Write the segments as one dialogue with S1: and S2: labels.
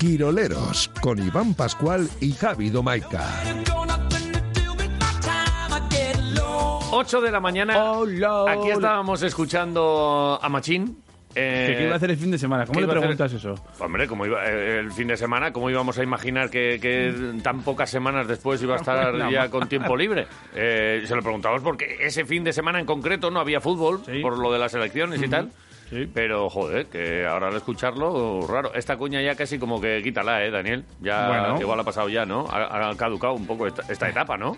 S1: Quiroleros con Iván Pascual y Javi Domaica.
S2: 8 de la mañana.
S3: Hola,
S2: Aquí
S3: hola.
S2: estábamos escuchando a Machín. Eh,
S3: ¿Qué, qué iba a hacer el fin de semana? ¿Cómo
S2: ¿qué
S3: le
S2: iba a hacer?
S3: preguntas eso?
S2: Hombre, como iba, eh, el fin de semana, ¿cómo íbamos a imaginar que, que tan pocas semanas después iba a estar
S3: Buena
S2: ya
S3: madre.
S2: con tiempo libre? Eh, se lo preguntamos porque ese fin de semana en concreto no había fútbol
S3: Sí.
S2: por lo de las elecciones y tal.
S3: Sí.
S2: Pero, joder, que ahora al escucharlo, raro. Esta cuña ya casi como que quítala, ¿eh, Daniel? Ya
S3: Bueno.
S2: igual ha pasado ya, ¿no? Ha, ha caducado un poco esta, esta etapa, ¿no?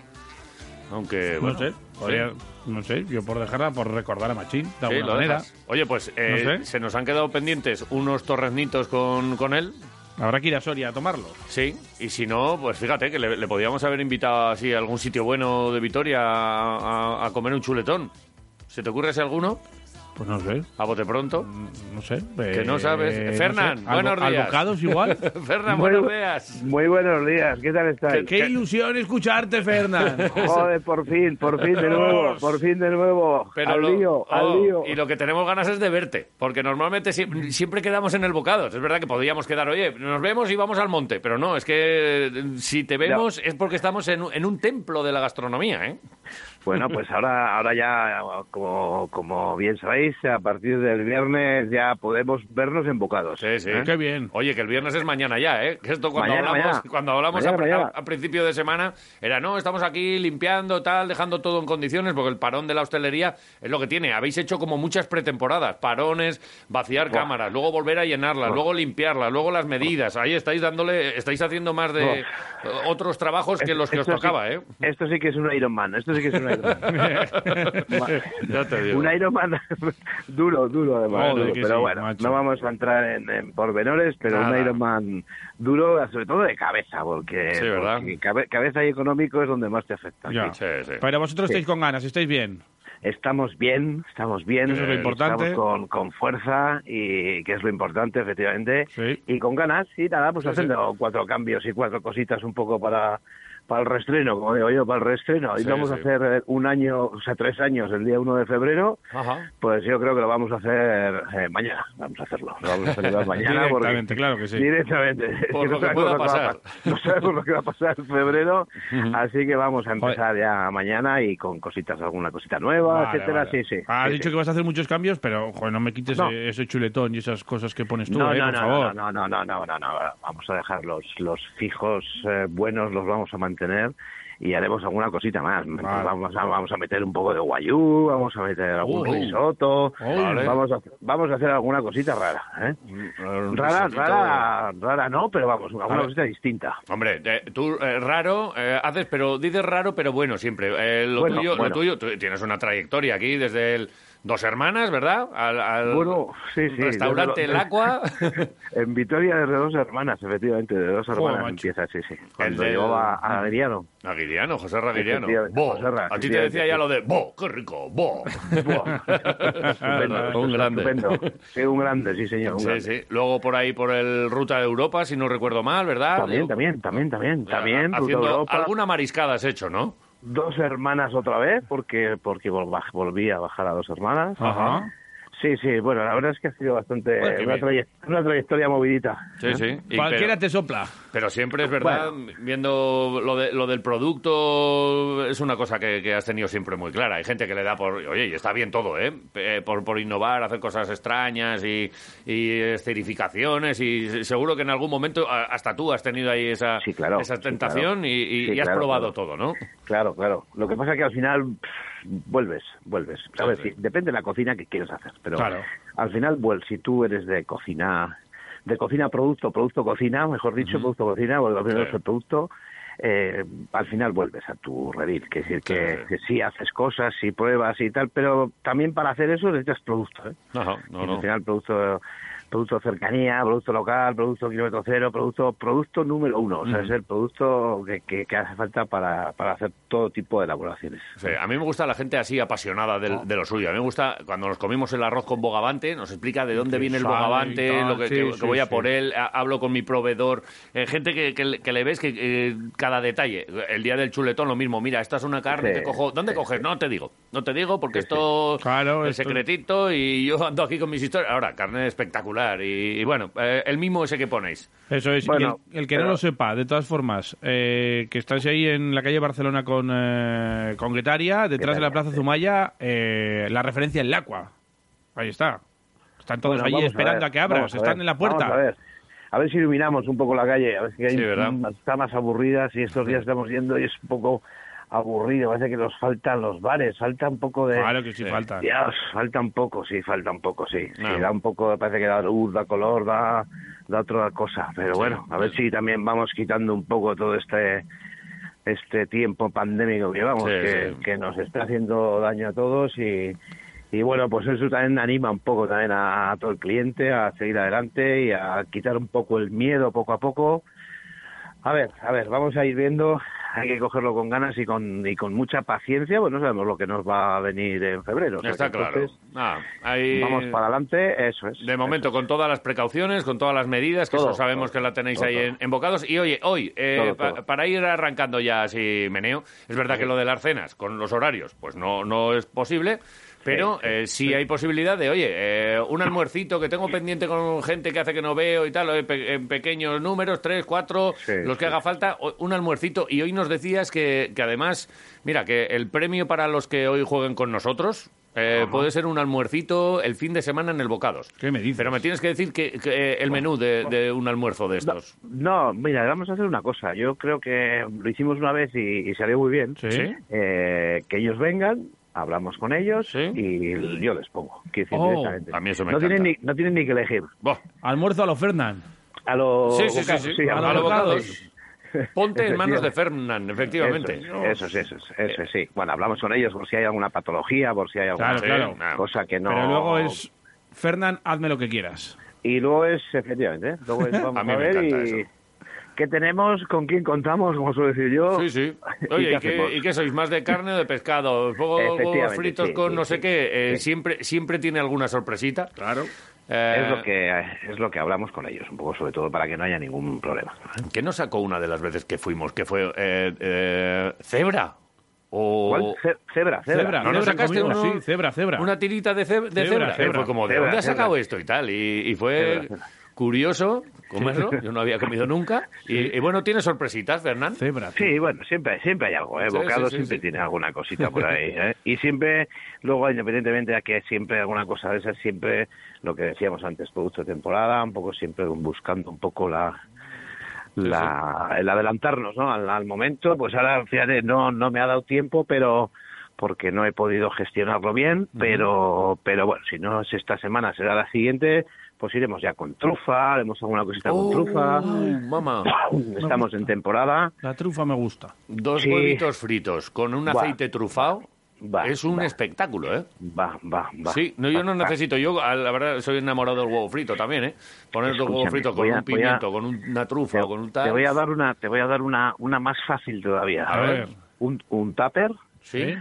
S2: Aunque,
S3: No
S2: Eh, bueno,
S3: sé, podría- no sé, yo por dejarla, por recordar a Machín, de
S2: Sí,
S3: alguna
S2: lo
S3: manera.
S2: dejas. Oye, pues eh,
S3: No sé.
S2: se nos han quedado pendientes unos torreznitos con, con él,
S3: Habrá que ir a Soria a tomarlo.
S2: sí, y si no, pues fíjate que le, le podíamos haber invitado así a algún sitio bueno de Vitoria a, a- a comer un chuletón. ¿Se te ocurre ese alguno?
S3: Pues no sé, Mm,
S2: A bote pronto.
S3: no sé. eh,
S2: Que no sabes. Fernan, buenos días.
S3: Albocados igual.
S2: Fernán, buenos días.
S4: Muy buenos días, ¿qué tal estáis?
S3: Qué ilusión escucharte, Fernan.
S4: Joder, por fin, por fin de nuevo, por fin de nuevo. al
S2: lo-
S4: lío,
S2: oh,
S4: al lío.
S2: Y lo que tenemos ganas es de verte, porque normalmente sie- siempre quedamos en el bocado. Es verdad que podríamos quedar, oye, nos vemos y vamos al monte, pero no, es que eh, si te vemos es porque estamos en, un- en un templo de la gastronomía, ¿eh?
S4: Bueno, pues ahora, ahora ya, como, como bien sabéis, a partir del viernes ya podemos vernos embocados.
S2: Sí, sí.
S3: ¿Eh? Qué bien.
S2: Oye, que el viernes es mañana ya, ¿eh? Que esto cuando
S4: Mañana,
S2: hablamos,
S4: mañana.
S2: Cuando hablamos
S4: Mañana,
S2: a, pri-
S4: mañana.
S2: a- a principio de semana, era no, estamos aquí limpiando, tal, dejando todo en condiciones, porque el parón de la hostelería es lo que tiene. Habéis hecho como muchas pretemporadas, parones, vaciar cámaras, luego volver a llenarlas, luego limpiarlas, luego las medidas. Ahí estáis dándole, estáis haciendo más de eh, otros trabajos que los que os
S4: Esto sí-
S2: tocaba, ¿eh?
S4: Esto sí que es un Iron Man, esto sí que es un Iron Man.
S2: Ya te digo.
S4: un Iron Man duro, duro además.
S3: Joder,
S4: duro.
S3: que
S4: pero
S3: sí,
S4: bueno,
S3: macho.
S4: no vamos a entrar en, en pormenores, pero
S2: Nada.
S4: un Iron Man duro, sobre todo de cabeza, porque,
S2: Sí, ¿verdad?
S4: porque cabe- cabeza y económico es donde más te afecta.
S3: Ya.
S2: Sí, sí.
S3: Pero vosotros estáis con ganas, estáis bien.
S4: Estamos bien, estamos bien.
S3: Eso es lo
S4: eh,
S3: importante.
S4: Estamos con, con fuerza, y que es lo importante, efectivamente.
S3: Sí.
S4: Y con ganas, y nada, pues
S3: Sí,
S4: haciendo cuatro cambios y cuatro cositas un poco para para el restreno, como digo yo, para el restreno. Y
S2: Sí,
S4: vamos a
S2: sí.
S4: hacer eh, un año, o sea, tres años, el día 1 de febrero.
S2: Ajá.
S4: Pues yo creo que lo vamos a hacer eh, mañana. Vamos a hacerlo. Pues Lo vamos a celebrar mañana. porque-
S3: Directamente, claro que sí.
S4: Directamente.
S2: Por
S4: Que
S2: lo que
S4: sabemos
S2: pueda
S4: va a
S2: pasar.
S4: pa- No sabemos lo que va a pasar en febrero. Así que vamos a empezar ya mañana y con cositas, alguna cosita nueva,
S3: Vale,
S4: etcétera.
S3: vale. Ah,
S4: Sí, sí.
S3: Has
S4: Sí,
S3: dicho
S4: sí.
S3: que vas a hacer muchos cambios, pero joder, no me quites
S4: No.
S3: eh, ese chuletón y esas cosas que pones tú,
S4: No,
S3: eh,
S4: no,
S3: por
S4: no,
S3: favor.
S4: no, no, no, no, no, no, no. Vamos a dejar los, los fijos eh, buenos, los vamos a mantener y haremos alguna cosita más. Vamos, a, vamos a meter un poco de guayú, vamos a meter algún
S2: Uh.
S4: risotto,
S2: Vale.
S4: vamos, a, vamos a hacer alguna cosita rara. ¿eh? Rara,
S2: risotito.
S4: rara, rara no, pero vamos, alguna cosita distinta.
S2: Hombre, eh, tú eh, raro eh, haces, pero dices raro, pero bueno siempre. Eh, lo,
S4: Bueno,
S2: tuyo,
S4: bueno.
S2: lo tuyo, tú tienes una trayectoria aquí desde el Dos Hermanas, ¿verdad? Al, al
S4: Bueno, sí, sí.
S2: restaurante El
S4: desde lo-
S2: Aqua.
S4: En Vitoria desde dos hermanas, efectivamente, de dos
S3: Joder,
S4: hermanas
S3: macho.
S4: empieza, sí, sí. Cuando
S2: del-
S4: llegó a, a Adriano.
S2: Aguiriano, José Raguiriano.
S4: Efectivamente,
S2: Bo.
S4: Joserra,
S2: a ti te decía
S4: efectivamente,
S2: ya
S4: sí.
S2: lo de Bo, qué rico, Bo.
S4: Estupendo,
S2: un grande.
S4: Estupendo. Sí, un grande, sí, señor. un
S2: Sí,
S4: grande.
S2: sí. Luego por ahí por el Ruta de Europa, si no recuerdo mal, ¿verdad?
S4: También,
S2: Eh,
S4: también, también, también,
S2: eh,
S4: también. Ruta
S2: haciendo
S4: Europa,
S2: alguna mariscada has hecho, ¿no?
S4: Dos hermanas otra vez, porque porque vol- baj- volví a bajar a dos hermanas.
S3: Ajá.
S4: Sí, sí, bueno, la verdad es que ha sido bastante...
S2: Joder, Pues qué
S4: una,
S2: bien.
S4: traye- una trayectoria movidita.
S2: Sí, sí. Y
S3: Cualquiera
S2: pero-
S3: te sopla.
S2: Pero siempre es verdad, viendo lo, de- lo del producto, es una cosa que, que has tenido siempre muy clara. Hay gente que le da por, oye, y está bien todo, ¿eh? Eh, Por, por innovar, hacer cosas extrañas y, y esterificaciones. Y seguro que en algún momento a- hasta tú has tenido ahí esa,
S4: Sí, claro,
S2: esa
S4: sí,
S2: tentación
S4: claro.
S2: y, y-
S4: Sí,
S2: y has
S4: claro,
S2: probado
S4: claro.
S2: todo, ¿no?
S4: Claro, claro. Lo que pasa es que al final pff, vuelves, vuelves. A ver,
S2: sí.
S4: sí, depende de la cocina que quieras hacer, pero
S3: Claro.
S4: al final, vuel- si tú eres de cocina, de cocina producto, producto cocina, mejor dicho, producto cocina, porque al final
S2: Sí.
S4: es el producto, eh, al final vuelves a tu redil. Que decir que,
S2: Sí.
S4: que sí haces cosas, sí pruebas y tal, pero también para hacer eso necesitas producto. ¿eh?
S2: No, no,
S4: Y
S2: no.
S4: Al final, el producto producto de cercanía, producto local, producto kilómetro cero, producto, producto número uno. O sea, es el producto que, que- que hace falta para, para hacer todo tipo de elaboraciones. Ah.
S2: Sí, a mí me gusta la gente así apasionada del- de lo suyo. A mí me gusta cuando nos comimos el arroz con bogavante, nos explica de dónde
S3: Que
S2: viene el
S3: sabe y
S2: bogavante,
S3: tal,
S2: lo que,
S3: sí,
S2: que-
S3: sí,
S2: que voy a
S3: sí.
S2: por él, a- hablo con mi proveedor. eh, gente que, que le- que le ves que eh, cada detalle, el día del chuletón lo mismo, mira, esta es una carne,
S4: Sí,
S2: te cojo, ¿dónde coges? No te digo, no te digo porque
S4: Sí, sí.
S2: esto
S3: Claro,
S2: es
S3: esto-
S2: secretito y yo ando aquí con mis historias. Ahora, carne espectacular y, y bueno, eh, el mismo ese que ponéis.
S3: Eso es.
S4: Bueno,
S3: y el, el que no
S4: pero-
S3: lo sepa, de todas formas, eh, que estáis ahí en la calle Barcelona con, eh, con Guetaria, detrás de la
S4: Guetaria,
S3: Plaza
S4: sí.
S3: Zumaya, eh, la referencia en Lacua. Ahí está. Están todos
S4: Bueno,
S3: allí
S4: vamos
S3: esperando a,
S4: ver,
S3: que abras,
S4: vamos a
S3: están
S4: ver,
S3: en la puerta.
S4: vamos a ver. A ver si iluminamos un poco la calle, a ver si hay-
S2: Sí, ¿verdad?
S4: está más aburrida, si estos días estamos yendo y es un poco aburrido, parece que nos faltan los bares, falta un poco de...
S3: Claro que sí,
S2: Sí.
S3: falta.
S4: Dios, falta un poco, sí, falta un poco, sí. Sí,
S2: No.
S4: da un poco, parece que da luz, da color, da, da otra cosa. Pero
S2: Sí,
S4: bueno, a ver si también vamos quitando un poco todo este este tiempo pandémico que llevamos,
S2: Sí,
S4: que,
S2: sí.
S4: que nos está haciendo daño a todos y, y bueno, pues eso también anima un poco también a, a todo el cliente a seguir adelante y a quitar un poco el miedo poco a poco. A ver, a ver, vamos a ir viendo. Hay que cogerlo con ganas y con, y con mucha paciencia, pues no sabemos lo que nos va a venir en febrero. o sea
S2: está
S4: que
S2: claro.
S4: entonces,
S2: Ah, ahí-
S4: Vamos para adelante, eso es.
S2: De momento, con todas las precauciones, con todas las medidas, que
S4: Todo,
S2: eso sabemos
S4: todo,
S2: que la tenéis
S4: todo,
S2: ahí
S4: todo.
S2: en, en bocados. Y oye, hoy, eh,
S4: Todo,
S2: pa-
S4: todo.
S2: para ir arrancando ya así meneo, es verdad que lo de las cenas, con los horarios, pues no, no es posible. Pero
S4: Sí, sí,
S2: eh, sí, hay posibilidad de, oye, eh, un almuercito que tengo pendiente con gente que hace que no veo y tal, eh, pe- en pequeños números, tres, cuatro,
S4: Sí,
S2: los que
S4: sí,
S2: haga
S4: sí.
S2: falta, o- un almuercito. Y hoy nos decías que, que además, mira, que el premio para los que hoy jueguen con nosotros eh, puede ser un almuercito el fin de semana en el Bocados.
S3: ¿Qué me dices?
S2: Pero me tienes que decir que, que, eh, el menú de, de un almuerzo de estos.
S4: No, mira, vamos a hacer una cosa. Yo creo que lo hicimos una vez y, y salió muy bien.
S3: Sí.
S4: Eh, que ellos vengan, hablamos con ellos
S2: Sí.
S4: y yo les pongo. quiero decir,
S3: Oh,
S4: directamente.
S2: a mí eso me
S4: no tienen, ni,
S2: encanta.
S4: no tienen ni que elegir.
S2: Buah.
S3: Almuerzo a lo Fernán.
S4: A los
S2: Sí, sí, sí, sí, a los bocados. Ponte en manos de
S4: Efectivamente.
S2: Fernán,
S4: Eso
S2: efectivamente.
S4: es, eso es, eso es, eso es, sí. Bueno, hablamos con ellos por si hay alguna patología, por si hay alguna
S3: Claro, claro.
S2: nada.
S4: cosa que no...
S3: Pero luego es, Fernán, hazme lo que quieras.
S4: Y luego es, efectivamente, ¿eh? luego es, vamos
S2: A
S4: a,
S2: mí me
S4: ver
S2: encanta
S4: y...
S2: eso.
S4: ¿Qué tenemos? ¿Con quién contamos? Como suelo decir yo.
S2: Sí, sí.
S4: ¿Y
S2: Oye,
S4: qué
S2: ¿y qué,
S4: hacemos?
S2: y qué sois? ¿Más de carne o de pescado? Fuego- ¿Huevos
S4: Efectivamente,
S2: fritos
S4: sí,
S2: con
S4: sí,
S2: no
S4: sí,
S2: sé qué? Eh,
S4: sí.
S2: siempre, siempre tiene alguna sorpresita. Eh, Claro.
S4: Es lo, que, es lo que hablamos con ellos, un poco sobre todo para que no haya ningún problema.
S2: ¿Eh? ¿Qué nos sacó una de las veces que fuimos? ¿Que fue eh, eh, cebra? O...
S4: ¿Cuál? Ce- Cebra, cebra.
S3: Cebra,
S2: ¿No nos
S3: cebra
S2: sacaste
S3: comimos,
S2: uno-
S3: sí, cebra, cebra.
S2: una tirita de, ceb- de cebra?
S3: Cebra,
S2: Eh, Fue
S3: cebra.
S2: como, ¿de
S4: Cebra,
S2: dónde has
S4: cebra.
S2: sacado esto y tal? Y, y fue
S4: Cebra, cebra.
S2: curioso comerlo. Yo no había comido nunca. Y, y bueno, tiene sorpresitas, Fernán.
S3: Cebra.
S4: Sí, bueno, siempre, siempre hay algo, ¿eh?
S2: Sí,
S4: Bocado
S2: sí, sí,
S4: siempre
S2: sí.
S4: tiene alguna cosita por ahí, ¿eh? Y siempre, luego, independientemente de que siempre hay alguna cosa de esas, siempre lo que decíamos antes, producto de temporada, un poco siempre buscando un poco la... La, el adelantarnos ¿no? al, al momento pues ahora fíjate no no me ha dado tiempo pero porque no he podido gestionarlo bien pero pero bueno si no es esta semana será la siguiente pues iremos ya con trufa haremos alguna cosita
S2: Oh,
S4: con trufa
S2: mamá.
S4: estamos en temporada
S3: La trufa me gusta.
S2: Dos
S4: Sí.
S2: huevitos fritos con un
S4: Buah.
S2: aceite trufado.
S4: Buah,
S2: es un
S4: buah.
S2: espectáculo, ¿eh?
S4: Va, va, va.
S2: sí, no, yo
S4: va,
S2: no
S4: va.
S2: necesito. Yo, a la verdad, soy enamorado del huevo frito también, ¿eh? Poner dos huevos
S4: Escúchame,
S2: fritos con
S4: voy a-
S2: un
S4: voy a-
S2: pimiento, con una trufa,
S4: Te,
S2: o con un tal.
S4: te voy a dar una, te voy a dar una, una más fácil todavía.
S3: A ver.
S4: Un, un tupper,
S2: Sí.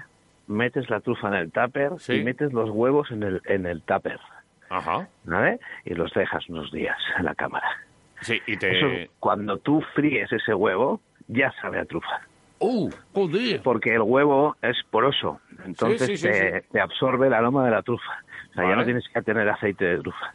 S4: metes la trufa en el tupper
S2: Sí.
S4: y metes los huevos en el, en el tupper,
S2: Ajá.
S4: ¿vale? Y los dejas unos días en la cámara.
S2: Sí, y
S4: Eso,
S2: te.
S4: cuando tú fríes ese huevo, ya sabe a trufa.
S2: ¡Uh!
S3: Joder.
S4: Porque el huevo es poroso, entonces
S2: Sí, sí, sí,
S4: te,
S2: sí.
S4: te absorbe el aroma de la trufa. O sea, ya
S2: Vale.
S4: no tienes que tener aceite de trufa.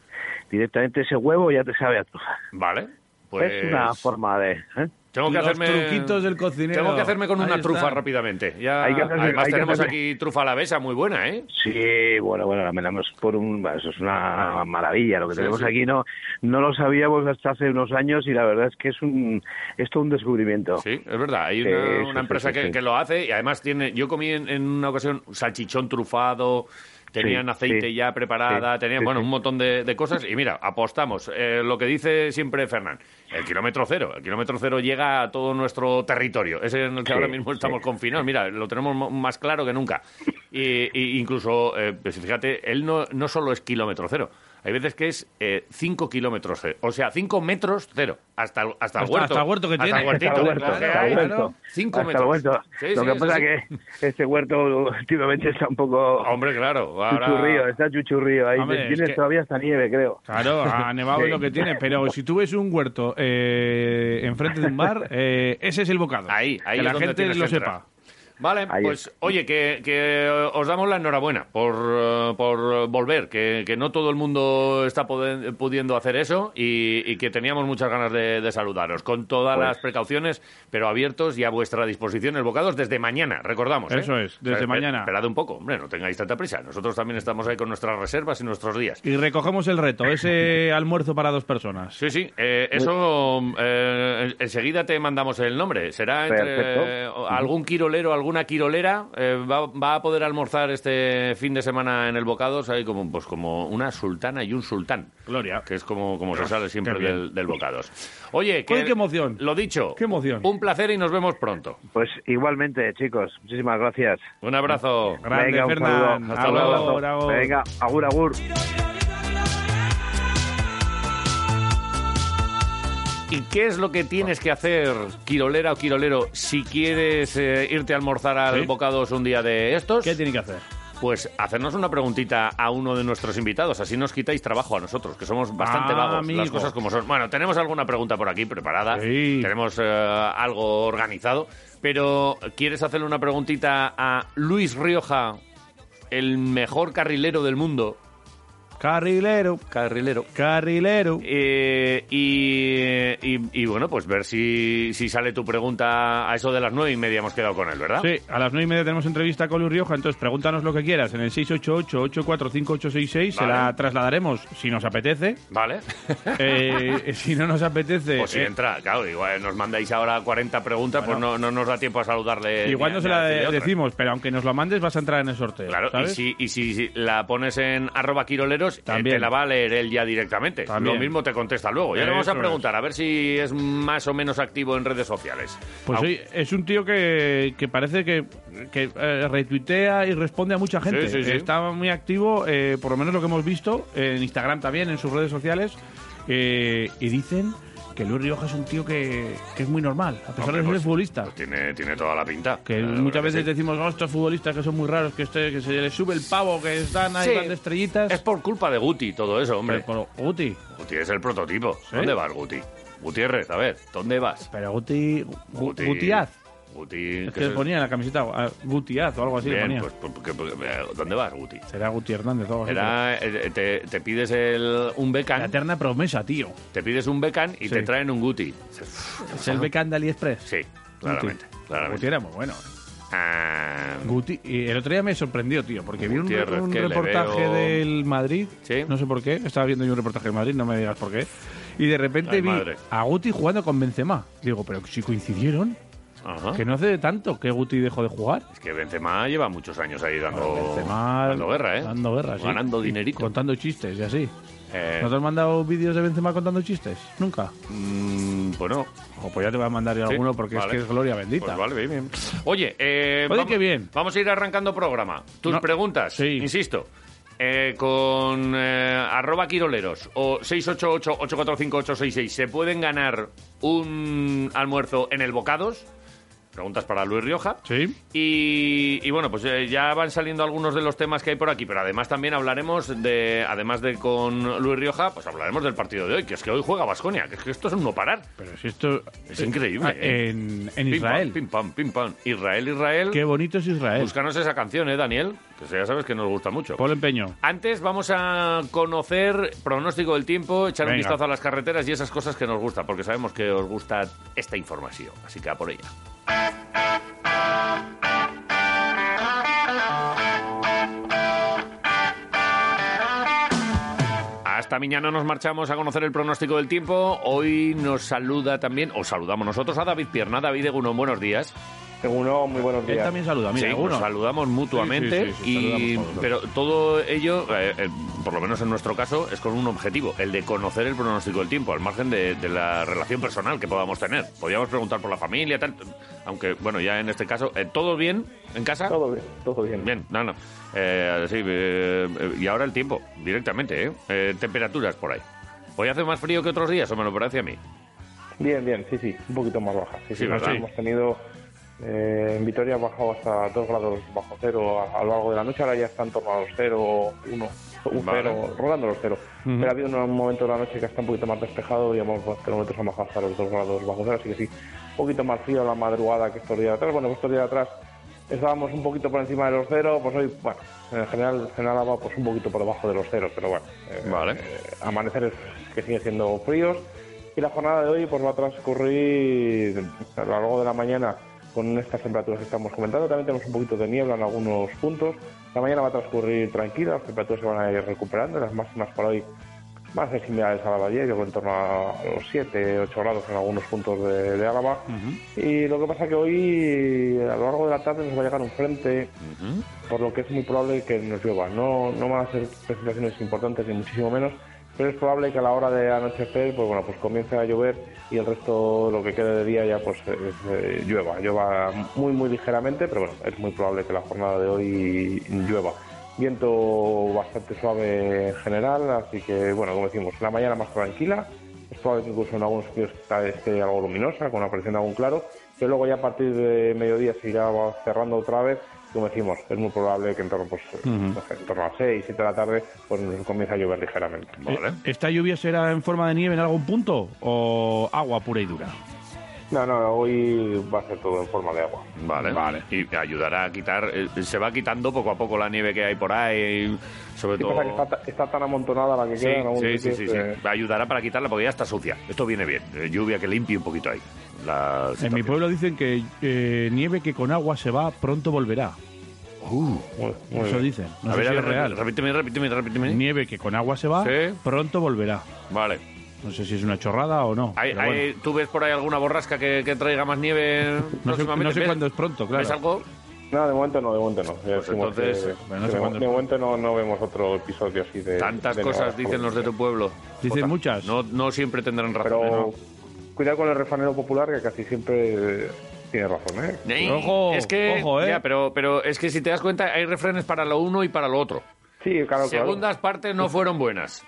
S4: Directamente ese huevo ya te sabe a trufa.
S2: Vale. Pues.
S4: Es una forma de... ¿eh?
S2: Tengo que
S3: Los
S2: hacerme.
S3: truquitos del cocinero.
S2: Tengo que hacerme con
S3: Ahí
S2: una
S3: está.
S2: trufa rápidamente. Ya,
S4: Hay que hacerse-
S2: además,
S4: hay que
S2: tenemos
S4: hacerse-
S2: aquí trufa alavesa muy buena, ¿eh?
S4: Sí, bueno, bueno, la merendamos por un... bueno, Eso es una maravilla lo que
S2: Sí,
S4: tenemos
S2: sí.
S4: aquí. No, no lo sabíamos hasta hace unos años y la verdad es que es un... Es todo un descubrimiento.
S2: Sí, es verdad. Hay
S4: Sí,
S2: una,
S4: sí,
S2: una
S4: sí,
S2: empresa
S4: sí,
S2: que,
S4: sí.
S2: que lo hace y además tiene. Yo comí en, en una ocasión salchichón trufado. Tenían
S4: Sí,
S2: aceite
S4: sí,
S2: ya preparada,
S4: sí,
S2: tenían,
S4: sí,
S2: bueno,
S4: sí.
S2: un montón de, de cosas. Y mira, apostamos. eh, lo que dice siempre Fernán, el kilómetro cero. El kilómetro cero llega a todo nuestro territorio. Ese en el que
S4: Sí,
S2: ahora mismo
S4: sí.
S2: estamos confinados. Mira, lo tenemos mo- más claro que nunca. e, e incluso, eh, pues fíjate, él no, no solo es kilómetro cero. Hay veces que es 5 kilómetros cero. O sea, 5 metros cero. Hasta, el- hasta el
S3: Hasta-
S2: huerto.
S3: hasta el huerto que
S2: hasta
S3: tiene.
S2: El huertito,
S3: Hasta el
S4: huerto,
S2: que
S4: hasta el
S2: hay,
S4: huerto.
S2: claro. Cinco
S4: Hasta el
S2: metros.
S4: huerto.
S2: Sí,
S4: Lo
S2: sí,
S4: que
S2: sí,
S4: pasa
S2: sí.
S4: es que este huerto últimamente está un poco
S2: Hombre, claro. Ahora...
S4: chuchurrío, está chuchurrío. Ahí
S3: Hombre, es
S4: tienes
S3: que-
S4: todavía hasta nieve, creo.
S3: Claro, ha nevado
S4: Sí.
S3: es lo que tiene, pero si tú ves un huerto eh, enfrente de un mar, eh, ese es el bocado.
S2: Ahí, ahí
S3: que
S2: es
S3: la
S2: donde
S3: gente
S2: tienes
S3: lo
S2: que entrar.
S3: sepa.
S2: Vale,
S4: Ahí
S2: pues
S4: es.
S2: oye, que, que, eh, os damos la enhorabuena por, eh, por eh, volver, que, que no todo el mundo está poden- pudiendo hacer eso y, y que teníamos muchas ganas de, de saludaros, con todas
S4: Pues.
S2: las precauciones, pero abiertos y a vuestra disposición el bocados desde mañana, recordamos. ¿eh?
S3: Eso es,
S2: O sea,
S3: desde
S2: esper-
S3: mañana.
S2: Esperad un poco, hombre, no tengáis tanta prisa. Nosotros también estamos ahí con nuestras reservas y nuestros días.
S3: Y recogemos el reto, ese almuerzo para dos personas.
S2: Sí, sí, eh, eso eh, en- enseguida te mandamos el nombre. Será entre eh,
S4: Perfecto.
S2: algún quirolero, alguna quirolera eh, va, va a poder almorzar este fin de semana en el Bocados, hay como pues como una sultana y un sultán.
S3: Gloria.
S2: Que es como, como se sale siempre
S3: qué bien.
S2: del, del Bocados. Oye,
S3: Uy, qué emoción.
S2: Lo dicho.
S3: Qué emoción.
S2: Un placer y nos vemos pronto.
S4: Pues igualmente, chicos. Muchísimas gracias.
S2: Un abrazo.
S3: Grande,
S4: Venga, un
S3: Fernán.
S4: saludo.
S2: Hasta
S4: Un
S2: luego.
S4: abrazo.
S3: Agur, agur.
S4: Venga, agur, agur.
S2: ¿Y qué es lo que tienes que hacer, quirolera o quirolero, si quieres eh, irte a almorzar al
S3: Sí.
S2: Bocados un día de estos?
S3: ¿Qué tiene que hacer?
S2: Pues hacernos una preguntita a uno de nuestros invitados, así nos quitáis trabajo a nosotros, que somos bastante
S3: Ah,
S2: vagos, las
S3: amigo.
S2: cosas como son. Bueno, tenemos alguna pregunta por aquí preparada,
S3: Sí.
S2: tenemos eh, algo organizado, pero ¿quieres hacerle una preguntita a Luis Rioja, el mejor carrilero del mundo?
S3: Carrilero,
S2: Carrilero.
S3: carrilero.
S2: Eh, y, y- y, bueno, pues ver si, si sale tu pregunta a eso de las nueve y media hemos quedado con él, ¿verdad?
S3: Sí, a las nueve y media tenemos entrevista con Luis Rioja, entonces pregúntanos lo que quieras en el 688-845-866, se
S2: Vale.
S3: la trasladaremos si nos apetece.
S2: Vale.
S3: Eh, si no nos apetece,
S2: Pues si
S3: eh,
S2: entra, claro, igual nos mandáis ahora 40 preguntas,
S3: Bueno.
S2: pues no, no nos da tiempo a saludarle.
S3: igual
S2: ni a-
S3: no se
S2: ni a
S3: la de-
S2: decirle otra.
S3: decimos, pero aunque nos la mandes vas a entrar en el sorteo.
S2: Claro, y,
S3: ¿sabes?
S2: si, y si, si la pones en arroba quiroleros, eh,
S3: También.
S2: te la va a leer él ya directamente.
S3: También.
S2: Lo mismo te contesta luego. Ya le vamos
S3: Eso
S2: a preguntar, a ver si es más o menos activo en redes sociales.
S3: Pues
S2: Au-
S3: sí, es un tío que, que parece que, que, eh, retuitea y responde a mucha gente.
S2: Sí, sí, sí.
S3: Está muy activo, eh, por lo menos lo que hemos visto, en Instagram también, en sus redes sociales. eh, y dicen que Luis Rioja es un tío que, que es muy normal, a pesar
S2: hombre,
S3: de ser
S2: pues-
S3: futbolista.
S2: pues tiene, tiene toda la pinta.
S3: que
S2: La verdad
S3: muchas
S2: que
S3: veces
S2: sí.
S3: decimos, oh, estos futbolistas que son muy raros, que, este- que se les sube el pavo, que están ahí
S2: Sí.
S3: dando estrellitas.
S2: Es por culpa de Guti todo eso, hombre.
S3: Pero, pero Guti,
S2: Guti es el prototipo.
S3: ¿Sí?
S2: ¿Dónde vas, Guti? Gutiérrez, a ver, ¿dónde vas?
S3: pero Guti, Gu-
S2: Guti.
S3: Gutiaz.
S2: Guti.
S3: Es
S2: ¿qué
S3: que le
S2: es?
S3: ponía en la camiseta ah, Gutiaz o algo así. le
S2: Bien,
S3: ponía.
S2: pues, pues, que- que- ¿dónde vas, Guti?
S3: Será Guti Hernández o algo así.
S2: Era, eh, te, te pides el, un
S3: La
S2: becan,
S3: eterna promesa, tío.
S2: te pides un becan y
S3: Sí.
S2: te traen un guti.
S3: Es el Beckham de AliExpress.
S2: Sí, claramente.
S3: Guti. Guti
S2: claramente.
S3: era muy bueno. ¿eh?
S2: Ah,
S3: Guti, y el otro día me sorprendió, tío, porque vi un,
S2: Gutiérrez,
S3: un
S2: que le
S3: reportaje
S2: veo-
S3: del Madrid.
S2: Sí.
S3: No sé por qué. Estaba viendo yo un reportaje del Madrid, no me digas por qué. Y de repente
S2: Ay,
S3: vi
S2: madre.
S3: a Guti jugando con Benzema. Digo, pero si coincidieron,
S2: ajá.
S3: que no hace tanto que Guti dejó de jugar.
S2: Es que Benzema lleva muchos años ahí dando,
S3: Benzema
S2: Oh, dando guerra, ¿eh?
S3: Dando guerra, sí.
S2: Ganando
S3: Y
S2: dinerito.
S3: Contando chistes y así.
S2: Eh,
S3: ¿No te has mandado vídeos de Benzema contando chistes? Nunca.
S2: mm, bueno,
S3: O pues ya te voy a mandar yo
S2: Sí,
S3: alguno porque
S2: vale.
S3: es que es gloria bendita.
S2: pues vale, bien, bien. Oye, eh,
S3: Oye,
S2: vam-
S3: qué bien.
S2: vamos a ir arrancando programa. Tus
S3: No.
S2: preguntas,
S3: Sí.
S2: insisto. eh, con eh, arroba quiroleros o 688-845-866 ¿se pueden ganar un almuerzo en el Bocados? Preguntas para Luis Rioja.
S3: Sí.
S2: Y, y bueno, pues eh, ya van saliendo algunos de los temas que hay por aquí, pero además también hablaremos de, además de con Luis Rioja, pues hablaremos del partido de hoy, que es que hoy juega Vasconia, que es que esto es un no parar.
S3: Pero si esto
S2: Es increíble,
S3: Ah,
S2: ¿eh?
S3: En, en
S2: Pim,
S3: Israel.
S2: Pam, pim, pam, pim, pam. Israel, Israel.
S3: Qué bonito es Israel.
S2: Búscanos esa canción, ¿eh, Daniel? Que ya sabes que nos gusta mucho.
S3: Pablo Empeño.
S2: Antes vamos a conocer pronóstico del tiempo, echar un
S3: Venga.
S2: vistazo a las carreteras y esas cosas que nos gustan, porque sabemos que os gusta esta información. Así que a por ella. Hasta mañana nos marchamos a conocer el pronóstico del tiempo. Hoy nos saluda también, o saludamos nosotros a David Pierna. David Egunon, buenos días.
S5: Seguro, muy buenos
S3: Él
S5: días.
S3: también saluda, mira,
S2: sí, pues
S3: uno.
S2: nos saludamos mutuamente,
S3: Sí, sí, sí, sí,
S2: y,
S3: saludamos todos.
S2: pero todo ello, eh, eh, por lo menos en nuestro caso, es con un objetivo, el de conocer el pronóstico del tiempo, al margen de, de la relación personal que podamos tener. Podríamos preguntar por la familia, tal, aunque, bueno, ya en este caso, eh, ¿todo bien en casa?
S5: Todo bien, todo bien.
S2: Bien, no, no. Eh, sí, eh, eh, y ahora el tiempo, directamente, ¿eh? Eh, Temperaturas por ahí. ¿Hoy hace más frío que otros días o me lo parece a mí?
S5: Bien, bien, sí, sí, un poquito más baja. Sí,
S2: Sí,
S5: sí,
S2: ¿verdad?
S5: hemos tenido eh, en Vitoria ha bajado hasta 2 grados bajo cero a, a lo largo de la noche, ahora ya está en torno a los 0, 1, un
S2: Vale.
S5: cero, rodando los 0. Pero ha habido un, un momento de la noche que está un poquito más despejado y hemos los kilómetros han bajado hasta los 2 grados bajo cero, así que sí, un poquito más frío la madrugada que estos días de atrás. Bueno, pues estos días de atrás estábamos un poquito por encima de los 0, pues hoy, bueno, en general en Álava pues un poquito por debajo de los 0, pero bueno. eh,
S2: Vale.
S5: eh, amaneceres que siguen siendo fríos y la jornada de hoy pues va a transcurrir a lo largo de la mañana con estas temperaturas que estamos comentando. También tenemos un poquito de niebla en algunos puntos. La mañana va a transcurrir tranquila, las temperaturas se van a ir recuperando, las máximas para hoy van a ser similares a la de ayer, yo creo en torno a los 7, 8 grados en algunos puntos de, de Álava. Y lo que pasa que hoy a lo largo de la tarde nos va a llegar un frente por lo que es muy probable que nos llueva. No, no van a ser precipitaciones importantes ni muchísimo menos, pero es probable que a la hora de anochecer, pues bueno, pues comience a llover y el resto, lo que quede de día ya, pues es, eh, llueva. Llueva muy, muy ligeramente, pero bueno, es muy probable que la jornada de hoy llueva. Viento bastante suave en general, así que bueno, como decimos, la mañana más tranquila, es probable que incluso en algunos sitios está- esté algo luminosa, con la aparición de algún claro, pero luego ya a partir de mediodía se irá cerrando otra vez. Como decimos, es muy probable que en torno, pues, no sé, en torno a 6, 7 de la tarde pues comience a llover ligeramente.
S2: Vale.
S3: Eh, ¿Esta lluvia será en forma de nieve en algún punto o agua pura y dura?
S5: No, no, hoy va a ser todo en forma de agua.
S2: Vale.
S3: Vale.
S2: Y ayudará a quitar. eh, se va quitando poco a poco la nieve que hay por ahí, sobre
S5: Sí,
S2: todo.
S5: pasa que está, ta- está tan amontonada la que
S2: Sí,
S5: queda en algunos
S2: sí, sí,
S5: sitios
S2: sí,
S5: que-
S2: sí. Ayudará para quitarla porque ya está sucia. Esto viene bien. Eh, Lluvia que limpie un poquito ahí. la
S3: En
S2: situación.
S3: mi pueblo dicen que eh, nieve que con agua se va, pronto volverá.
S2: Uh,
S5: Muy- muy
S3: Eso
S5: bien.
S3: dicen. No
S2: a
S3: sé
S2: ver,
S3: si
S2: a
S3: es
S2: ver,
S3: real.
S2: repíteme, repíteme, repíteme.
S3: Nieve que con agua se va,
S2: Sí.
S3: pronto volverá.
S2: Vale.
S3: No sé si es una chorrada o no.
S2: ¿Hay-
S3: pero
S2: hay-
S3: bueno.
S2: ¿Tú ves por ahí alguna borrasca que, que traiga más nieve
S3: no, sé,
S2: próximamente?
S3: no sé
S2: ¿Ves-
S3: cuándo es pronto, claro.
S2: ¿Ves algo?
S5: No, de momento no, de momento no. Ya
S2: Pues
S5: decimos que-
S2: entonces,
S3: bueno, no sé
S5: de,
S3: cuándo-
S5: de momento no, no vemos otro episodio así de...
S2: Tantas
S5: de
S2: cosas
S5: nevadas.
S2: dicen los de tu pueblo.
S3: Dicen
S2: Jota.
S3: muchas.
S2: No, no siempre tendrán razón. ¿eh?
S5: Pero cuidado con el refanero popular que casi siempre eh, tiene razón, ¿eh?
S2: Ey,
S3: Ojo,
S2: es que,
S3: ojo, ¿eh?
S2: ya, pero, pero es que si te das cuenta, hay refranes para lo uno y para lo otro.
S5: Sí, claro, claro.
S2: Segundas partes no fueron buenas.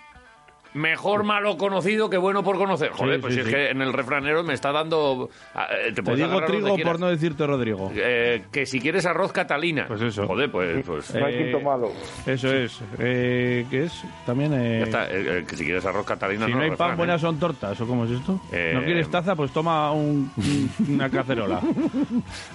S2: Mejor malo conocido que bueno por conocer. Joder,
S3: Sí,
S2: pues
S3: sí,
S2: si
S3: sí.
S2: es que en el refranero me está dando... ah, eh, Te,
S3: Te
S2: puedes
S3: digo
S2: agarrar donde
S3: trigo
S2: quieras.
S3: por no decirte Rodrigo.
S2: Eh, que si quieres arroz catalina.
S3: Pues eso.
S2: Joder, pues... pues-
S5: No hay
S3: Eh,
S5: quinto malo.
S3: Eso es. Eh, ¿Qué es? También. eh,
S2: ya está, eh, eh, que si quieres arroz catalina...
S3: Si no hay
S2: refrán,
S3: pan,
S2: ¿eh?
S3: buenas son tortas, ¿o cómo es esto?
S2: Eh,
S3: ¿No quieres taza? Pues toma un- una cacerola.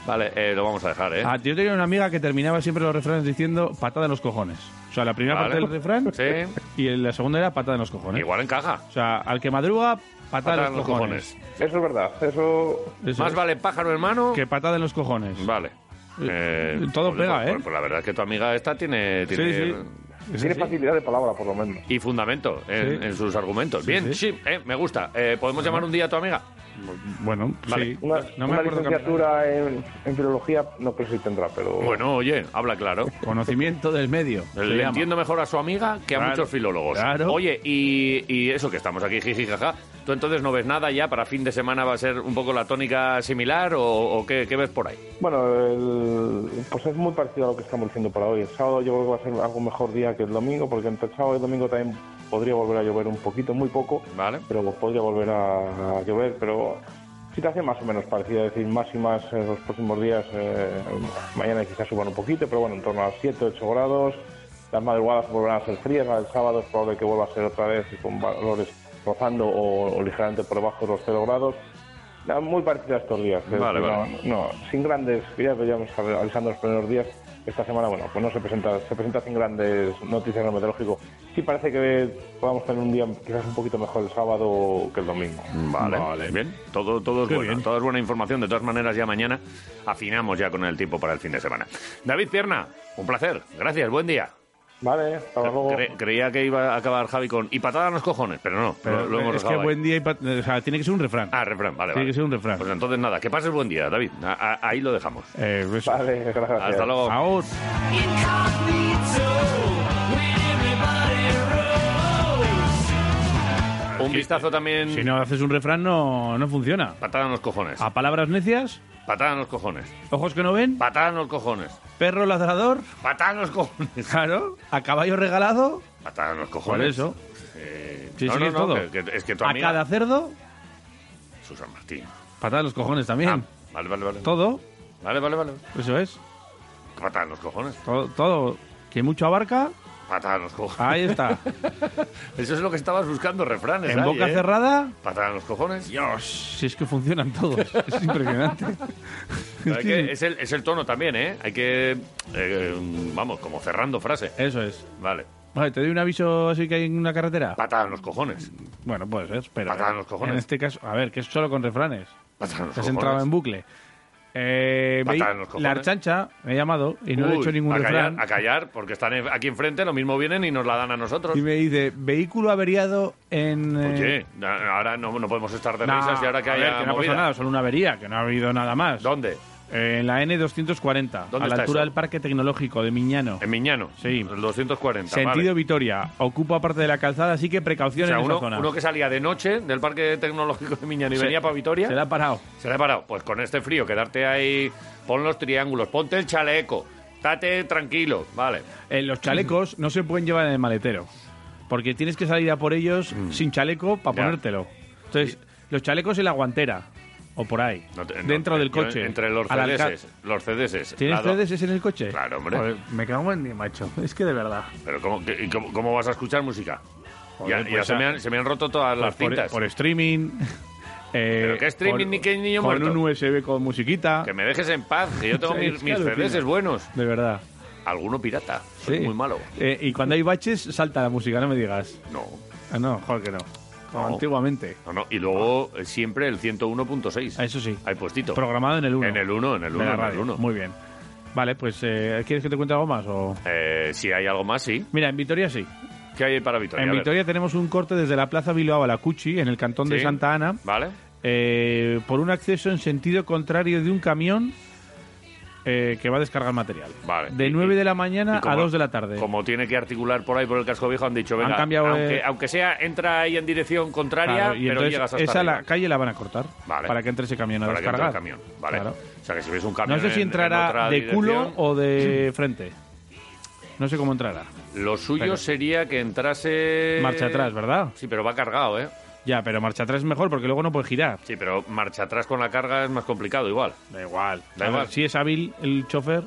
S2: Vale, eh, lo vamos a dejar, ¿eh?
S3: Ah, yo tenía una amiga que terminaba siempre los refranes diciendo patada en los cojones. O sea, la primera
S2: Vale.
S3: parte del refrán
S2: Sí.
S3: y la segunda era patada en los cojones.
S2: Igual encaja.
S3: O sea, al que madruga, patada,
S2: Patada
S3: en los cojones.
S5: Eso es verdad. Eso...
S3: Eso
S2: Más
S3: es.
S2: vale pájaro hermano
S3: Que patada en los cojones.
S2: Vale. Eh,
S3: todo
S2: joder,
S3: pega,
S2: pues-
S3: ¿eh?
S2: Pues, pues la verdad es que tu amiga esta tiene...
S3: Sí,
S2: tiene
S3: sí. Es
S5: Tiene
S3: así.
S5: facilidad de palabra, por lo menos.
S2: Y fundamento en,
S3: Sí.
S2: en sus argumentos. Bien, sí,
S3: sí.
S2: eh, me gusta. Eh, ¿Podemos llamar un día a tu amiga?
S3: Bueno,
S2: Vale.
S3: sí.
S5: Una,
S3: no me
S5: una
S3: acuerdo que-
S5: licenciatura en, en filología no creo si tendrá, pero...
S2: Bueno, oye, habla claro.
S3: Conocimiento del medio. se
S2: Le
S3: llama.
S2: entiendo mejor a su amiga que a
S3: Claro,
S2: muchos filólogos.
S3: claro.
S2: Oye, y, y eso que estamos aquí, jiji, jaja. ¿Tú entonces no ves nada ya? ¿Para fin de semana va a ser un poco la tónica similar o, o qué, qué ves por ahí?
S5: Bueno, el- pues es muy parecido a lo que estamos diciendo para hoy. El sábado yo creo que va a ser algo mejor día que el domingo, porque entre el sábado y el domingo también podría volver a llover un poquito, muy poco,
S2: Vale.
S5: pero podría volver a, a llover, pero situación más o menos parecida, es decir, más y más en los próximos días, eh, mañana quizás suban un poquito, pero bueno, en torno a 7, 8 grados, las madrugadas volverán a ser frías, el sábado es probable que vuelva a ser otra vez con valores rozando o, o ligeramente por debajo de los 0 grados. Nada, Muy parecido a estos días. es
S2: Vale,
S5: decir, no-
S2: vale.
S5: No, sin grandes, ya veíamos avisando los primeros días, esta semana, bueno, pues no se presenta, se presenta sin grandes noticias en lo meteorológico. Sí parece que podamos tener un día quizás un poquito mejor el sábado que el domingo.
S2: Vale. Bien, todo, todo es
S3: Qué
S2: bueno.
S3: bien.
S2: Todo es buena información. De todas maneras, ya mañana afinamos ya con el tiempo para el fin de semana. David Pierna, un placer. Gracias, buen día.
S5: Vale, hasta luego.
S2: Cre- creía que iba a acabar Javi con y patada en los cojones, pero no,
S3: Pero
S2: lo, lo hemos
S3: es que
S2: dejado ahí.
S3: buen día y pat- o sea, tiene que ser un refrán.
S2: Ah, refrán, vale,
S3: Tiene
S2: vale.
S3: que ser un refrán.
S2: Pues entonces nada, que pases buen día, David. A- a- ahí lo dejamos.
S3: Eh, eso.
S5: Vale, gracias.
S2: Hasta luego.
S3: Ahora.
S2: Un vistazo también.
S3: Si no haces un refrán, no, no funciona.
S2: Patada en los cojones.
S3: A palabras necias,
S2: Patada en los cojones.
S3: ojos que no ven,
S2: Patada en los cojones.
S3: perro ladrador,
S2: Patada en los cojones.
S3: claro, a caballo regalado,
S2: Patada en los cojones.
S3: por eso.
S2: Eh,
S3: Sí,
S2: no,
S3: sí,
S2: no,
S3: es
S2: no,
S3: todo.
S2: que- que- es que tu
S3: A
S2: amiga.
S3: cada cerdo,
S2: Susan Martín.
S3: patada en los cojones también.
S2: Ah, vale, vale, vale.
S3: Todo,
S2: Vale, vale, vale.
S3: eso es.
S2: Patada en los cojones.
S3: Todo, todo. Que mucho abarca,
S2: Patada en los cojones.
S3: ahí está.
S2: Eso es lo que estabas buscando, refranes.
S3: en
S2: ahí,
S3: boca
S2: ¿eh?
S3: cerrada,
S2: Patada en los cojones.
S3: si es que funcionan todos. Es impresionante.
S2: Pero hay que- es, el, es el tono también, ¿eh? Hay que. eh, vamos, como cerrando frase.
S3: Eso es.
S2: Vale.
S3: Vale, te doy un aviso así que hay en una carretera.
S2: Patada en los cojones.
S3: Bueno, puede ser, pero.
S2: Patada en los cojones.
S3: En este caso, a ver, que es solo con refranes.
S2: Patada en los
S3: Te has
S2: cojones.
S3: entrado en bucle. Eh,
S2: Patada
S3: veí-
S2: en los cojones.
S3: la archancha me ha llamado y no le he
S2: Uy,
S3: hecho ningún
S2: a
S3: refrán.
S2: Callar, a callar, porque están en- aquí enfrente, lo mismo vienen y nos la dan a nosotros.
S3: Y me dice, vehículo averiado en. eh,
S2: Oye, na- ahora no, no podemos estar de
S3: nah,
S2: risas y ahora que
S3: a ver,
S2: haya
S3: que no ha
S2: movida.
S3: pasado nada, solo una avería, que no ha habido nada más.
S2: ¿Dónde?
S3: Eh, en la N240,
S2: ¿Dónde
S3: a la
S2: está
S3: altura
S2: eso?
S3: del Parque Tecnológico de Miñano.
S2: En Miñano.
S3: Sí.
S2: El 240.
S3: Sentido
S2: vale.
S3: Vitoria, ocupa parte de la calzada, así que
S2: O
S3: precaución
S2: sea,
S3: en
S2: uno,
S3: esa zona.
S2: uno que salía de noche del Parque Tecnológico de Miñano y
S3: Se-
S2: venía para Vitoria.
S3: Se la ha parado.
S2: Se le ha parado. Pues con este frío, quedarte ahí, pon los triángulos, ponte el chaleco, estate tranquilo, vale.
S3: Eh, los chalecos no se pueden llevar en el maletero. Porque tienes que salir a por ellos sin chaleco para
S2: Mm. Ya.
S3: ponértelo. Entonces, los chalecos en la guantera. O por ahí.
S2: No te- no, eh,
S3: dentro del
S2: yo-
S3: coche.
S2: Entre los
S3: al alca-
S2: CDS. Los CDS.
S3: ¿Tienes
S2: lado-
S3: CDS en el coche?
S2: Claro, hombre.
S3: Joder, me cago en mi macho. Es que de verdad.
S2: Pero ¿cómo, qué- y cómo, cómo vas a escuchar música?
S3: Joder,
S2: ya
S3: pues
S2: ya se,
S3: a-
S2: me han, se me han roto todas las
S3: Por- e-
S2: cintas.
S3: Por streaming. eh,
S2: ¿Pero qué streaming
S3: con-
S2: ni qué niño
S3: Con
S2: muerto?
S3: un USB con musiquita.
S2: Que me dejes en paz, que yo tengo mis,
S3: Es que
S2: mis
S3: alucina.
S2: CDS buenos.
S3: De verdad.
S2: Alguno pirata. Soy
S3: Sí.
S2: muy malo.
S3: Eh, y cuando hay baches, salta la música, no me digas.
S2: No,
S3: Ah, no, joder que no. Como
S2: No.
S3: antiguamente.
S2: Eh, no, no. Y luego eh, siempre el 101.6.
S3: Ah, Eso sí.
S2: Hay puestito.
S3: Programado en el 1.
S2: En el 1, en el 1, en el 1.
S3: Muy bien. Vale, pues eh, ¿quieres que te cuente algo más? O...
S2: Eh, si hay algo más, sí.
S3: Mira, en Vitoria sí.
S2: ¿Qué hay para Vitoria?
S3: en
S2: A ver.
S3: Vitoria tenemos un corte desde la Plaza Bilbao a la Cuchi, en el cantón de
S2: Sí.
S3: Santa Ana,
S2: ¿Vale?
S3: eh, por un acceso en sentido contrario de un camión eh, que va a descargar material.
S2: Vale.
S3: De
S2: Y-
S3: 9
S2: y-
S3: de la mañana
S2: y como-
S3: a 2 de la tarde.
S2: Como tiene que articular por ahí por el casco viejo, han dicho, venga,
S3: cambiado,
S2: aunque,
S3: eh,
S2: aunque sea, entra ahí en dirección contraria,
S3: Claro, y
S2: pero
S3: entonces
S2: llegas hasta
S3: esa la
S2: arriba.
S3: calle la van a cortar
S2: Vale.
S3: para que entre ese camión a
S2: para que entre
S3: descargar.
S2: el camión. Vale.
S3: Claro.
S2: O sea, que si ves un
S3: No
S2: camión
S3: sé si
S2: en- en
S3: entrará
S2: otra
S3: de culo
S2: dirección,
S3: o de frente. No sé cómo entrará.
S2: Lo suyo
S3: Pero-
S2: sería que entrase...
S3: Marcha atrás, ¿verdad?
S2: Sí, pero va cargado, ¿eh?
S3: Ya, pero marcha atrás es mejor porque luego no puede girar.
S2: Sí, pero marcha atrás con la carga es más complicado igual.
S3: Da igual.
S2: Da
S3: A
S2: igual.
S3: ver, si es hábil el chofer,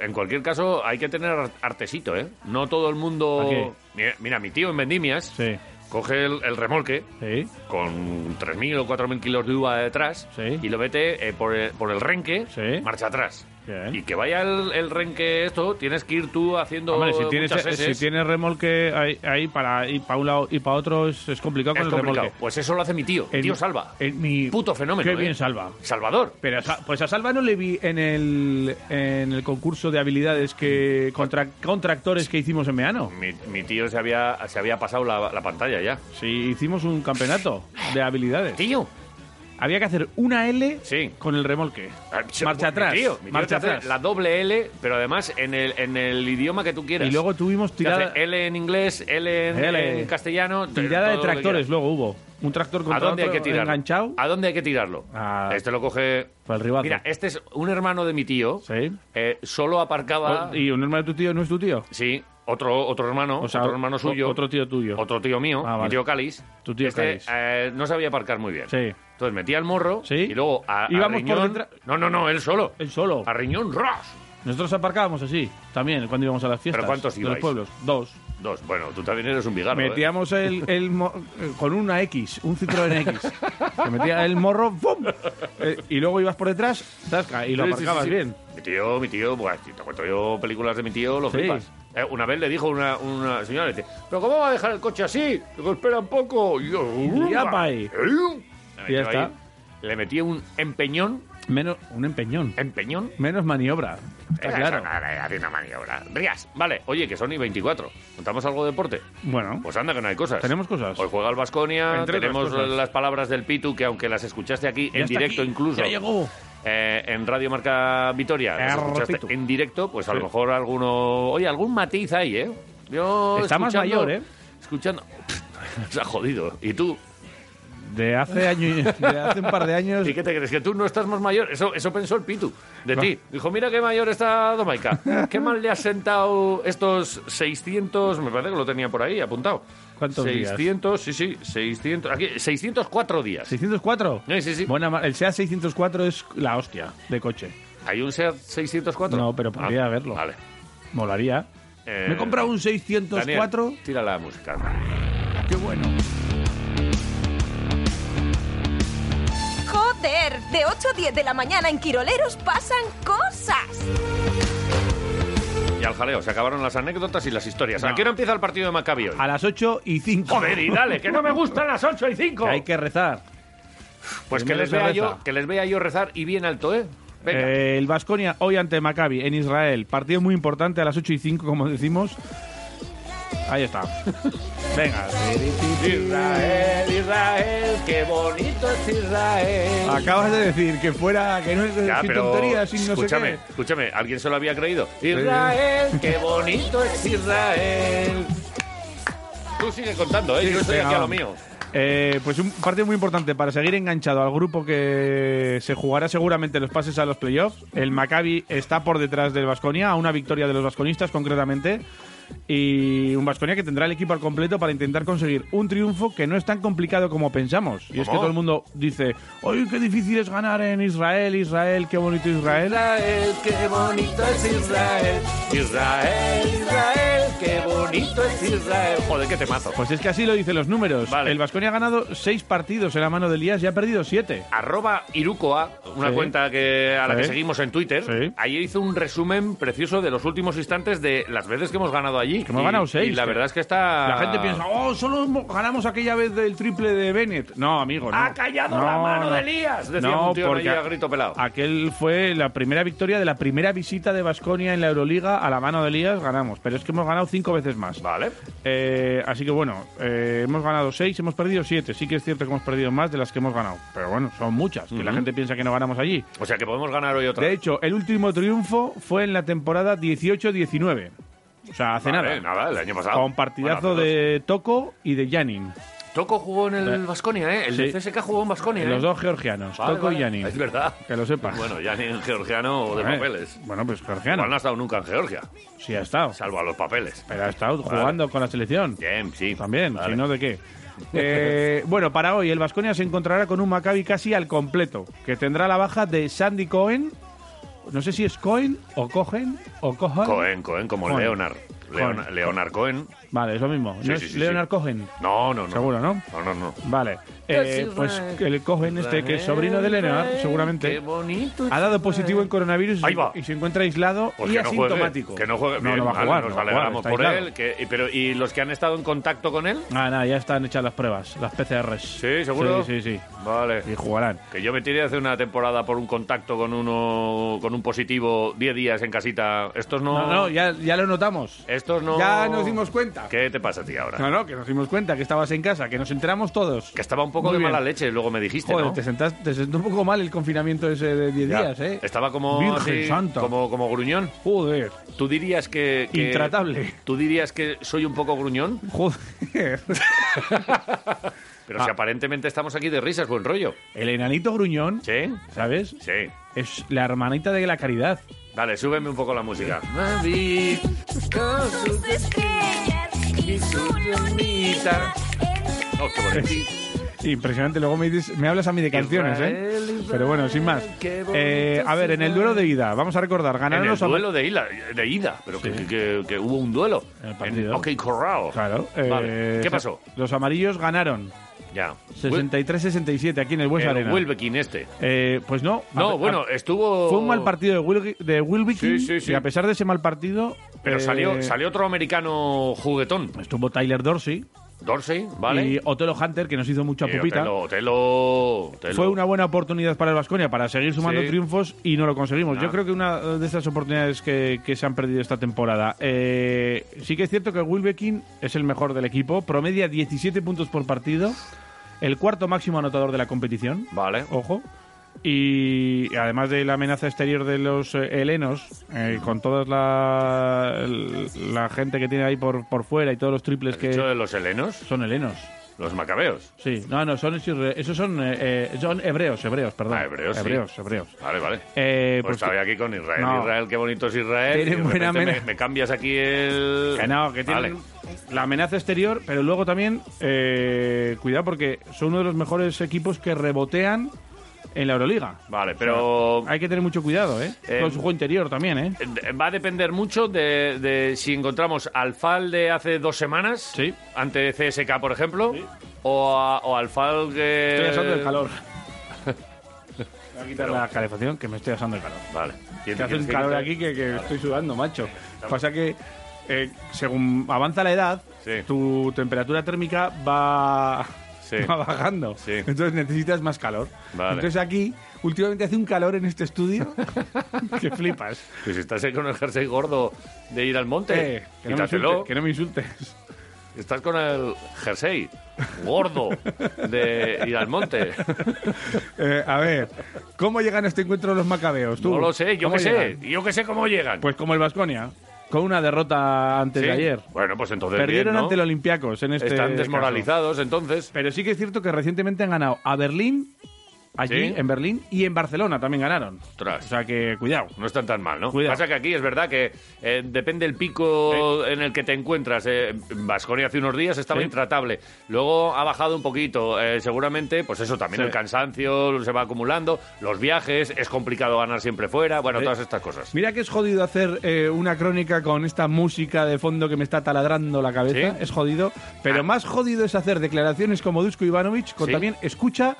S2: En cualquier caso, hay que tener ar- artesito, ¿eh? No todo el
S3: ¿A qué?
S2: mundo... Mira, mira, mi tío en Vendimias
S3: sí.
S2: coge el- el remolque,
S3: Sí.
S2: con 3.000 o 4.000 kilos de uva detrás
S3: Sí.
S2: y lo mete eh, por, el, por el renque,
S3: Sí.
S2: marcha atrás.
S3: Bien.
S2: Y que vaya el, el renque esto, tienes que ir tú haciendo
S3: Hombre, si tienes, eh,
S2: muchas heces.
S3: si tienes remolque ahí, ahí para ir para un lado y para otro es, es complicado
S2: es
S3: con el
S2: complicado.
S3: remolque.
S2: Pues eso lo hace mi tío, mi
S3: En-
S2: tío Salva.
S3: en mi-
S2: Puto fenómeno,
S3: Qué
S2: ¿eh?
S3: bien Salva.
S2: Salvador.
S3: Pero a Sa- pues a Salva no le vi en el, en el concurso de habilidades que contra, contractores que hicimos en Meano.
S2: Mi, mi tío se había, se había pasado la, la pantalla ya.
S3: Sí, hicimos un campeonato de habilidades.
S2: Tío,
S3: Había que hacer una L
S2: Sí.
S3: con el remolque.
S2: Ah, se-
S3: Marcha
S2: mi
S3: atrás.
S2: tío, mi tío te
S3: marcha
S2: hace
S3: atrás.
S2: La doble L, pero además en el, en el idioma que tú quieras.
S3: Y luego tuvimos
S2: Te hace
S3: tirada,
S2: L en inglés, L en,
S3: L.
S2: en castellano.
S3: tirada de
S2: todo lo que
S3: tractores,
S2: quieras.
S3: luego hubo. Un tractor
S2: ¿A
S3: contra
S2: dónde hay
S3: otro
S2: que tirarlo?
S3: enganchado.
S2: ¿A dónde hay que tirarlo?
S3: Ah.
S2: Este lo coge.
S3: Para el ribazo.
S2: Mira, este es un hermano de mi tío.
S3: Sí.
S2: Eh, solo aparcaba.
S3: O- ¿Y un hermano de tu tío no es tu tío?
S2: Sí, otro, otro hermano.
S3: O sea,
S2: otro hermano
S3: o-
S2: suyo.
S3: otro tío tuyo.
S2: Otro tío mío.
S3: Ah, vale.
S2: Mi tío Cáliz.
S3: Tu tío
S2: este,
S3: Cáliz.
S2: eh, no sabía aparcar muy bien.
S3: Sí.
S2: Entonces metía el morro.
S3: Sí.
S2: Y luego a, a
S3: Íbamos por
S2: riñón-
S3: detrás-
S2: No, no, no, él solo.
S3: Él solo.
S2: A riñón, ras.
S3: Nosotros aparcábamos así, también, cuando íbamos a las fiestas.
S2: cuántos
S3: de
S2: ibais?
S3: los pueblos? Dos.
S2: Dos. Bueno, tú también eres un bigarro. ¿eh?
S3: Metíamos el, el mo- eh, con una X, un Citroën X. que metía el morro, ¡bum! Eh, y luego ibas por detrás, ¡zasca! Y lo
S2: Sí, sí,
S3: aparcabas
S2: sí, sí.
S3: bien.
S2: Mi tío, mi tío, bueno, si te cuento yo películas de mi tío, lo
S3: Sí.
S2: flipas. Eh, una vez le dijo una, una señora, le dice, ¿pero cómo va a dejar el coche así? Digo, espera un poco. Y yo,
S3: Ya, pa' ahí.
S2: "Eh". Le metió
S3: Ya está.
S2: ahí. Le metí un empeñón
S3: Menos un empeñón.
S2: ¿Empeñón?
S3: Menos maniobra. Está
S2: Esa
S3: claro.
S2: es una- hace una maniobra. Rías. Vale, oye, que son y 24. ¿Contamos algo de deporte?
S3: Bueno,
S2: Pues anda, que no hay cosas.
S3: tenemos cosas.
S2: Hoy juega el Vasconia,
S3: Entre otras
S2: tenemos
S3: cosas.
S2: las palabras del Pitu, que aunque las escuchaste aquí
S3: Ya
S2: en
S3: está
S2: directo
S3: aquí,
S2: incluso,
S3: Ya llegó.
S2: eh, en Radio Marca Vitoria, las
S3: Erro,
S2: escuchaste
S3: Pitu.
S2: en directo, pues a
S3: Sí.
S2: lo mejor alguno... Oye, algún matiz ahí, ¿eh? Yo
S3: Está más
S2: escuchando-
S3: mayor, ¿eh?
S2: Escuchando... Se ha jodido. ¿Y tú?
S3: De hace, año y- de hace un par de años.
S2: ¿Y qué te crees? ¿Que tú no estás más mayor? Eso, eso pensó el Pitu de
S3: No.
S2: ti. Dijo, mira qué mayor está Domaica. Qué mal le has sentado estos 600... Me parece que lo tenía por ahí apuntado.
S3: ¿Cuántos días?
S2: 600, sí, sí, 600... Aquí, 604 días.
S3: 604.
S2: Sí, sí, sí.
S3: Buena ma- el SEA 604 es la hostia de coche.
S2: ¿Hay un SEAT 604?
S3: No, pero podría
S2: Ah,
S3: haberlo.
S2: Vale.
S3: Molaría.
S2: Eh,
S3: Me he comprado un
S2: Daniel,
S3: 604.
S2: Tira la música.
S3: Qué bueno.
S6: ¡Joder! De 8 a 10 de la mañana en Quiroleros pasan cosas.
S2: Y al jaleo, se acabaron las anécdotas y las historias.
S3: No.
S2: ¿A qué hora empieza el partido de Maccabi hoy?
S3: A las 8 y 5.
S2: Joder, y dale, que no me gustan las 8 y 5.
S3: Que hay que rezar.
S2: Pues que
S3: Primero
S2: les,
S3: se
S2: vea
S3: reza.
S2: yo, que les vea yo rezar y bien alto, ¿eh? Venga.
S3: Eh, el Vasconia hoy ante Maccabi en Israel. Partido muy importante a las 8 y 5, como decimos. Ahí está. Venga.
S2: Israel, Israel, qué bonito es Israel.
S3: Acabas de decir que fuera. Que no es
S2: Ya,
S3: sin
S2: pero
S3: tonterías, sin no
S2: escúchame,
S3: sé
S2: escúchame, ¿alguien se lo había creído? Israel, qué bonito es Israel. Tú sigue contando, ¿eh?
S3: Sí,
S2: yo estoy
S3: venga,
S2: aquí a lo
S3: va.
S2: mío.
S3: qué. Eh, pues un partido muy importante para seguir enganchado al grupo que se jugará seguramente los pases a los playoffs. El Maccabi está por detrás del Vasconia, a una victoria de los vasconistas concretamente. Y un Vasconia que tendrá el equipo al completo para intentar conseguir un triunfo que no es tan complicado como pensamos. Y es que
S2: ¿Cómo?
S3: todo el mundo dice, ¡Uy, qué difícil es ganar en Israel, Israel, qué bonito Israel!
S2: Israel, qué bonito es Israel. Israel, Israel, qué bonito es Israel. Joder, qué temazo.
S3: Pues es que así lo dicen los números.
S2: Vale.
S3: El Vasconia ha ganado seis partidos en la mano de Elías y ha perdido siete.
S2: Arroba Irukoa, una
S3: Sí.
S2: cuenta que, a la que
S3: Sí.
S2: seguimos en Twitter,
S3: Sí.
S2: ayer hizo un resumen precioso de los últimos instantes de las veces que hemos ganado allí.
S3: Que hemos
S2: Y-
S3: ganado seis,
S2: Y la
S3: que-
S2: verdad es que está...
S3: La gente piensa, oh, solo hemos- ganamos aquella vez del triple de Bennett. No, amigo, no.
S2: ¡Ha callado la
S3: No,
S2: mano
S3: no.
S2: de Elías! Ah, Decía un tío en allí a grito pelado.
S3: Aquel fue la primera victoria de la primera visita de Vasconia en la Euroliga a la mano de Elías, ganamos. Pero es que hemos ganado cinco veces más.
S2: Vale.
S3: Eh, así que bueno, eh, hemos ganado seis, hemos perdido siete. Sí que es cierto que hemos perdido más de las que hemos ganado. Pero bueno, son muchas, que la gente piensa que no ganamos allí.
S2: O sea que podemos ganar hoy otra.
S3: De hecho, el último triunfo fue en la temporada 18-19. O sea, hace
S2: Vale,
S3: nada.
S2: nada, el año pasado.
S3: Con partidazo
S2: Bueno, pero
S3: de Toco y de Janin.
S2: los- Toco jugó en el Vasconia, ¿eh? El
S3: Sí.
S2: CSK jugó en Vasconia.
S3: Eh, Los dos georgianos,
S2: Vale,
S3: Toco y
S2: vale.
S3: Janin.
S2: Es verdad.
S3: Que lo sepas.
S2: Bueno, Yanin georgiano de
S3: Eh,
S2: papeles.
S3: Bueno, pues
S2: Igual no
S3: georgiano.
S2: ha estado nunca en Georgia,
S3: Sí, ha estado.
S2: salvo a los papeles.
S3: Pero ha estado jugando con la selección.
S2: Bien, sí.
S3: También,
S2: Vale.
S3: si no, ¿de qué? Eh, bueno, para hoy el Vasconia se encontrará con un Maccabi casi al completo, que tendrá la baja de Sandy Cohen. No sé si es Cohen o Cohen o Cohen.
S2: Cohen, Cohen, como
S3: Cohen.
S2: Leonard. Leon-
S3: Cohen.
S2: Leonard Cohen.
S3: Vale, es lo mismo.
S2: Sí,
S3: no
S2: sí,
S3: es
S2: sí,
S3: Leonard
S2: sí.
S3: Cohen.
S2: No, no, no.
S3: Seguro, ¿no?
S2: No, no, no.
S3: Vale. Eh, pues el Cohen este, que es sobrino de Leonard,
S2: Qué
S3: seguramente,
S2: bonito.
S3: ha dado positivo en coronavirus
S2: Ahí va.
S3: y se encuentra aislado
S2: Pues
S3: y
S2: que no juegue,
S3: asintomático.
S2: que no juegue. Bien,
S3: no va a
S2: vale,
S3: jugar.
S2: Nos
S3: no va a jugar,
S2: alegramos
S3: está
S2: por
S3: aislado.
S2: él. que- y- pero, ¿y los que han estado en contacto con él?
S3: Ah, nada, ya están hechas las pruebas, las PCRs.
S2: Sí, seguro.
S3: Sí, sí,
S2: Vale.
S3: sí. Y jugarán.
S2: Que yo me tiré hace una temporada por un contacto con uno con un positivo 10 días en casita. Estos no.
S3: No, no, ya, ya lo notamos.
S2: Estos no.
S3: Ya nos dimos cuenta.
S2: ¿Qué te pasa a ti ahora?
S3: No, no, que nos dimos cuenta que estabas en casa, que nos enteramos todos.
S2: Que estaba un poco
S3: Muy
S2: de
S3: bien.
S2: mala leche, luego me dijiste,
S3: Joder,
S2: ¿no?
S3: te, sentas, te sentó un poco mal el confinamiento ese de 10
S2: Ya.
S3: días, ¿eh?
S2: Estaba como
S3: Virgen
S2: así,
S3: Santa.
S2: como como gruñón.
S3: Joder,
S2: ¿Tú dirías que, que-
S3: Intratable.
S2: ¿Tú dirías que soy un poco gruñón?
S3: joder.
S2: Pero si aparentemente estamos aquí de risas, buen rollo.
S3: Ah. El enanito gruñón,
S2: ¿Sí?
S3: ¿sabes?
S2: Sí.
S3: Es la hermanita de la caridad.
S2: Dale, súbeme un poco la música.
S6: Sus estrellas y su lunita.
S2: Oh, qué bonito.
S3: Impresionante, luego me, dices- me hablas a mí de canciones, ¿eh? Pero bueno, sin más. Eh, a ver, en el duelo de ida, vamos a recordar,
S2: En
S3: ganaron
S2: el
S3: los ama-
S2: duelo de ida, de ida pero que, que- que hubo un duelo.
S3: En el partido.
S2: Ok, Corral.
S3: Claro.
S2: Vale.
S3: eh,
S2: ¿Qué pasó?
S3: Los amarillos ganaron
S2: Ya.
S3: 63-67 aquí en el Bues
S2: El
S3: pues Arena.
S2: Wilbekin este.
S3: Eh, pues no.
S2: No,
S3: A- a-
S2: bueno, estuvo...
S3: Fue un mal partido de, Wil de Wilbekin,
S2: Sí, sí, sí.
S3: y a pesar de ese mal partido...
S2: Pero
S3: eh,
S2: salió, salió otro americano juguetón.
S3: Estuvo Tyler Dorsey,
S2: Dorsey, ¿vale?
S3: Y Otelo Hunter, que nos hizo mucha
S2: Y
S3: pupita.
S2: Otelo, Otelo, Otelo.
S3: Fue una buena oportunidad para el Vasconia para seguir sumando
S2: Sí.
S3: triunfos y no lo conseguimos. Yo
S2: Ah.
S3: creo que una de esas oportunidades que, que se han perdido esta temporada. Eh, sí que es cierto que Wilbekin es el mejor del equipo, promedia 17 puntos por partido, el cuarto máximo anotador de la competición,
S2: Vale.
S3: ojo. Y además de la amenaza exterior de los eh, helenos, eh, con toda la, la gente que tiene ahí por, por fuera y todos los triples
S2: ¿Has dicho
S3: que
S2: de los helenos?
S3: son helenos.
S2: Los macabeos.
S3: Sí, no, no, son isre- esos son, eh, eh, son hebreos, hebreos, perdón.
S2: Ah, hebreos, sí.
S3: hebreos, hebreos.
S2: Vale, vale.
S3: Eh,
S2: pues,
S3: pues
S2: estaba aquí con Israel.
S3: No.
S2: Israel, qué bonito es Israel.
S3: Tienen
S2: y de
S3: buena
S2: repente me,
S3: mena-
S2: me cambias aquí el...
S3: que no, que tienen
S2: Vale.
S3: la amenaza exterior, pero luego también, eh, cuidado porque son uno de los mejores equipos que rebotean en la Euroliga.
S2: Vale, pero...
S3: Hay que tener mucho cuidado, ¿eh?
S2: Eh,
S3: Con su juego interior también, ¿eh?
S2: Eh, Va a depender mucho de, de si encontramos al FAL de hace dos semanas,
S3: Sí.
S2: ante CSK, por ejemplo, o, a- o al FAL que...
S3: Estoy asando el calor. Voy a quitar la calefacción que me estoy asando el calor.
S2: Vale.
S3: Que hace un
S2: ¿Quieres que
S3: calor
S2: quite?
S3: aquí que, que estoy sudando, macho. Pasa que eh, según avanza la edad,
S2: Sí.
S3: tu temperatura térmica va,
S2: Sí.
S3: va bajando.
S2: Sí.
S3: Entonces necesitas más calor.
S2: Vale.
S3: Entonces aquí, últimamente hace un calor en este estudio que flipas.
S2: Pues estás ahí con el jersey gordo de ir al monte,
S3: Eh, que, no me
S2: quítatelo.
S3: insultes, que no me insultes.
S2: Estás con el jersey gordo de ir al monte.
S3: Eh, a ver, ¿cómo llegan a este encuentro los macabeos? Tú?
S2: No lo sé, yo
S3: ¿Cómo
S2: qué sé.
S3: llegan?
S2: Yo qué sé cómo llegan.
S3: Pues como el Vasconia, con una derrota antes
S2: Sí.
S3: de ayer.
S2: Bueno, pues entonces
S3: Perdieron
S2: bien, ¿no?
S3: ante los Olympiacos en este
S2: Están
S3: caso.
S2: desmoralizados, entonces.
S3: Pero sí que es cierto que recientemente han ganado a Berlín, allí
S2: Sí.
S3: en Berlín, y en Barcelona también ganaron.
S2: Ostras.
S3: O sea que cuidado.
S2: No están tan mal, ¿no?
S3: Cuidado.
S2: Pasa que aquí es verdad que eh, depende el pico en el que te encuentras. Eh, Vasconia hace unos días estaba
S3: Sí.
S2: intratable. Luego ha bajado un poquito. Eh, seguramente, pues eso, también
S3: Sí.
S2: el cansancio se va acumulando. Los viajes, es complicado ganar siempre fuera. Bueno,
S3: Sí.
S2: todas estas cosas.
S3: Mira que es jodido hacer eh, una crónica con esta música de fondo que me está taladrando la cabeza.
S2: Sí.
S3: Es jodido. Pero
S2: Ah.
S3: más jodido es hacer declaraciones como Dusko Ivanovic, con
S2: Sí.
S3: también escucha,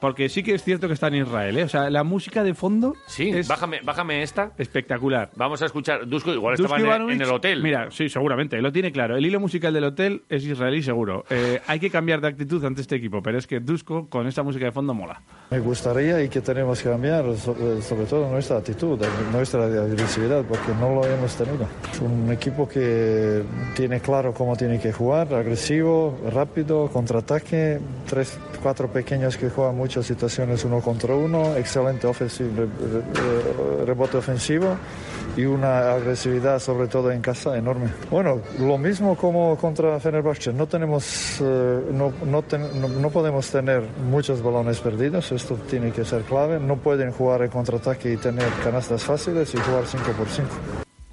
S3: porque sí que es cierto que está en Israel. ¿eh? O sea, la música de fondo
S2: Sí,
S3: es
S2: bájame, bájame esta.
S3: espectacular.
S2: Vamos a escuchar. Dusko igual
S3: Dusko
S2: estaba en el- en,
S3: Ivanovic,
S2: el hotel.
S3: Mira, sí, seguramente, lo tiene claro. El hilo musical del hotel es israelí, seguro. Eh, hay que cambiar de actitud ante este equipo, pero es que Dusko con esta música de fondo mola.
S7: Me gustaría y que tenemos que cambiar, so- eh, sobre todo nuestra actitud, eh, nuestra agresividad, porque no lo hemos tenido. Es un equipo que tiene claro cómo tiene que jugar, agresivo, rápido, contraataque, tres, cuatro pequeños que juegan muchas situaciones uno contra uno, excelente ofensivo, re- re- eh, rebote ofensivo y una agresividad, sobre todo en casa, enorme. Bueno, lo mismo como contra Fenerbahce, no tenemos, eh, no, no ten- no- no podemos tener muchos balones perdidos, esto tiene que ser clave, no pueden jugar en contraataque y tener canastas fáciles y jugar 5 por 5.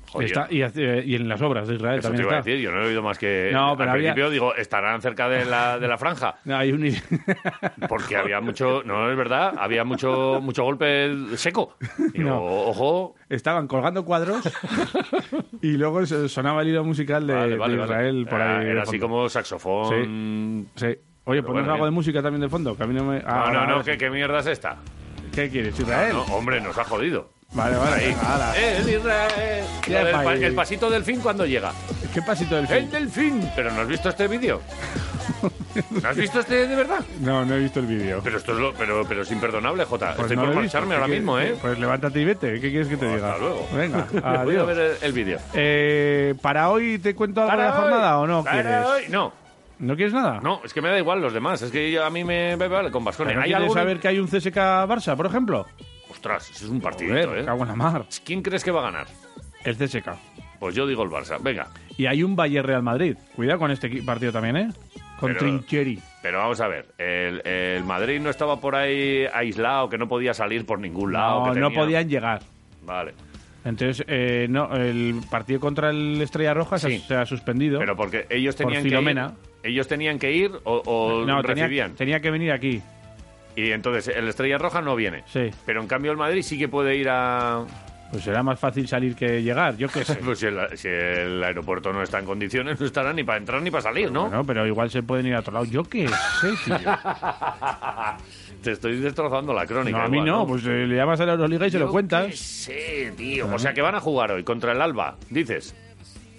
S2: Joder,
S3: Está- y, hace- y en las obras de Israel
S2: Eso te
S3: también
S2: iba a
S3: está.
S2: decir, yo no he oído más que...
S3: No,
S2: al
S3: pero había-
S2: principio digo, estarán cerca de la, de la franja,
S3: No, hay un-
S2: porque había mucho... No, es verdad, había mucho mucho golpe seco. Digo,
S3: No.
S2: ojo,
S3: Estaban colgando cuadros y luego se- sonaba el hilo musical de,
S2: Eh, vale,
S3: de
S2: vale, vale.
S3: Israel por
S2: Era-
S3: ahí. de
S2: Era así
S3: fondo.
S2: como saxofón...
S3: Sí. Oye, ponnos
S2: bueno,
S3: algo de
S2: bien.
S3: música también de fondo, que a mí no me...
S2: No,
S3: Ah,
S2: no,
S3: vale,
S2: no,
S3: vale.
S2: ¿qué, qué mierda es esta?
S3: ¿Qué quieres, Israel?
S2: No, hombre, nos ha jodido.
S3: Vale, vale.
S2: Ahí.
S3: venga, ala.
S2: El Israel.
S3: Qué
S2: Lo del pa-
S3: país.
S2: el pasito del fin cuando llega.
S3: ¿Qué pasito del
S2: El
S3: fin?
S2: delfín. Pero no has visto este vídeo. ¿No has visto este de verdad?
S3: No, no he visto el vídeo.
S2: Pero esto es lo- pero, pero es imperdonable, Jota.
S3: Pues
S2: Estoy
S3: no
S2: por
S3: lo he visto.
S2: marcharme ahora
S3: ¿Qué
S2: mismo,
S3: quieres?
S2: ¿eh?
S3: Pues levántate y vete. ¿Qué quieres que te diga?
S2: Hasta luego.
S3: Venga,
S2: Voy a
S3: adiós.
S2: ver el, el vídeo.
S3: Eh, ¿Para hoy te cuento algo de la
S2: Para hoy,
S3: jornada o no
S2: para
S3: quieres?
S2: hoy. No,
S3: ¿No quieres nada?
S2: no, es que me da igual los demás. Es que yo- a mí me me vale con
S3: ¿Pero
S2: Vasconia.
S3: no
S2: ¿Hay
S3: quieres
S2: algo?
S3: saber que hay un CSK Barça, por ejemplo?
S2: Ostras, eso es un partidito,
S3: Joder,
S2: ¿eh?
S3: cago en la mar.
S2: ¿Quién crees que va a ganar?
S3: El CSK.
S2: Pues yo digo el Barça. Venga,
S3: Y hay un Bayern Real Madrid. Cuidado con este equi- partido también, ¿eh? Con
S2: Pero-
S3: Trincheri.
S2: pero vamos a ver. El, el Madrid no estaba por ahí aislado, que no podía salir por ningún lado.
S3: No,
S2: Ah, que
S3: no
S2: tenía-
S3: podían llegar.
S2: Vale.
S3: Entonces, eh, no, el partido contra el Estrella Roja se ha-
S2: Sí.
S3: se ha suspendido.
S2: Pero porque ellos
S3: Por
S2: tenían
S3: Filomena.
S2: que ir. Ellos tenían que ir o, o
S3: no, tenía,
S2: recibían.
S3: tenía que venir aquí.
S2: Y entonces el Estrella Roja no viene.
S3: Sí.
S2: Pero en cambio el Madrid sí que puede ir a,
S3: Pues será más fácil salir que llegar, yo qué sé.
S2: Pues si el, si el aeropuerto no está en condiciones, no estará ni para entrar ni para salir, ¿no?
S3: Bueno, pero igual se pueden ir a otro lado. Yo qué sé, tío.
S2: Te estoy destrozando la crónica.
S3: No, a mí
S2: igual,
S3: no, pues eh, le llamas a la Euroliga y se
S2: Yo
S3: lo cuentas.
S2: qué sé, tío. O sea, que van a jugar hoy contra el Alba, dices.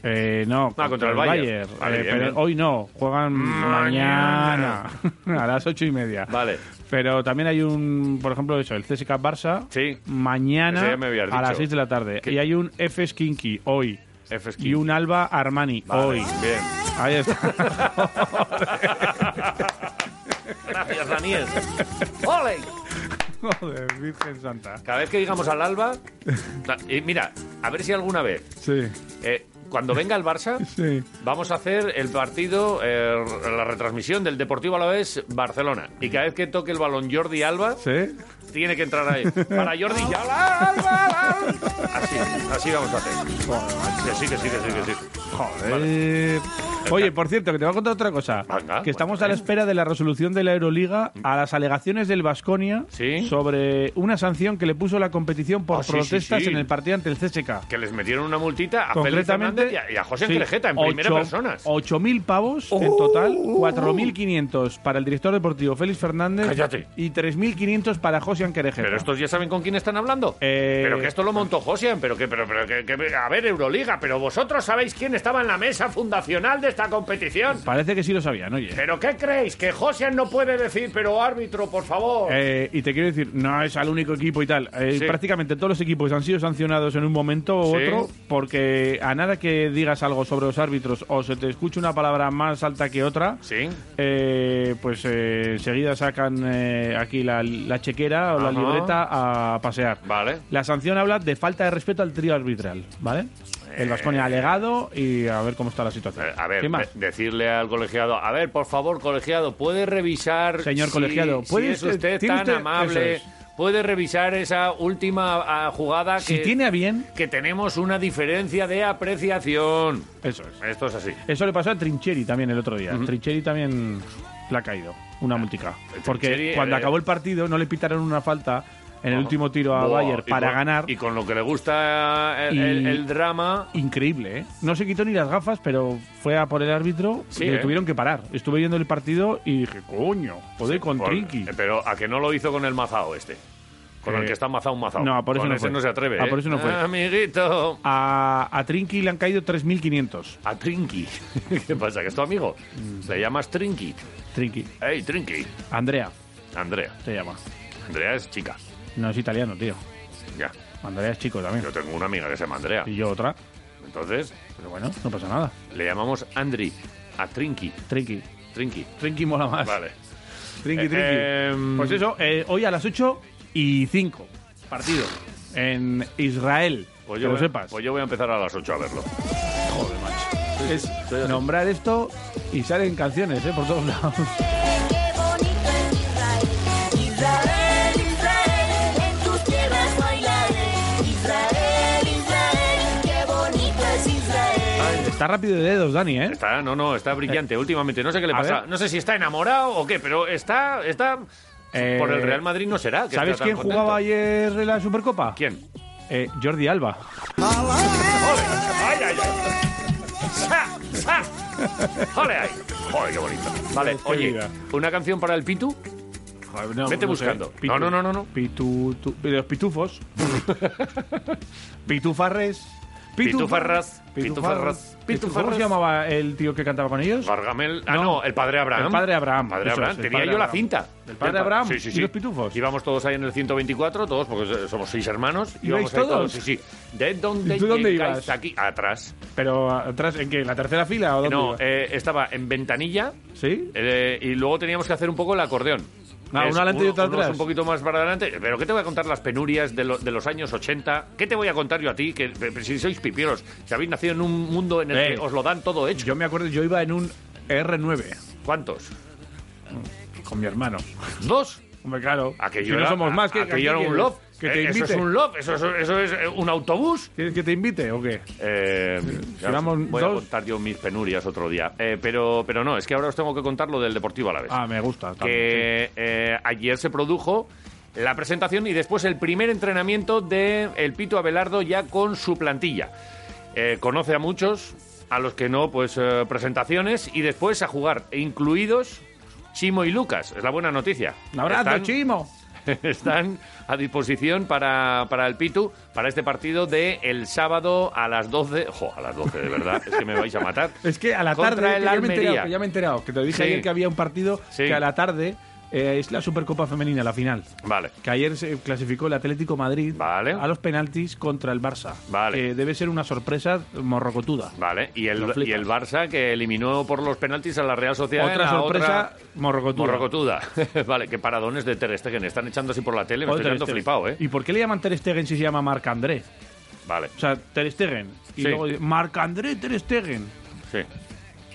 S3: Eh, no,
S2: Ah, contra el Bayern. Vale,
S3: Eh,
S2: bien,
S3: pero
S2: bien.
S3: hoy no, juegan mañana,
S2: Mañana.
S3: a las ocho y media.
S2: Vale.
S3: Pero también hay un, por ejemplo, eso, el CSK Barça
S2: Sí. Ese
S3: mañana
S2: ya me habías
S3: a las
S2: dicho.
S3: 6 de la tarde.
S2: ¿Qué?
S3: Y hay un F Skinky hoy.
S2: F
S3: Y un Alba Armani
S2: Vale,
S3: hoy.
S2: Bien.
S3: Ahí está.
S2: Gracias, Daniel. ¡Ole!
S3: Joder, Virgen Santa.
S2: Cada vez que digamos al Alba... Y mira, a ver si alguna vez,
S3: Sí,
S2: eh, cuando venga el Barça,
S3: sí.
S2: Vamos a hacer el partido, eh, la retransmisión del Deportivo Alavés Barcelona. Y cada vez que toque el balón Jordi Alba,
S3: ¿Sí?
S2: tiene que entrar ahí. Para Jordi ya. ¡Alba, Alba, Alba! Así, así vamos a hacer. Que sí, que sí, que sí, que sí.
S3: Joder. Oye, por cierto, que te voy a contar otra cosa.
S2: Eh, Venga,
S3: que estamos a
S2: cuéntame.
S3: la espera de la resolución de la Euroliga a las alegaciones del Vasconia
S2: Sí.
S3: sobre una sanción que le puso la competición por
S2: Ah, sí, sí,
S3: protestas
S2: sí.
S3: en el partido ante el CSK.
S2: Que les metieron una multita a Félix Fernández
S3: Concretamente,
S2: y a, y a José
S3: sí,
S2: Angelejeta en
S3: ocho-
S2: primera persona. Oh.
S3: 8.000 pavos en total, 4.500 para el director deportivo Félix Fernández
S2: Cállate.
S3: y 3.500 para José Anquerejeta.
S2: Pero estos ya saben con quién están hablando.
S3: Eh,
S2: Pero que esto lo montó Josian, pero que, pero, pero que, que- a ver, Euroliga, pero vosotros sabéis quién estaba en la mesa fundacional de esta competición.
S3: Parece que sí lo sabían, oye.
S2: ¿Pero qué creéis? Que Josian no puede decir, pero árbitro, por favor.
S3: Eh, y te quiero decir, no es al único equipo y tal. Eh,
S2: Sí.
S3: Prácticamente todos los equipos han sido sancionados en un momento u
S2: Sí.
S3: otro, porque a nada que digas algo sobre los árbitros o se te escuche una palabra más alta que otra,
S2: Sí.
S3: eh, pues eh, enseguida sacan eh, aquí la, la chequera o la
S2: Ajá.
S3: libreta a pasear.
S2: Vale.
S3: La sanción habla de falta de respeto al trío arbitral, ¿vale? El Vasconia ha alegado y a ver cómo está la situación.
S2: Eh. A ver,
S3: ¿Qué más?
S2: de- decirle al colegiado, a ver, por favor, colegiado, ¿puede revisar...
S3: Señor
S2: si-
S3: colegiado,
S2: si
S3: ¿puede
S2: es usted
S3: usted- tiene
S2: tan
S3: usted-
S2: amable?
S3: eso
S2: ¿Puede revisar esa última ah, jugada
S3: Si
S2: que,
S3: tiene a bien,
S2: que tenemos una diferencia de apreciación?
S3: eso es.
S2: Esto es así.
S3: Eso le pasó a Trincheri también el otro día. Trincheri también le ha caído una multica. Porque
S2: Ah, Trincheri,
S3: cuando
S2: eh,
S3: acabó el partido no le pitaron una falta en el último tiro a
S2: Buah,
S3: Bayer
S2: y
S3: para
S2: con-
S3: ganar.
S2: Y con lo que le gusta el,
S3: Y-
S2: el- el drama...
S3: Increíble, ¿eh? No se quitó ni las gafas, pero fue a por el árbitro
S2: Sí,
S3: y le
S2: ¿eh?
S3: tuvieron que parar. Estuve viendo el partido y dije, coño, joder, con
S2: Por-
S3: Trinqui.
S2: eh, Pero a que no lo hizo con el mazao este. Con el
S3: Eh,
S2: que está mazao un mazao.
S3: no, por eso
S2: Con
S3: no
S2: ese
S3: fue.
S2: no se atreve.
S3: Ah,
S2: ¿eh?
S3: por eso no fue.
S2: Amiguito.
S3: A, a Trinqui le han caído 3.500.
S2: A Trinky. ¿Qué pasa? ¿Que es tu amigo? Le llamas Trinky.
S3: Trinqui.
S2: Hey, Trinky.
S3: Mm. Andrea
S2: Andrea.
S3: se llama.
S2: Andrea es chica.
S3: No es italiano, tío.
S2: Ya.
S3: Andrea es chico también.
S2: Yo tengo una amiga que se llama Andrea.
S3: Y yo otra.
S2: Entonces,
S3: Pero bueno, no pasa nada.
S2: le llamamos Andri. A Trinky.
S3: Trinqui.
S2: Trinky.
S3: Trinqui mola más.
S2: Vale.
S3: Trinqui,
S2: Eh,
S3: trinqui.
S2: em,
S3: pues eso, eh, hoy a las 8 y 5, partido en Israel.
S2: Pues
S3: que
S2: yo,
S3: lo
S2: voy,
S3: sepas.
S2: pues yo voy a empezar a las 8 a verlo.
S3: es nombrar esto y salen canciones eh, por todos lados.
S8: Qué bonito es Israel, Israel, Israel, en tus tierras bailaré. Israel, Israel, qué bonito es Israel.
S3: Está rápido de dedos, Dani, ¿eh?
S2: Está, no, no, está brillante últimamente. No sé qué le
S3: a
S2: pasa.
S3: ver.
S2: No sé si está enamorado o qué, pero está. está
S3: Eh,
S2: por el Real Madrid no será. que
S3: ¿Sabes
S2: está tan
S3: quién
S2: contento.
S3: jugaba ayer en la Supercopa?
S2: ¿Quién?
S3: Eh, Jordi Alba.
S2: ¡Ole! ¡Ay, ay, ay! ¡Sa! ¡Sa! ¡Ole, ay! ¡Joder, qué bonito! Vale,
S3: Qué
S2: oye,
S3: vida.
S2: ¿una canción para el Pitu? Vete
S3: no sé.
S2: buscando.
S3: Pitu-
S2: No, no, no, no, no.
S3: Pitu, tu- de los pitufos. Pitufarres.
S2: Pitufarras,
S3: Pitufarras.
S2: pitufarras,
S3: ¿Cómo
S2: pitufarras.
S3: se llamaba el tío que cantaba con ellos?
S2: Gargamel. Ah, no,
S3: No.
S2: el padre Abraham.
S3: El padre Abraham,
S2: Padre
S3: eso
S2: Abraham.
S3: es, el
S2: Tenía
S3: padre
S2: yo la
S3: Abraham.
S2: cinta.
S3: ¿Del padre Abraham?
S2: Sí, sí,
S3: ¿Y
S2: sí.
S3: los pitufos?
S2: Íbamos todos ahí en el 124, todos, porque somos seis hermanos.
S3: ¿Ibais
S2: íbamos ahí
S3: todos?
S2: Sí, sí. ¿De dónde,
S3: ¿Y tú dónde
S2: llegáis
S3: ibas?
S2: Aquí, atrás.
S3: Pero atrás, ¿en qué? ¿La tercera fila o dónde?
S2: No,
S3: iba?
S2: eh, estaba en ventanilla.
S3: ¿Sí?
S2: Eh, y luego teníamos que hacer un poco el acordeón.
S3: Ah,
S2: Es
S3: una adelante y
S2: uno-
S3: otra
S2: uno
S3: atrás.
S2: es un poquito más para adelante. Pero ¿qué te voy a contar las penurias de, lo- de los años 80? ¿Qué te voy a contar yo a ti? Que, que- si sois pipieros, si habéis nacido en un mundo en el
S3: Eh.
S2: que os lo dan todo hecho.
S3: Yo me acuerdo, yo iba en un R9
S2: ¿Cuántos?
S3: con mi hermano.
S2: ¿Dos?
S3: Hombre, claro.
S2: Aquello
S3: si no
S2: era-
S3: somos más que
S2: aquello era
S3: ¿qué
S2: un
S3: quieres?
S2: loft.
S3: Que te
S2: Eh,
S3: invite.
S2: Eso es un loft, eso, eso- eso es eh, un autobús.
S3: ¿Quieres que te invite o qué?
S2: Eh, ya os
S3: vamos
S2: voy a
S3: dos.
S2: contar yo mis penurias otro día. Eh, pero, pero no, es que ahora os tengo que contar lo del Deportivo a la vez.
S3: Ah, me gusta. también,
S2: que eh, ayer se produjo la presentación y después el primer entrenamiento de el Pito Abelardo ya con su plantilla. Eh, conoce a muchos, a los que no, pues eh, presentaciones y después a jugar, incluidos Chimo y Lucas. Es la buena noticia.
S3: sí. Un abrazo,
S2: Están-
S3: Chimo.
S2: están a disposición para, para el Pitu, para este partido de el sábado a las 12. Jo, a las 12, de verdad, es que me vais a matar.
S3: Es que a la
S2: Contra
S3: tarde,
S2: el
S3: que ya, me he enterado,
S2: Almería.
S3: que ya me he enterado, que te dije
S2: Sí.
S3: ayer que había un partido
S2: Sí.
S3: que a la tarde eh, es la Supercopa Femenina, la final.
S2: Vale.
S3: Que ayer se clasificó el Atlético Madrid
S2: Vale.
S3: a los penaltis contra el Barça.
S2: Vale.
S3: Que debe ser una sorpresa morrocotuda.
S2: Vale, y el,
S3: Lo
S2: y
S3: flipas.
S2: el Barça que eliminó por los penaltis a la Real Sociedad. en
S3: Otra
S2: la
S3: sorpresa morrocotuda.
S2: Morrocotuda. vale, qué paradones de Ter Stegen. Están echando así por la tele, me
S3: Joder,
S2: estoy quedando
S3: Ter Stegen.
S2: flipado, ¿eh?
S3: ¿Y por qué le llaman Ter Stegen si se llama Marc André?
S2: Vale,
S3: O sea, Ter Stegen. Y
S2: Sí.
S3: luego dice, Marc André Ter Stegen.
S2: sí.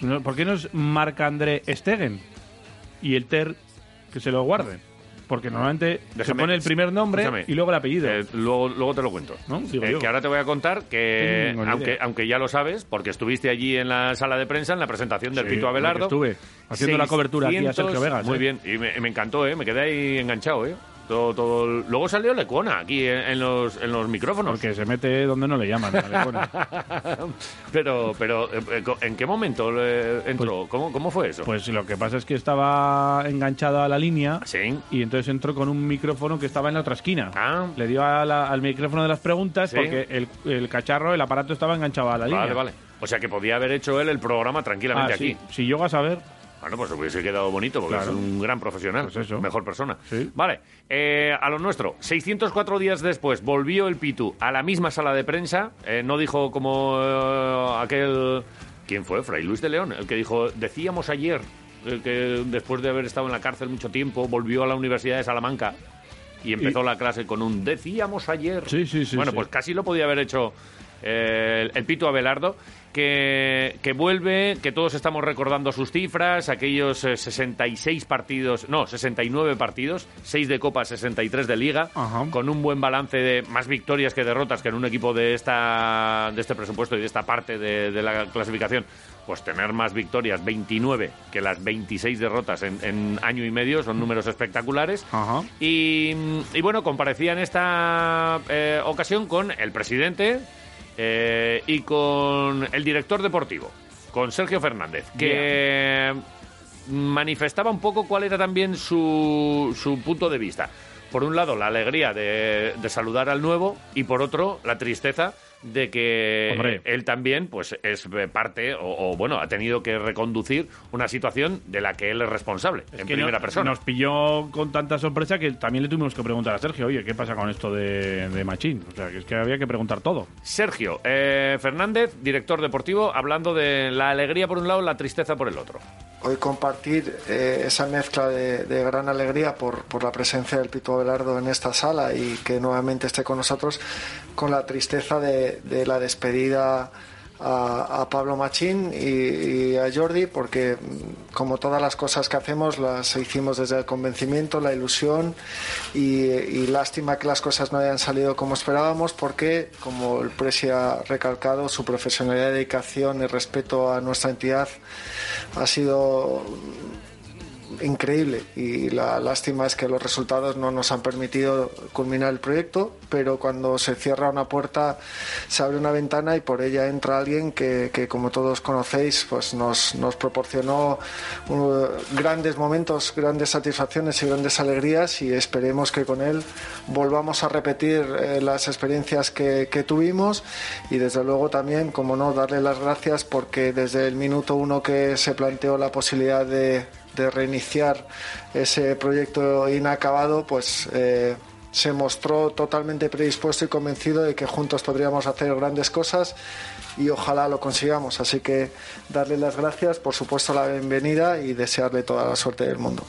S3: No, ¿Por qué no es Marc André Stegen? Y el Ter, que se lo guarden. Porque normalmente se
S2: Ah. Déjame-
S3: pone el primer nombre
S2: escúchame.
S3: y luego el apellido.
S2: Eh, luego, luego te lo cuento.
S3: ¿No? Digo
S2: Eh,
S3: yo.
S2: que ahora te voy a contar
S3: Tengo
S2: que,
S3: ninguna
S2: aunque,
S3: idea.
S2: aunque ya lo sabes, porque estuviste allí en la sala de prensa, en la presentación del
S3: Sí,
S2: Pito Abelardo.
S3: porque estuve haciendo la cobertura aquí a Sergio Vegas,
S2: Muy
S3: eh.
S2: bien, y me, me encantó, ¿eh? me quedé ahí enganchado. ¿eh? Todo, todo... el- Luego salió Lecona aquí en, en los, en los micrófonos.
S3: Porque se mete donde no le llaman. vale, bueno.
S2: pero, pero eh, co- ¿en qué momento eh, entró? ¿Cómo, ¿Cómo fue eso?
S3: Pues lo que pasa es que estaba enganchada a la línea
S2: Ah, Sí.
S3: y entonces entró con un micrófono que estaba en la otra esquina.
S2: Ah.
S3: Le dio a la- al micrófono de las preguntas
S2: Sí.
S3: porque el, el cacharro, el aparato estaba enganchado a la línea.
S2: Vale, vale. O sea que podía haber hecho él el programa
S3: Ah,
S2: tranquilamente
S3: sí.
S2: aquí.
S3: Si llegas a ver,
S2: Bueno, pues hubiese quedado bonito porque
S3: Claro.
S2: es un gran profesional,
S3: Pues eso.
S2: mejor persona.
S3: Sí.
S2: Vale, eh, a lo nuestro. 604 días después volvió el Pitu a la misma sala de prensa. Eh, no dijo como eh, aquel... ¿Quién fue? Fray Luis de León, el que dijo, decíamos ayer eh, que después de haber estado en la cárcel mucho tiempo, volvió a la Universidad de Salamanca y empezó la clase con un decíamos ayer.
S3: Sí, sí, sí,
S2: Bueno,
S3: sí.
S2: pues casi lo podía haber hecho eh, el, el Pito Abelardo, que, que vuelve, que todos estamos recordando sus cifras, aquellos eh, 66 partidos, no, 69 partidos, 6 de Copa, 63 de Liga,
S3: Ajá.
S2: con un buen balance de más victorias que derrotas que en un equipo de, esta, de este presupuesto y de esta parte de, de la clasificación. Pues tener más victorias, 29, que las 26 derrotas en, en año y medio, son números espectaculares.
S3: Ajá.
S2: Y, y bueno, comparecía en esta eh, ocasión con el presidente eh, y con el director deportivo, con Sergio Fernández, que manifestaba un poco cuál era también su, su punto de vista. Por un lado, la alegría de, de saludar al nuevo y por otro, la tristeza de que
S3: Hombre.
S2: él también pues es eh, parte o, o, bueno ha tenido que reconducir una situación de la que él es responsable en
S3: que
S2: primera
S3: no-
S2: persona
S3: nos pilló con tanta sorpresa que también le tuvimos que preguntar a Sergio, oye, ¿qué pasa con esto de, de Machín? O sea, que es que había que preguntar todo.
S2: Sergio eh, Fernández, director deportivo, hablando de la alegría por un lado, la tristeza por el otro.
S9: Hoy compartir eh, esa mezcla de, de gran alegría por, por la presencia del Pito Abelardo en esta sala y que nuevamente esté con nosotros, con la tristeza de, de la despedida a, a Pablo Machín y, y a Jordi, porque mm, como todas las cosas que hacemos, las hicimos desde el convencimiento, la ilusión y, y lástima que las cosas no hayan salido como esperábamos, porque, como el presi ha recalcado, su profesionalidad, dedicación y respeto a nuestra entidad ha sido increíble y la lástima es que los resultados no nos han permitido culminar el proyecto, pero cuando se cierra una puerta se abre una ventana y por ella entra alguien que, que, como todos conocéis pues nos, nos proporcionó uh, grandes momentos, grandes satisfacciones y grandes alegrías y esperemos que con él volvamos a repetir eh, las experiencias que, que tuvimos y desde luego también, como no, darle las gracias porque desde el minuto uno que se planteó la posibilidad de de reiniciar ese proyecto inacabado, pues eh, se mostró totalmente predispuesto y convencido de que juntos podríamos hacer grandes cosas y ojalá lo consigamos. Así que darle las gracias, por supuesto la bienvenida y desearle toda la suerte del mundo.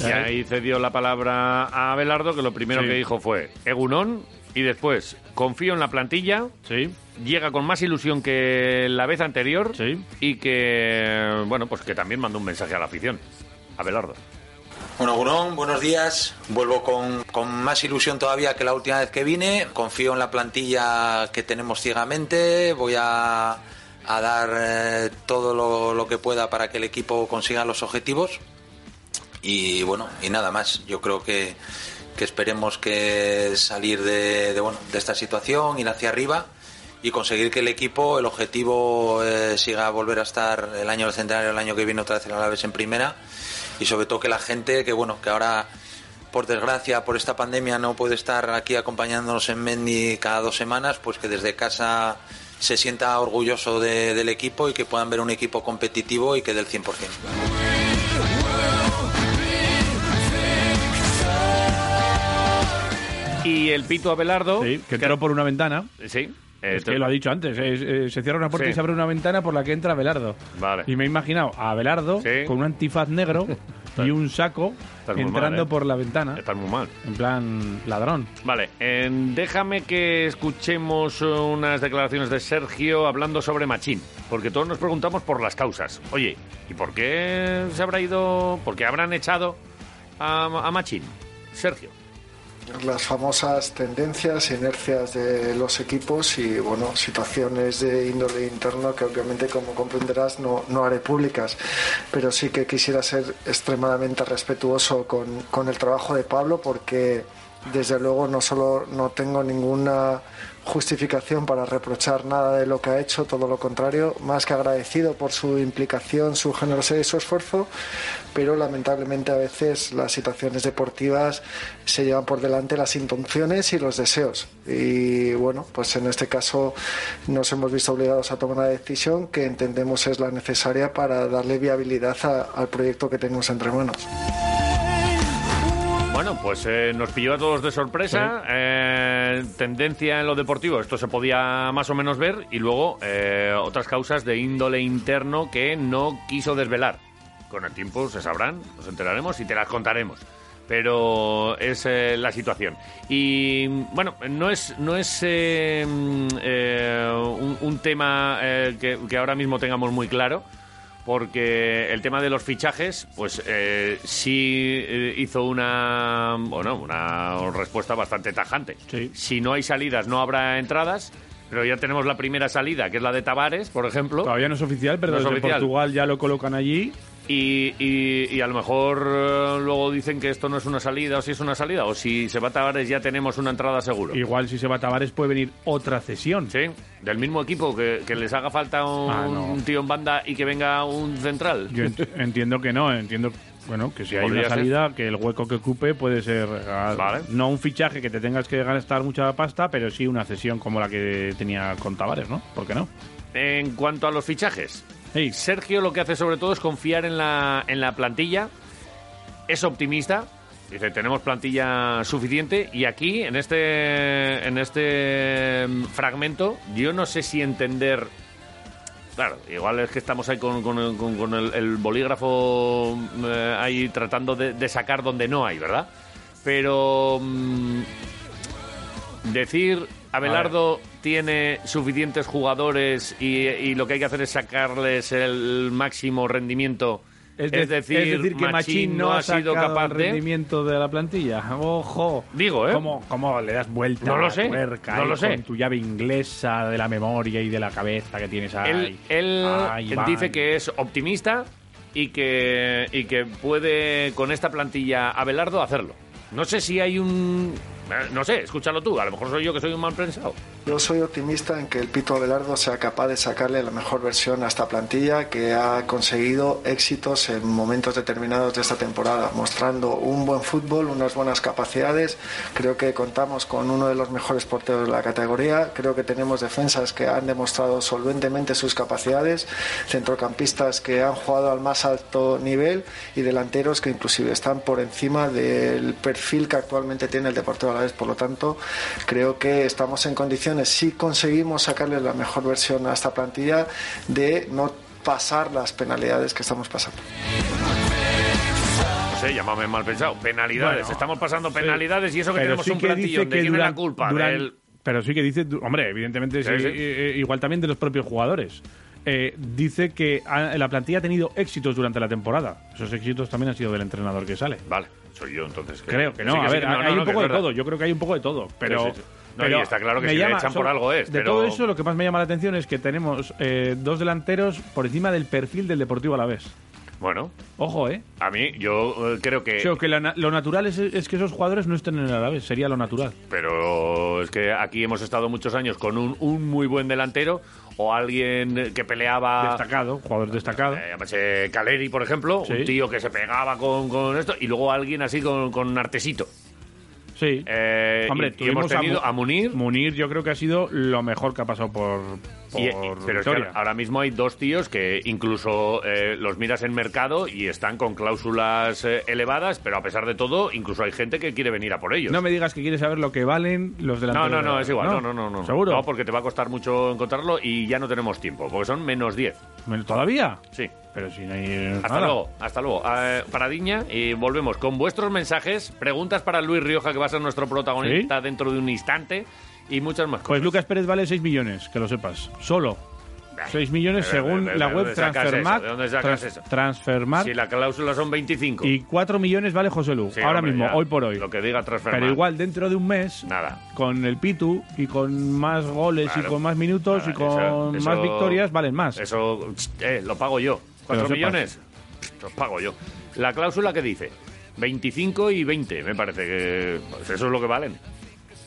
S2: Y ahí cedió la palabra a Abelardo, que lo primero
S3: Sí.
S2: que dijo fue Egunón, y después confío en la plantilla,
S3: Sí.
S2: llega con más ilusión que la vez anterior
S3: Sí.
S2: y que, bueno, pues que también mandó un mensaje a la afición. Abelardo.
S10: Bueno, Gurón, buenos días. Vuelvo con, con más ilusión todavía que la última vez que vine. Confío en la plantilla que tenemos ciegamente. Voy a, a dar eh, todo lo, lo que pueda para que el equipo consiga los objetivos. Y bueno, y nada más. Yo creo que, que esperemos que salir de, de, bueno, de esta situación, ir hacia arriba y conseguir que el equipo, el objetivo, eh, siga a volver a estar el año del centenario, el año que viene otra vez en Alaves en primera y sobre todo que la gente que bueno, que ahora por desgracia por esta pandemia no puede estar aquí acompañándonos en Mendy cada dos semanas, pues que desde casa se sienta orgulloso de- del equipo y que puedan ver un equipo competitivo y que del 100%.
S2: Y el Pito Abelardo.
S3: Sí, que entró por una ventana.
S2: Sí. eh,
S3: Es que lo ha dicho antes, es- eh, se cierra una puerta
S2: Sí.
S3: y se abre una ventana por la que entra Abelardo.
S2: Vale.
S3: Y me he imaginado a Abelardo con un antifaz negro y un saco
S2: Estás muy mal,
S3: entrando
S2: ¿eh?
S3: por la ventana.
S2: Estás muy mal.
S3: En plan, ladrón.
S2: Vale, en- déjame que escuchemos unas declaraciones de Sergio hablando sobre Machín, porque todos nos preguntamos por las causas. Oye, ¿y por qué se habrá ido, por qué habrán echado a, a Machín? Sergio.
S9: las famosas tendencias, inercias de los equipos y bueno, situaciones de índole interno que obviamente como comprenderás no, no haré públicas, pero sí que quisiera ser extremadamente respetuoso con, con el trabajo de Pablo porque desde luego no solo no tengo ninguna justificación para reprochar nada de lo que ha hecho, todo lo contrario, más que agradecido por su implicación, su generosidad y su esfuerzo, pero lamentablemente a veces las situaciones deportivas se llevan por delante las intenciones y los deseos. Y bueno, pues en este caso nos hemos visto obligados a tomar una decisión que entendemos es la necesaria para darle viabilidad a- al proyecto que tenemos entre manos.
S2: Bueno, pues eh, nos pilló a todos de sorpresa. eh, tendencia en lo deportivo, esto se podía más o menos ver. Y luego eh, otras causas de índole interno que no quiso desvelar. Con el tiempo se sabrán, nos enteraremos y te las contaremos. Pero es eh, la situación. Y bueno, no es, no es eh, mm, eh, un, un tema eh, que- que ahora mismo tengamos muy claro porque el tema de los fichajes, pues eh, sí eh, hizo una, bueno, una respuesta bastante tajante. Si no hay salidas, no habrá entradas. Pero ya tenemos la primera salida, que es la de Tavares, por ejemplo.
S3: Todavía no es oficial, pero
S2: No es
S3: desde
S2: oficial.
S3: Portugal ya lo colocan allí.
S2: Y, y- y a lo mejor eh, luego dicen que esto no es una salida, o si es una salida, o si se va Tavares ya tenemos una entrada seguro.
S3: Igual si se va Tavares puede venir otra cesión.
S2: Sí, del mismo equipo, que, que les haga falta un,
S3: Ah, no.
S2: un tío en banda y que venga un central.
S3: Yo ent- entiendo que no, entiendo bueno, que si hay
S2: Podría
S3: una
S2: ser.
S3: salida, que el hueco que ocupe puede ser ah,
S2: Vale.
S3: no un fichaje que te tengas que gastar mucha pasta, pero sí una cesión como la que tenía con Tavares, ¿no? ¿Por qué no?
S2: En cuanto a los fichajes, Sergio lo que hace sobre todo es confiar en la, en la plantilla. Es optimista. Dice, tenemos plantilla suficiente. Y aquí, en este, en este mm, fragmento, yo no sé si entender... Claro, igual es que estamos ahí con, con- con- con el, el bolígrafo eh, ahí tratando de, de sacar donde no hay, ¿verdad? Pero mm, Decir Abelardo tiene suficientes jugadores y, y lo que hay que hacer es sacarles el máximo rendimiento. Es,
S3: de-
S2: decir,
S3: que Machín no ha sido
S2: sido capaz
S3: el
S2: de.
S3: rendimiento de la plantilla. Ojo.
S2: Digo, ¿eh?
S3: ¿Cómo, cómo le das vuelta
S2: No
S3: a
S2: lo
S3: la
S2: sé,
S3: tuerca,
S2: no
S3: eh,
S2: lo sé.
S3: con tu llave inglesa de la memoria y de la cabeza que tienes ahí?
S2: Él, él
S3: Ay, Iván.
S2: dice que es optimista y que, y que puede con esta plantilla Abelardo hacerlo. No sé si hay un. eh, No sé, escúchalo tú. A lo mejor soy yo que soy un mal pensado.
S9: Yo soy optimista en que el Pito Abelardo sea capaz de sacarle la mejor versión a esta plantilla que ha conseguido éxitos en momentos determinados de esta temporada, mostrando un buen fútbol, unas buenas capacidades. Creo que contamos con uno de los mejores porteros de la categoría. Creo que tenemos defensas que han demostrado solventemente sus capacidades, centrocampistas que han jugado al más alto nivel y delanteros que inclusive están por encima del perfil que actualmente tiene el Deportivo Alavés. Por lo tanto, creo que estamos en condiciones, si conseguimos sacarle la mejor versión a esta plantilla, de no pasar las penalidades que estamos pasando.
S2: No sé, llámame mal pensado. Penalidades.
S3: Bueno,
S2: Estamos pasando penalidades y eso que
S3: Pero
S2: tenemos
S3: sí
S2: un
S3: que
S2: plantillón.
S3: dice que
S2: ¿De quién es la
S3: Durán-
S2: culpa?
S3: Durán-
S2: Del-
S3: Pero sí que dice, du- hombre, evidentemente,
S2: Sí,
S3: sí,
S2: sí.
S3: eh, eh, igual también de los propios jugadores. Eh, dice que ha- la plantilla ha tenido éxitos durante la temporada. Esos éxitos también han sido del entrenador que sale.
S2: Vale, soy yo entonces.
S3: Creo que no.
S2: Sí,
S3: a
S2: sí,
S3: ver,
S2: que no,
S3: hay
S2: no,
S3: un
S2: no, que
S3: poco
S2: es
S3: de
S2: verdad.
S3: todo. Yo creo que hay un poco de todo. Pero,
S2: Sí, sí, sí. No,
S3: pero
S2: y está claro que
S3: me
S2: si le
S3: llama-
S2: echan por
S3: solo-
S2: algo es,
S3: De
S2: pero-
S3: todo eso, lo que más me llama la atención es que tenemos eh, dos delanteros por encima del perfil del Deportivo a la vez.
S2: Bueno,
S3: Ojo, ¿eh?
S2: a mí yo eh, creo que...
S3: Creo que la na- lo natural es, es que esos jugadores no estén en el Alavés, sería lo natural.
S2: Pero Es que aquí hemos estado muchos años con un, un muy buen delantero o alguien que peleaba.
S3: Destacado, jugador destacado.
S2: Eh, llámase Caleri, por ejemplo,
S3: Sí.
S2: un tío que se pegaba con, con esto, y luego alguien así con, con un artesito.
S3: Sí.
S2: Eh,
S3: Hombre,
S2: y- y, hemos
S3: tuvimos a
S2: tenido
S3: Mu-
S2: a, Munir.
S3: Munir yo creo que ha sido lo mejor que ha pasado por, por
S2: y- y- pero es que
S3: Vitoria.
S2: ahora mismo hay dos tíos que incluso eh, los miras en mercado y están con cláusulas eh, elevadas, pero a pesar de todo, incluso hay gente que quiere venir a por ellos.
S3: No me digas que quieres saber lo que valen los
S2: No,
S3: delanteros.
S2: no,
S3: de
S2: no,
S3: la-
S2: es igual. No, no, no. no.
S3: ¿Seguro?
S2: No, porque te va a costar mucho encontrarlo y ya no tenemos tiempo, porque son menos 10.
S3: Me- ¿Todavía?
S2: Sí.
S3: Pero si no hay...
S2: Hasta
S3: nada.
S2: luego, hasta luego. Eh, Paradiña, y volvemos con vuestros mensajes, preguntas para Luis Rioja, que va a ser nuestro protagonista dentro de un instante, y muchas más cosas.
S3: Pues Lucas Pérez vale 6 millones, que lo sepas. Solo. 6 millones
S2: pero,
S3: según
S2: pero,
S3: la
S2: ¿de
S3: web
S2: dónde sacas
S3: Transfermarkt.
S2: eso? ¿De dónde sacas
S3: Trans-
S2: eso?
S3: Transfermarkt.
S2: Si la cláusula son 25.
S3: Y 4 millones vale José Lu,
S2: Sí,
S3: ahora
S2: hombre,
S3: mismo,
S2: ya,
S3: hoy por hoy.
S2: Lo que diga transfer.
S3: Pero igual dentro de un mes,
S2: Nada.
S3: con el Pitu y con más goles
S2: Claro.
S3: y con más minutos y
S2: Nada,
S3: con
S2: eso- eso-
S3: más victorias, valen más.
S2: Eso, eh, lo pago yo. ¿Cuatro
S3: sepas.
S2: millones? Los pago yo. La cláusula que dice 25 y 20, me parece que pues eso es lo que valen.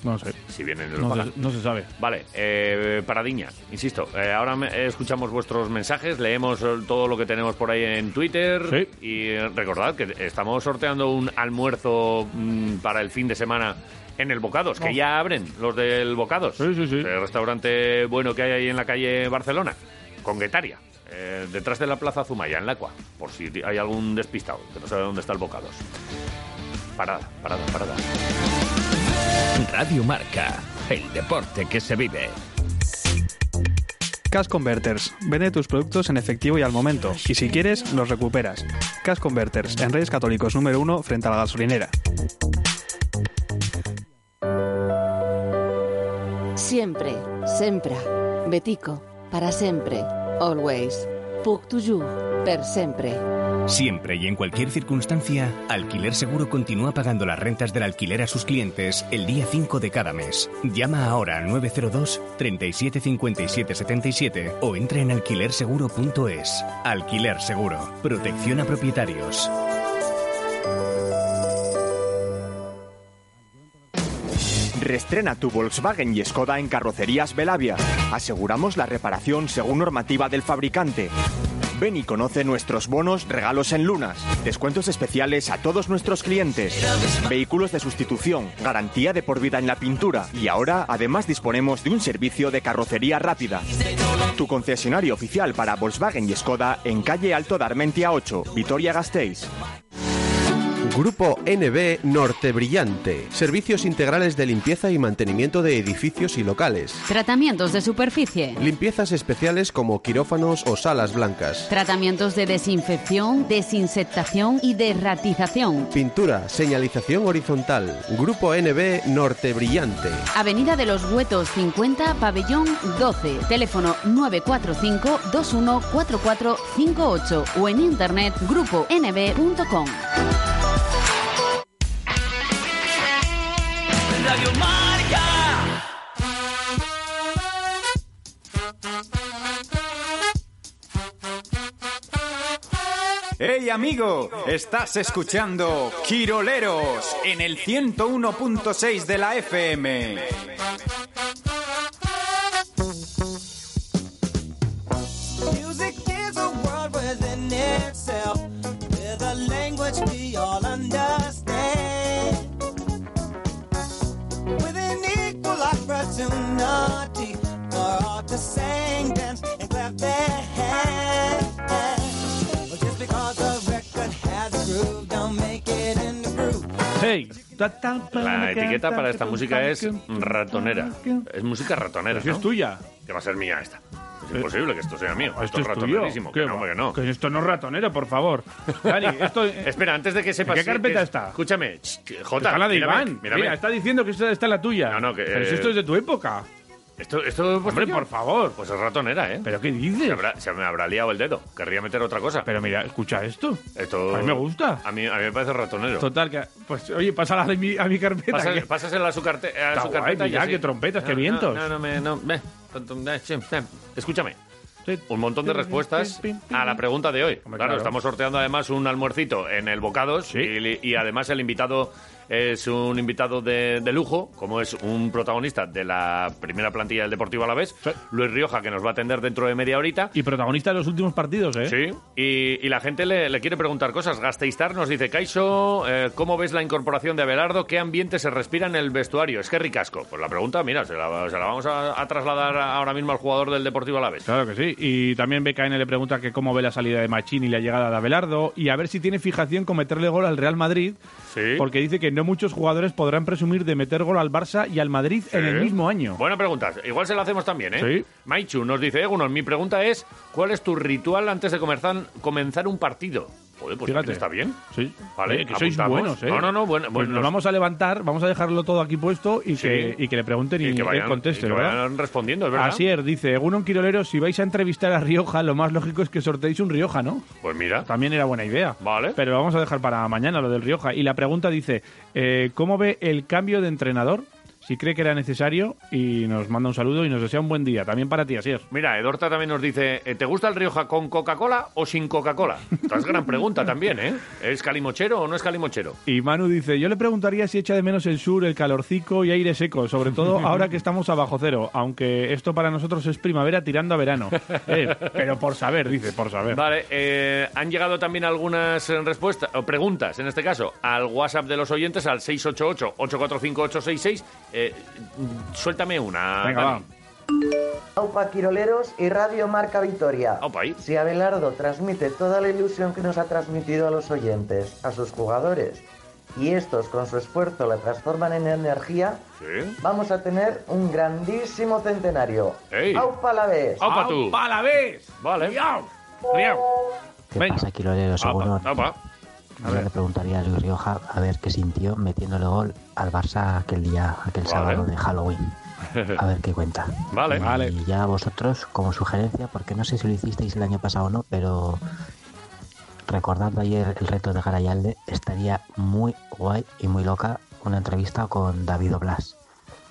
S3: No sé.
S2: Si vienen de los
S3: No
S2: pagan.
S3: se, no se sabe.
S2: Vale, eh, Paradiña, insisto, eh, ahora me- eh, escuchamos vuestros mensajes, leemos eh, todo lo que tenemos por ahí en Twitter y eh, recordad que estamos sorteando un almuerzo mm, para el fin de semana en el Bocados, que ya abren los del Bocados,
S3: Sí, sí, sí.
S2: el restaurante bueno que hay ahí en la calle Barcelona, con Guetaria, eh, detrás de la Plaza Zumaya, en Lacua, por si hay algún despistado que no sabe dónde está el Bocados. Parada, parada, parada.
S11: Radio Marca, el deporte que se vive.
S12: Cash Converters. Vende tus productos en efectivo y al momento, y si quieres, los recuperas. Cash Converters, en Reyes Católicos número 1 frente a la gasolinera.
S13: Siempre, sempre, betico, para sempre, always. Puc to you, per sempre.
S14: Siempre y en cualquier circunstancia, Alquiler Seguro continúa pagando las rentas del alquiler a sus clientes el día 5 de cada mes. Llama ahora al 902 37 57 77 o entra en alquilerseguro.es. Alquiler Seguro. Protección a propietarios.
S15: Restrena tu Volkswagen y Skoda en Carrocerías Belavia. Aseguramos la reparación según normativa del fabricante. Ven y conoce nuestros bonos regalos en lunas, descuentos especiales a todos nuestros clientes, vehículos de sustitución, garantía de por vida en la pintura y ahora además disponemos de un servicio de carrocería rápida. Tu concesionario oficial para Volkswagen y Skoda en calle Alto de Armentia 8, Vitoria-Gasteiz.
S16: Grupo NB Norte Brillante. Servicios integrales de limpieza y mantenimiento de edificios y locales.
S17: Tratamientos de superficie.
S16: Limpiezas especiales como quirófanos o salas blancas.
S17: Tratamientos de desinfección, desinsectación y derratización.
S16: Pintura, señalización horizontal. Grupo NB Norte Brillante.
S17: Avenida de los Huetos 50, pabellón 12. Teléfono 945-214458 o en internet grupo nb.com.
S8: Radio Marca.
S18: ¡Hey amigo! Estás escuchando Quiroleros en el 101.6 de la FM.
S8: Music is a world within itself, with a language we all understand. With an equal opportunity for all to sing, dance, and clap their hands. But just because a record has a groove, don't make it in the groove.
S3: Hey.
S2: La etiqueta para esta música es ratonera. Es música ratonera.
S3: Pero si es
S2: ¿no?
S3: tuya. Eh. Ah,
S2: Que va a ser mía esta. Es imposible que esto sea mío. Esto es
S3: es tuyo.
S2: ratonerísimo. Que no, hombre, que no.
S3: Que esto no es ratonero, por favor. Dani, esto...
S2: Espera, antes de que sepas.
S3: qué
S2: si-
S3: carpeta
S2: es-
S3: está?
S2: Escúchame, ch, Jota.
S3: Está la de
S2: mírame,
S3: Iván.
S2: mírame.
S3: Mira, está diciendo que esta está en la tuya.
S2: No, no, que.
S3: Pero si
S2: eh,
S3: esto es de tu época.
S2: Esto, esto es
S3: Hombre, por
S2: favor. Pues es ratonera, ¿eh? ¿Pero
S3: qué dices?
S2: Se, habrá- se me habrá liado el dedo. Querría meter otra cosa.
S3: Pero mira, escucha esto.
S2: Esto.
S3: A mí me gusta.
S2: A mí, a mí me parece ratonero.
S3: Total, que, pues oye, pásala a mi, a mi carpeta.
S2: Pasas-
S3: que-
S2: Pásasela a su, carte, a
S3: Está
S2: su
S3: guay,
S2: carpeta. y
S3: mirad
S2: así.
S3: qué trompetas, qué
S2: No, no,
S3: vientos.
S2: No, no, me- no, ve. Tonto, eh, sí, eh. Escúchame. Un montón de respuestas a la pregunta de hoy. claro,
S3: claro.
S2: estamos sorteando además un almuercito en el Bocados y, y además el invitado es un invitado de, de lujo, como es un protagonista de la primera plantilla del Deportivo Alavés, Luis Rioja, que nos va a atender dentro de media horita.
S3: Y protagonista de los últimos partidos, ¿eh?
S2: Sí, y, y la gente le, le quiere preguntar cosas. Gasteiztar nos dice, Caixo, eh, ¿cómo ves la incorporación de Abelardo? ¿Qué ambiente se respira en el vestuario? Es que ricasco. Pues la pregunta, mira, se la, se la vamos a, a trasladar ahora mismo al jugador del Deportivo Alavés.
S3: Claro que sí. Y también BKN le pregunta que cómo ve la salida de Machín y la llegada de Abelardo y a ver si tiene fijación con meterle gol al Real Madrid,
S2: Sí.
S3: porque dice que no muchos jugadores podrán presumir de meter gol al Barça y al Madrid en
S2: Sí.
S3: el mismo año.
S2: Buena pregunta. Igual se la hacemos también, ¿eh?
S3: Sí.
S2: Maichu nos dice, Egunon, mi pregunta es, ¿cuál es tu ritual antes de comenzar, comenzar un partido? Joder, pues
S3: Fíjate.
S2: está bien.
S3: Sí.
S2: Vale,
S3: Eh, que sois
S2: apuntamos.
S3: buenos, ¿eh?
S2: No, no, no, bueno,
S3: Pues
S2: bueno,
S3: nos
S2: los-
S3: vamos a levantar, vamos a dejarlo todo aquí puesto y,
S2: Sí.
S3: que, y que le pregunten y,
S2: Y que vayan,
S3: él conteste,
S2: y que
S3: ¿verdad?
S2: vayan respondiendo, es verdad.
S3: Asier dice, Egunon Quirolero, si vais a entrevistar a Rioja, lo más lógico es que sorteéis un Rioja, ¿no?
S2: Pues mira.
S3: También era buena idea.
S2: Vale.
S3: Pero lo vamos a dejar para mañana, lo del Rioja. Y la pregunta dice, eh, ¿cómo ve el cambio de entrenador? Si cree que era necesario y nos manda un saludo y nos desea un buen día. También para ti, Asier.
S2: Mira, Edorta también nos dice, eh, ¿te gusta el Rioja con Coca-Cola o sin Coca-Cola? Esta es gran pregunta también, ¿eh? ¿Es calimochero o no es calimochero?
S3: Y Manu dice, yo le preguntaría si echa de menos el sur, el calorcico y aire seco, sobre todo ahora que estamos a bajo cero, aunque esto para nosotros es primavera tirando a verano. Eh, pero por saber, dice, por saber.
S2: Vale, eh, han llegado también algunas eh, respuestas, o preguntas en este caso, al WhatsApp de los oyentes, al 688-845-866. Eh, mm, suéltame una.
S3: Venga,
S2: Dani.
S19: Aupa Quiroleros y Radio Marca Vitoria. Si Abelardo transmite toda la ilusión que nos ha transmitido a los oyentes, a sus jugadores, y estos con su esfuerzo la transforman en energía,
S2: Sí.
S19: vamos a tener un grandísimo centenario.
S2: ¡Ey!
S19: ¡Aupa la vez!
S2: ¡Aupa tú!
S3: ¡Aupa la vez!
S2: Vale.
S3: ¡Riau!
S20: ¿Qué pasa, Quiroleros? Seguro.
S2: Yo
S20: le preguntaría a Luis Rioja a ver qué sintió metiéndole gol al Barça aquel día, aquel
S2: Vale.
S20: sábado de Halloween. A ver qué cuenta.
S2: Vale.
S20: Y
S2: Vale.
S20: ya vosotros, como sugerencia, porque no sé si lo hicisteis el año pasado o no, pero recordando ayer el reto de Garayalde, estaría muy guay y muy loca una entrevista con David Blas.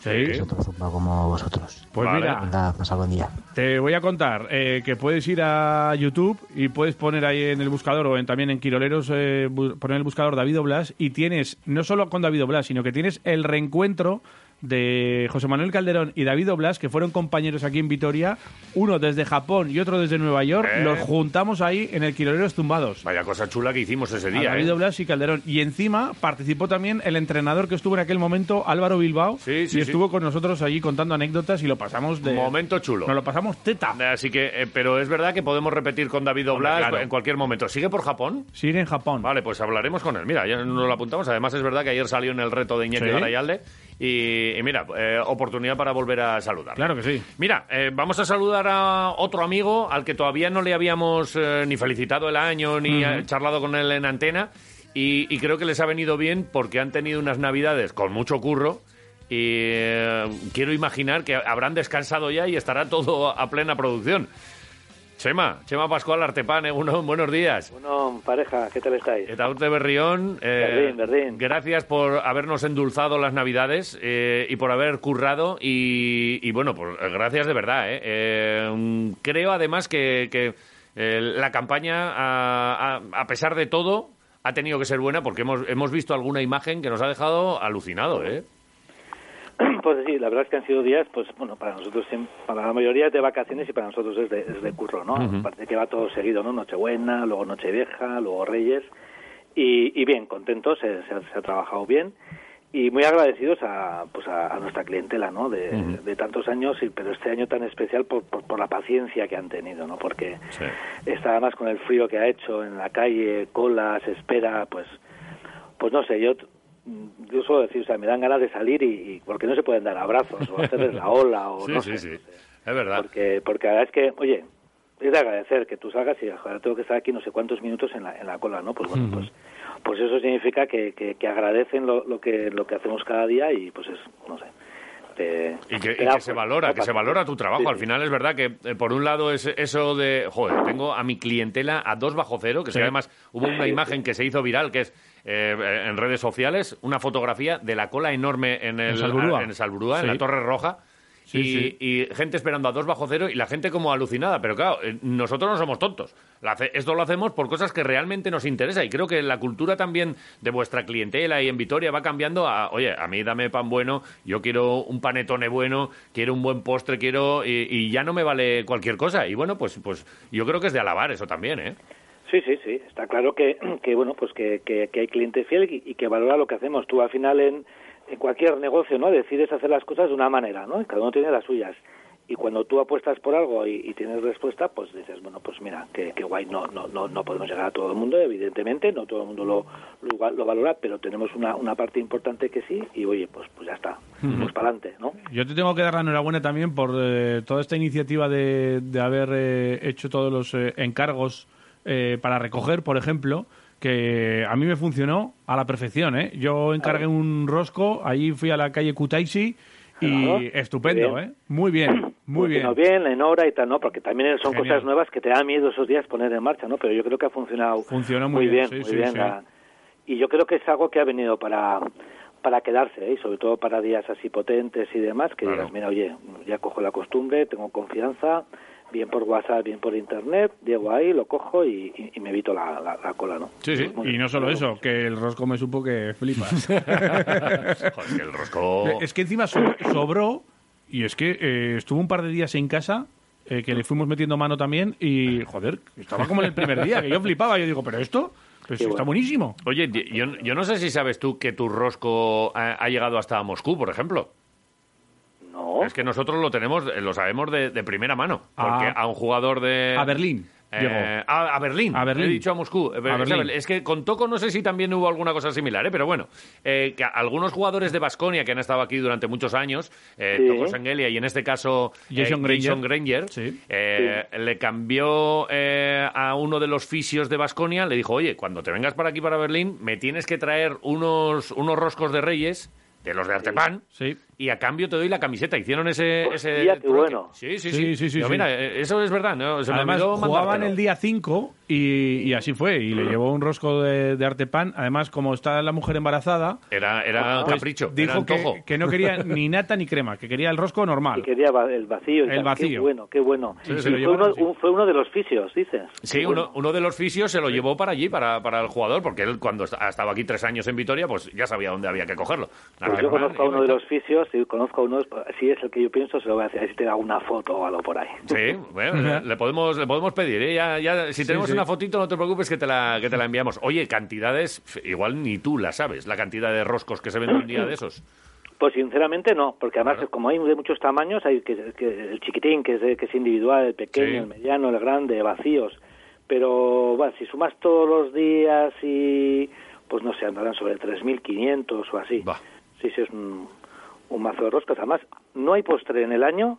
S3: Sí.
S20: Es otro zumba como vosotros.
S3: Pues Vale. mira.
S20: Anda, pasad buen día.
S3: Te voy a contar eh, que puedes ir a YouTube y puedes poner ahí en el buscador o en, también en Quiroleros, eh, bu- poner el buscador David Oblas y tienes, no solo con David Oblas, sino que tienes el reencuentro de José Manuel Calderón y David Oblas, que fueron compañeros aquí en Vitoria, uno desde Japón y otro desde Nueva York,
S2: Eh.
S3: los juntamos ahí en el Quiroleros Tumbados.
S2: Vaya cosa chula que hicimos ese
S3: A
S2: día,
S3: David
S2: ¿eh?
S3: Blas y Calderón. Y encima participó también el entrenador que estuvo en aquel momento, Álvaro Bilbao,
S2: sí,
S3: y
S2: sí.
S3: estuvo con nosotros allí contando anécdotas y lo pasamos de...
S2: Momento chulo.
S3: Nos lo pasamos teta.
S2: Así que, eh, pero es verdad que podemos repetir con David Oblas
S3: claro.
S2: en cualquier momento. ¿Sigue por Japón?
S3: Sigue en Japón.
S2: Vale, pues hablaremos con él. Mira, ya nos lo apuntamos. Además, es verdad que ayer salió en el reto de Iñaki
S3: Sí.
S2: Garayalde. Y, y mira, eh, oportunidad para volver a saludar.
S3: Claro que sí.
S2: Mira, eh, vamos a saludar a otro amigo al que todavía no le habíamos eh, ni felicitado el año ni
S3: Ujú.
S2: eh, charlado con él en antena. Y, y creo que les ha venido bien porque han tenido unas navidades con mucho curro. Y eh, quiero imaginar que habrán descansado ya y estará todo a plena producción. Chema, Chema Pascual Artepan, Egunon, buenos días.
S21: Bueno, pareja, ¿qué tal estáis?
S2: Etaurte Berrión, eh,
S21: Berdín, Berdín.
S2: gracias por habernos endulzado las navidades eh, y por haber currado y, y bueno, pues eh, gracias de verdad. ¿eh? Eh, mm, creo además que, que, eh, la campaña, a, a- a pesar de todo, ha tenido que ser buena porque hemos, hemos visto alguna imagen que nos ha dejado alucinado. ¿eh?
S21: Pues sí, la verdad es que han sido días, pues bueno, para nosotros, sí, para la mayoría es de vacaciones y para nosotros es de, es de curro, ¿no?
S22: Ujú.
S21: Aparte que va todo seguido, ¿no? Nochebuena, luego Nochevieja, luego Reyes. Y, y bien, contentos, se, se ha, se ha trabajado bien y muy agradecidos a, pues a, a nuestra clientela, ¿no? De,
S22: Ujú.
S21: de tantos años, y, pero este año tan especial por, por, por la paciencia que han tenido, ¿no? Porque está además con el frío que ha hecho en la calle, colas, espera, pues, pues no sé, yo, t- yo suelo decir, o sea, me dan ganas de salir y, y- porque no se pueden dar abrazos o hacerles la ola o
S2: Sí,
S21: no
S2: sí,
S21: sé.
S2: sí. Es verdad.
S21: Porque, porque la verdad es que, oye, es de agradecer que tú salgas y joder, tengo que estar aquí no sé cuántos minutos en la, en la cola, ¿no? Pues
S10: Hmm.
S21: bueno, pues, pues eso significa que, que, que agradecen lo, lo que lo que hacemos cada día y pues es, no sé. te-
S2: Y que, y
S21: te
S2: que
S21: da
S2: se
S21: fuerza,
S2: valora,
S21: ¿no?
S2: que se
S21: Para-
S2: valora tu trabajo.
S21: Sí,
S2: Al
S21: sí.
S2: final es verdad que, eh, por un lado, es eso de, joder, tengo a mi clientela a dos bajo cero, que es
S21: Sí.
S2: que además hubo una
S21: Sí,
S2: imagen que se hizo viral, que es eh, en redes sociales, una fotografía de la cola enorme en, el,
S3: Salburúa.
S2: en Salburúa, en
S3: Sí.
S2: la Torre Roja. y, y gente esperando a dos bajo cero y la gente como alucinada. Pero claro, eh, nosotros no somos tontos. La hace- Esto lo hacemos por cosas que realmente nos interesa y creo que la cultura también de vuestra clientela y en Vitoria va cambiando a, oye, a mí dame pan bueno, yo quiero un panetone bueno, quiero un buen postre, quiero... Y, y ya no me vale cualquier cosa. Y bueno, pues, pues yo creo que es de alabar eso también, ¿eh?
S21: Sí, sí, sí. Está claro que, que bueno, pues que, que- que hay cliente fiel y, y que valora lo que hacemos. Tú al final en, en cualquier negocio, ¿no? Decides hacer las cosas de una manera, ¿no? Y cada uno tiene las suyas. Y cuando tú apuestas por algo y, y tienes respuesta, pues dices, bueno, pues mira, qué, qué guay, no, no, no, no podemos llegar a todo el mundo, evidentemente, no todo el mundo lo, lo, igual- lo valora, pero tenemos una, una parte importante que sí, y oye, pues, pues ya está, pues para adelante, ¿no?
S3: Yo te tengo que dar la enhorabuena también por eh, toda esta iniciativa de, de haber eh, hecho todos los eh, encargos eh, para recoger, por ejemplo, que a mí me funcionó a la perfección. ¿eh? Yo encargué un rosco, ahí fui a la calle Kutaisi y
S21: Claro.
S3: estupendo,
S21: Muy
S3: ¿eh?
S21: bien.
S3: muy bien, muy bien.
S21: Funcionó bien, en hora y tal, ¿no? Porque también son
S3: Genial.
S21: cosas nuevas que te da miedo esos días poner en marcha, ¿no? Pero yo creo que ha funcionado
S3: Funcionó muy bien, sí,
S21: muy
S3: sí,
S21: bien.
S3: sí.
S21: la- Y yo creo que es algo que ha venido para para quedarse, ¿eh? y sobre todo para días así potentes y demás, que digas, mira, oye, ya cojo la costumbre, tengo confianza, bien por WhatsApp, bien por Internet, llego ahí, lo cojo y, y- y me evito la, la- la cola, ¿no?
S3: Sí, sí, y no solo eso, que el rosco me supo que flipas.
S2: Joder, es que el rosco...
S3: Es que encima so- sobró y es que eh, estuvo un par de días en casa eh, que le fuimos metiendo mano también y, joder, estaba como en el primer día, que yo flipaba, yo digo, pero esto pues
S2: Qué
S3: está
S2: bueno.
S3: buenísimo.
S2: Oye, di- yo, yo no sé si sabes tú que tu rosco ha, ha llegado hasta Moscú, por ejemplo.
S21: No.
S2: Es que nosotros lo tenemos, eh, lo sabemos de, de primera mano. Porque
S3: Ah.
S2: a un jugador de...
S3: A Berlín
S2: Eh,
S3: llegó.
S2: a, a Berlín.
S3: A Berlín.
S2: He dicho a Moscú. Eh, pero,
S3: A Berlín.
S2: ¿sabes? Es que con Toco no sé si también hubo alguna cosa similar, ¿eh? pero bueno. eh, que a- algunos jugadores de Basconia que han estado aquí durante muchos años, eh,
S3: Sí.
S2: Toco Sangelia y en este caso eh,
S3: Jason Granger.
S2: Granger, eh, le cambió eh, a uno de los fisios de Basconia, le dijo, oye, cuando te vengas para aquí, para Berlín, me tienes que traer unos, unos roscos de reyes, de los de Artepan, y a cambio te doy la camiseta. Hicieron ese... ese
S21: Hostia, qué
S2: trueque.
S21: bueno.
S2: Sí, sí, sí.
S3: Sí, sí, sí,
S2: Digo,
S3: sí.
S2: Mira, eh, eso es verdad. ¿no? Se me
S3: Además,
S2: olvidó
S3: jugaban
S2: mandártelo.
S3: el día 5 y, y así fue, y le llevó un rosco de, de arte pan. Además, como está la mujer embarazada,
S2: Era, era
S3: pues
S2: capricho,
S3: dijo
S2: era antojo.
S3: que, que no quería ni nata ni crema, que quería el rosco normal.
S21: Y quería va- el vacío.
S3: El
S21: y tal. Qué
S3: vacío.
S21: bueno, qué bueno.
S3: Sí,
S21: Y
S3: se lo
S21: fue, uno,
S3: llevaron, sí.
S21: un- fue uno de los fisios, dices. pues
S2: Sí,
S21: Qué
S2: uno, uno de los fisios se lo llevó para allí, para, para el jugador, porque él cuando est- ha estado aquí tres años en Vitoria, pues ya sabía dónde había que cogerlo.
S21: Pues yo conozco a uno de los fisios, si conozco a uno, si es el que yo pienso, se lo voy a decir, a ver si te da una foto o algo por ahí.
S2: Sí, bueno, le- le podemos, le podemos pedir. ¿eh? Ya, ya, si
S21: Sí,
S2: tenemos
S21: sí.
S2: una fotito, no te preocupes que te, la, que te la enviamos. Oye, cantidades, pf, igual ni tú la sabes, la cantidad de roscos que se venden un día de esos.
S21: Pues sinceramente no, porque además como hay de muchos tamaños, hay que, que el chiquitín que es, de- que es individual, el pequeño,
S2: Sí.
S21: el mediano, el grande, vacíos. Pero bueno, si sumas todos los días y pues no sé, andarán sobre 3.500 o así. Sí, sí, es un, un mazo de roscas. Además, no hay postre en el año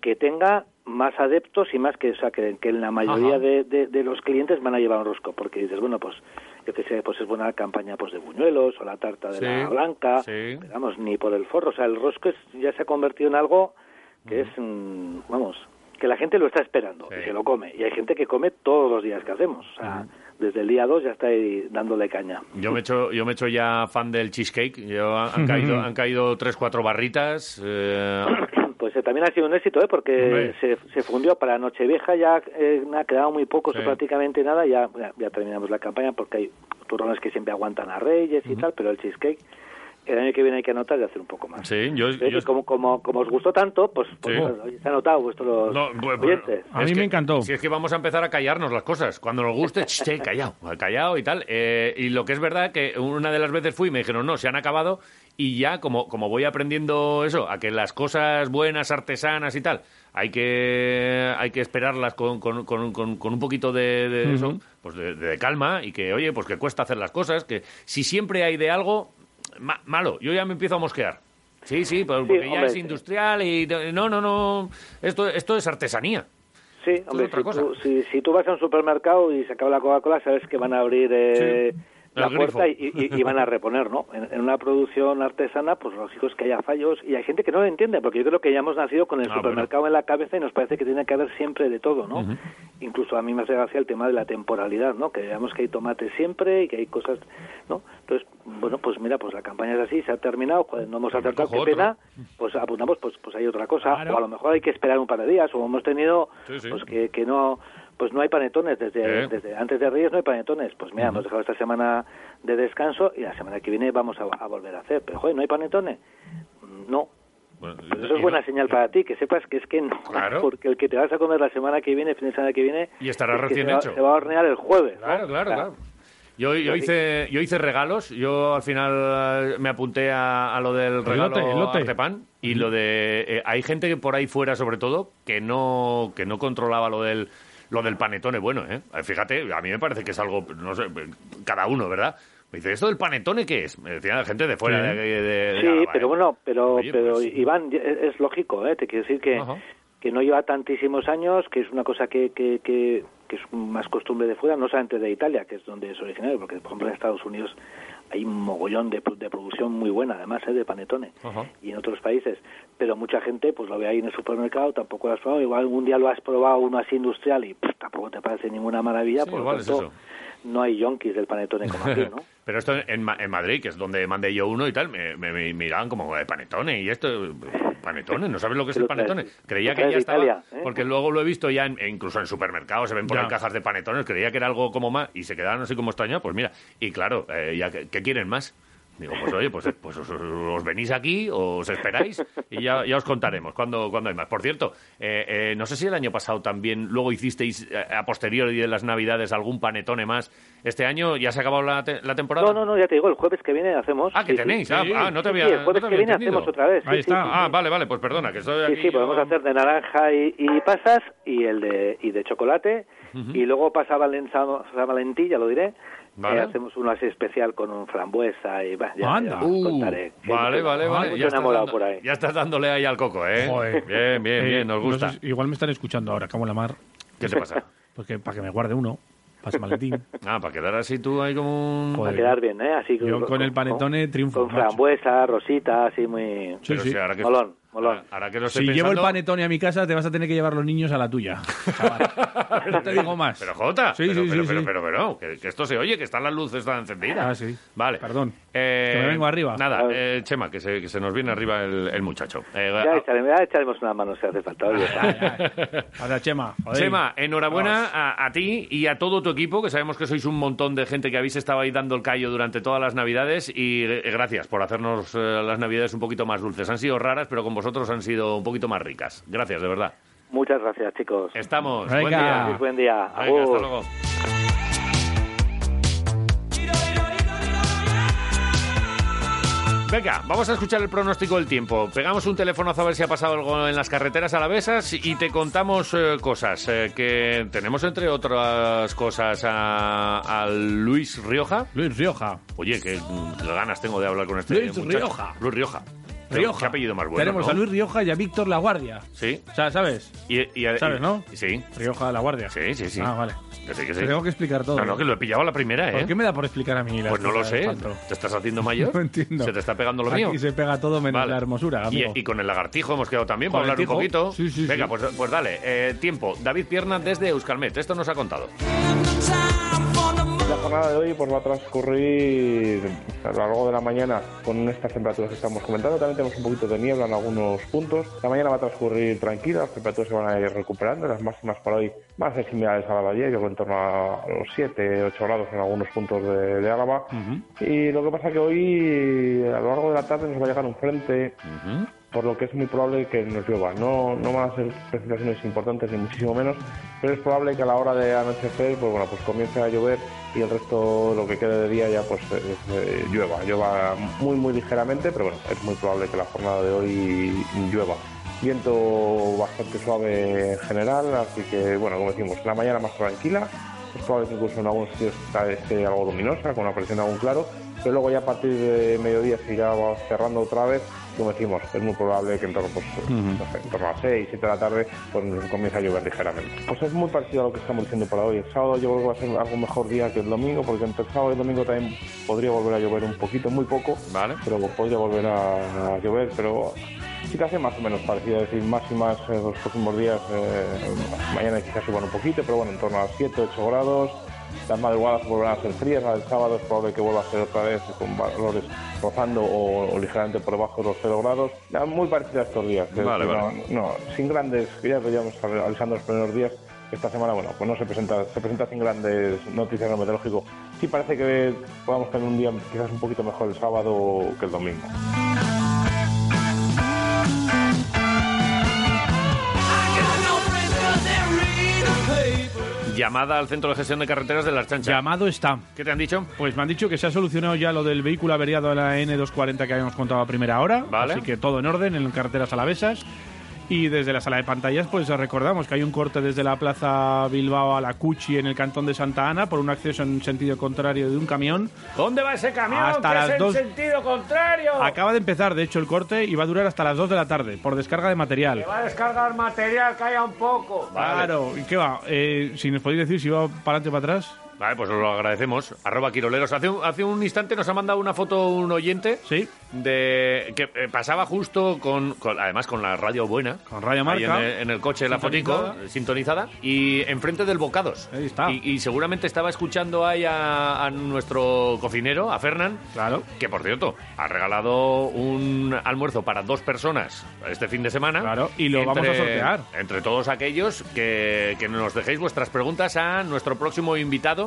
S21: que tenga más adeptos y más que, o sea, que, que la mayoría
S2: Ajá.
S21: de, de- de los clientes van a llevar un rosco, porque dices, bueno, pues yo que sé, pues es buena la campaña pues de buñuelos o la tarta de
S2: Sí,
S21: la blanca,
S2: sí.
S21: pero vamos, ni por el forro, o sea, el rosco es- ya se ha convertido en algo que es, mm, vamos, que la gente lo está esperando y se lo come, y hay gente que come todos los días que hacemos, o sea, desde el día 2 ya está ahí dándole caña.
S2: Yo me he hecho, yo me he hecho ya fan del cheesecake. Yo, han, caído, han caído tres, cuatro barritas. eh,
S21: Pues eh, también ha sido un éxito, ¿eh? porque
S2: Hombre.
S21: se, se fundió para Nochevieja, ya eh, ha quedado muy poco,
S2: Sí.
S21: prácticamente nada, ya, ya- ya terminamos la campaña porque hay turrones que siempre aguantan a Reyes y tal, pero el cheesecake el año que viene hay que anotar y hacer un poco más.
S2: sí, yo, yo-
S21: Pero es que pues como, como, como os gustó tanto, pues, pues,
S2: Sí.
S21: oye, se ha notado vuestros
S2: No, bueno,
S21: oyentes.
S2: es que- Si es que vamos a empezar a callarnos las cosas. Cuando nos guste, ch, che, callado, callado y tal. Eh, y lo que es verdad que una de las veces fui y me dijeron, no, se han acabado. Y ya, como, como voy aprendiendo eso, a que las cosas buenas, artesanas y tal, hay que, hay que esperarlas con, con- con- con- con un poquito de, de eso,
S3: Ujú.
S2: pues de, de calma y que, oye, pues que cuesta hacer las cosas, que si siempre hay de algo, ma- malo, yo ya me empiezo a mosquear. Sí, sí, pero
S21: Sí,
S2: porque ya
S21: hombre,
S2: es
S21: sí.
S2: industrial y no, no, no, esto, esto es artesanía.
S21: Sí, hombre,
S2: otra
S21: si
S2: cosa.
S21: tú, si, si tú vas a un supermercado y se acaba la Coca-Cola, sabes que van a abrir eh,
S2: El
S21: la
S2: grifo.
S21: puerta y, y- y van a reponer, ¿no? En, en una producción artesana, pues lógico es que haya fallos y hay gente que no lo entiende, porque yo creo que ya hemos nacido con el
S2: Ah,
S21: supermercado en la cabeza y nos parece que tiene que haber siempre de todo, ¿no?
S2: Ujú.
S21: Incluso a mí me hace gracia el tema de la temporalidad, ¿no? Que veamos que hay tomate siempre y que hay cosas, ¿no? Entonces, bueno, pues mira, pues la campaña es así, se ha terminado, joder, no hemos acertado,
S2: cojo
S21: qué
S2: otro.
S21: pena, pues apuntamos, pues, pues hay otra cosa,
S2: Claro.
S21: o a lo mejor hay que esperar un par de días, o hemos tenido,
S2: Sí, sí.
S21: pues que, que no... Pues no hay panetones desde,
S2: Eh.
S21: desde antes de Reyes no hay panetones. Pues mira, hemos dejado esta semana de descanso y la semana que viene vamos a, a volver a hacer. Pero, joder, ¿no hay panetones? Mm, No.
S2: Bueno,
S21: Pues eso es buena señal para ti, que sepas que es que no.
S2: Claro.
S21: Porque el que te vas a comer la semana que viene, fin de semana que viene...
S2: Y estará
S21: es que
S2: recién
S21: se va-
S2: hecho.
S21: se va a hornear el jueves. ¿no?
S2: Claro, claro,
S21: O sea,
S2: claro. Yo, yo
S21: Así-
S2: hice, yo hice regalos, yo al final eh, me apunté a, a lo del regalo
S3: lote, el lote.
S2: Artepan y lo de... eh, hay gente que por ahí fuera, sobre todo, que no, que no controlaba lo del, lo del panetone bueno, ¿eh? Eh, Fíjate, a mí me parece que es algo, no sé, eh, cada uno, ¿verdad? Me dice, ¿esto del panetone qué es? Me decía la gente de fuera.
S21: Sí.
S2: de- de- de- de
S21: Sí,
S2: Álava,
S21: pero
S2: ¿eh?
S21: bueno, pero,
S2: Oye,
S21: pero
S2: pues-
S21: Iván, es, es lógico, ¿eh? te quiero decir que, que no lleva tantísimos años, que es una cosa que, que, que, que es más costumbre de fuera, no solamente de Italia, que es donde es originario, porque por ejemplo en Estados Unidos hay un mogollón de, pro- de producción muy buena, además, ¿eh? de panetone, y en otros países, pero mucha gente pues lo ve ahí en el supermercado, tampoco lo has probado, igual algún día lo has probado uno así industrial y pff, tampoco te parece ninguna maravilla,
S2: Sí,
S21: por lo
S2: igual es
S21: tanto,
S2: eso.
S21: no hay yonkis del panetone como aquí, ¿no?
S2: Pero esto en, Ma- en Madrid, que es donde mandé yo uno y tal, me, me- me miraban como eh, panetone y esto, panetone, no sabes lo que es
S21: Te
S2: el
S21: lo traes-
S2: panetone.
S21: te
S2: Creía
S21: lo
S2: que
S21: traes
S2: ya
S21: de
S2: estaba,
S21: Italia, ¿eh?
S2: porque luego lo he visto ya en- e incluso en supermercados, se ven por
S21: Ya.
S2: ahí cajas de panetones, creía que era algo como más y se quedaron así como extrañados, pues mira, y claro, eh, ya, que- ¿qué quieren más? Digo, pues oye, pues, pues os, os venís aquí, os esperáis y ya, ya os contaremos cuándo, cuándo hay más. Por cierto, eh, eh, no sé si el año pasado también luego hicisteis eh, a posteriori de las Navidades algún panetone más. ¿Este año ya se ha acabado la, te- la temporada?
S21: No, no, no, ya te digo, el jueves que viene hacemos.
S2: Ah, que
S21: Sí, sí.
S2: tenéis. Ah, ah, no te
S21: Sí,
S2: había.
S21: sí, el jueves
S2: no te
S21: que
S2: había
S21: viene
S2: entendido.
S21: hacemos otra vez.
S2: Ahí
S21: sí,
S2: está.
S21: sí, sí,
S2: ah,
S21: sí.
S2: vale, vale, pues perdona, que estoy
S21: Sí,
S2: aquí.
S21: sí, podemos
S2: yo-
S21: hacer de naranja y, y pasas y el de y de chocolate
S2: Ujú.
S21: y eh, luego pasa Valen- San San Valentín, ya lo diré.
S2: Vale.
S21: Eh, hacemos uno así especial con un frambuesa y va, ya, ya
S2: Anda. Uh,
S21: os contaré. Que
S2: vale,
S21: hay
S2: vale,
S21: mucho
S2: vale. Ya estás,
S21: Ah, enamorado
S2: dando-
S21: pues, por ahí.
S2: ya estás dándole ahí al coco, ¿eh?
S3: Joder.
S2: Bien, bien,
S3: Eh,
S2: bien, nos
S3: no sé
S2: gusta.
S3: si- igual me están escuchando ahora, cago en la mar.
S2: ¿Qué te pasa?
S3: Porque para que me guarde uno, para San Valentín.
S2: Ah, para quedar así tú ahí como un.
S3: Joder.
S21: Va a quedar bien, ¿eh? Así que
S3: Yo con el panetone triunfo.
S21: con
S3: macho.
S21: frambuesa, rosita, así muy...
S3: Sí, Pero sí. sí, ahora que-
S21: Molón, molón.
S2: Ahora que no
S3: Si llevo el panetone a mi casa, te vas a tener que llevar los niños a la tuya.
S2: no te digo más. Pero Jota,
S3: Sí,
S2: pero,
S3: sí,
S2: pero,
S3: sí,
S2: pero,
S3: sí.
S2: pero, pero, que, que esto se oye, que están las luces están encendidas.
S3: Ah, sí.
S2: Vale. Perdón.
S3: Que me vengo arriba.
S2: Nada, eh, Chema, que se, que se nos viene arriba el, el muchacho. Eh,
S21: Ya echaremos, ya echaremos una mano si hace falta. oye.
S3: Ahora, Chema. joder.
S2: Chema, enhorabuena a, a ti y a todo tu equipo, que sabemos que sois un montón de gente que habéis estado ahí dando el callo durante todas las Navidades y eh, gracias por hacernos eh, las Navidades un poquito más dulces. Han sido raras, pero con vosotros han sido un poquito más ricas. Gracias, de verdad.
S21: Muchas gracias, chicos.
S2: Estamos. Buen
S21: Buen
S2: día.
S21: día. Buen día.
S2: Venga, hasta
S21: Agur.
S2: luego. Venga, vamos a escuchar el pronóstico del tiempo. Pegamos un telefonazo a ver si ha pasado algo en las carreteras alavesas y te contamos eh, cosas eh, que tenemos entre otras cosas a, a Luis Rioja.
S3: Luis Rioja.
S2: Oye, qué mm, qué ganas tengo de hablar con este
S3: Luis
S2: muchacho.
S3: Rioja.
S2: Luis Rioja. Qué-
S3: Rioja.
S2: Qué apellido más bueno,
S3: Tenemos
S2: ¿no?
S3: a Luis Rioja y a Víctor La Guardia.
S2: Sí.
S3: O sea, ¿sabes?
S2: Y- y-
S3: ¿Sabes, no?
S2: Sí.
S3: Rioja La Guardia.
S2: Sí, sí, sí.
S3: Ah, vale.
S2: Que sí, que sí.
S3: Te tengo que explicar todo.
S2: No, no, que lo he pillado a la primera, ¿eh?
S3: ¿Por qué me da por explicar a mí? las
S2: Pues no lo
S3: cosas
S2: sé.
S3: tanto?
S2: ¿Te estás haciendo mayor?
S3: No entiendo.
S2: ¿Se te está pegando lo mío?
S3: Aquí se pega todo menos la hermosura,
S2: Y,
S3: Ah, amigo.
S2: y con el lagartijo hemos quedado también
S3: Con
S2: para hablar un
S3: el tijo.
S2: poquito.
S3: Sí, sí,
S2: Venga,
S3: sí.
S2: Pues, pues dale, eh, tiempo. David Pierna desde Euskalmet, esto nos ha contado.
S5: La jornada de hoy pues, va a transcurrir a lo largo de la mañana con estas temperaturas que estamos comentando. También tenemos un poquito de niebla en algunos puntos. La mañana va a transcurrir tranquila, las temperaturas se van a ir recuperando. Las máximas para hoy van a ser similares a la de ayer, yo creo en torno a los 7, 8 grados en algunos puntos de, de Álava. Y lo que pasa que hoy, a lo largo de la tarde, nos va a llegar un frente, por lo que es muy probable que nos llueva. No, no van a ser precipitaciones importantes, ni muchísimo menos, pero es probable que a la hora de anochecer, pues bueno, pues comience a llover y el resto, lo que quede de día, ya pues eh, eh, llueva. Llueva muy, muy ligeramente, pero bueno, es muy probable que la jornada de hoy llueva. Viento bastante suave en general, así que bueno, como decimos, la mañana más tranquila, es probable que incluso en algunos sitios está- esté algo luminosa, con la aparición de algún claro, pero luego ya a partir de mediodía se irá cerrando otra vez como decimos, es muy probable que en torno, pues, no sé, en torno a las 6, 7 de la tarde, pues comience a llover ligeramente. Pues es muy parecido a lo que estamos diciendo para hoy. El sábado yo creo que va a ser algo mejor día que el domingo, porque entre el sábado y el domingo también podría volver a llover un poquito, muy poco, pero podría volver a, a llover, pero sí que hace más o menos parecido, es decir, más y más eh, los próximos días, eh, mañana quizás suban un poquito, pero bueno, en torno a las 7, 8 grados. Las madrugadas volverán a ser frías, la del sábado es probable que vuelva a ser otra vez con valores rozando o, o ligeramente por debajo de los 0 grados. Ya Muy parecido a estos días. es
S2: Vale,
S5: decir,
S2: vale.
S5: No, no, sin grandes, que ya veíamos avisando los primeros días, esta semana, bueno, pues no se presenta, se presenta sin grandes noticias en lo meteorológico. Sí parece que podamos tener un día quizás un poquito mejor el sábado que el domingo.
S2: Llamada al Centro de Gestión de Carreteras de las Chanchas.
S3: Llamado está.
S2: ¿Qué te han dicho?
S3: Pues me han dicho que se ha solucionado ya lo del vehículo averiado en la N240 que habíamos contado a primera hora.
S2: Vale.
S3: Así que todo en orden en carreteras alavesas. Y desde la sala de pantallas, pues recordamos que hay un corte desde la Plaza Bilbao a la Cuchi en el cantón de Santa Ana por un acceso en sentido contrario de un camión.
S2: ¿Dónde va ese camión?
S3: Hasta
S2: que
S3: las
S2: es en
S3: dos-
S2: sentido contrario.
S3: Acaba de empezar, de hecho, el corte y va a durar hasta las 2 de la tarde por descarga de material.
S2: Que va a descargar material, calla un poco.
S3: Claro, ¿y qué va? Eh, si nos podéis decir si va para adelante o para atrás.
S2: Vale, pues os lo agradecemos. Arroba Quiroleros. Hace un, hace un instante nos ha mandado una foto un oyente.
S3: Sí.
S2: De, que eh, pasaba justo con, con- Además, con la radio buena. Con
S3: Radio Marca.
S2: En el, en el coche, la fotico,
S3: Sintonizada.
S2: eh, sintonizada. Y enfrente del Bocados. Ahí está. Y, y seguramente estaba escuchando ahí a, a nuestro cocinero, a Fernán.
S3: Claro.
S2: Que, por cierto, ha regalado un almuerzo para dos personas este fin de semana. Claro.
S3: y lo vamos a sortear.
S2: Entre todos aquellos que, que nos dejéis vuestras preguntas a nuestro próximo invitado,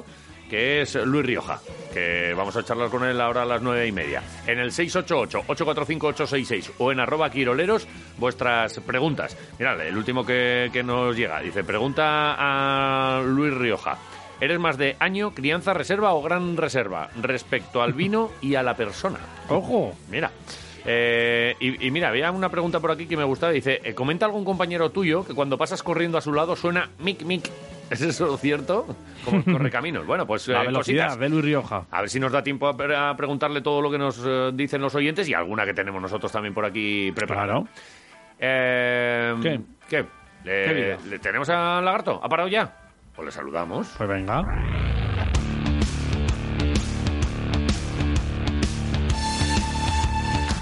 S2: que es Luis Rioja, que vamos a charlar con él ahora a las nueve y media. En el 688-845-866 o en arroba quiroleros vuestras preguntas. Mirad, el último que, que nos llega. Dice, pregunta a Luis Rioja. ¿Eres más de año, crianza, reserva o gran reserva respecto al vino y a la persona?
S3: ¡Ojo!
S2: Mira. Eh, y, y mira, había una pregunta por aquí que me gustaba. Dice, eh, comenta algún compañero tuyo que cuando pasas corriendo a su lado suena mic, mic. ¿Es eso cierto? Como el correcaminos. Bueno, pues
S3: la
S2: eh,
S3: velocidad
S2: cositas.
S3: de Luis Rioja.
S2: A ver si nos da tiempo a, pre- a preguntarle todo lo que nos eh, dicen los oyentes y alguna que tenemos nosotros también por aquí preparada. Eh,
S3: ¿Qué?
S2: ¿Qué? Le-
S3: ¿Qué vida?
S2: ¿Le tenemos al lagarto? ¿Ha parado ya? Pues le saludamos.
S3: Pues venga.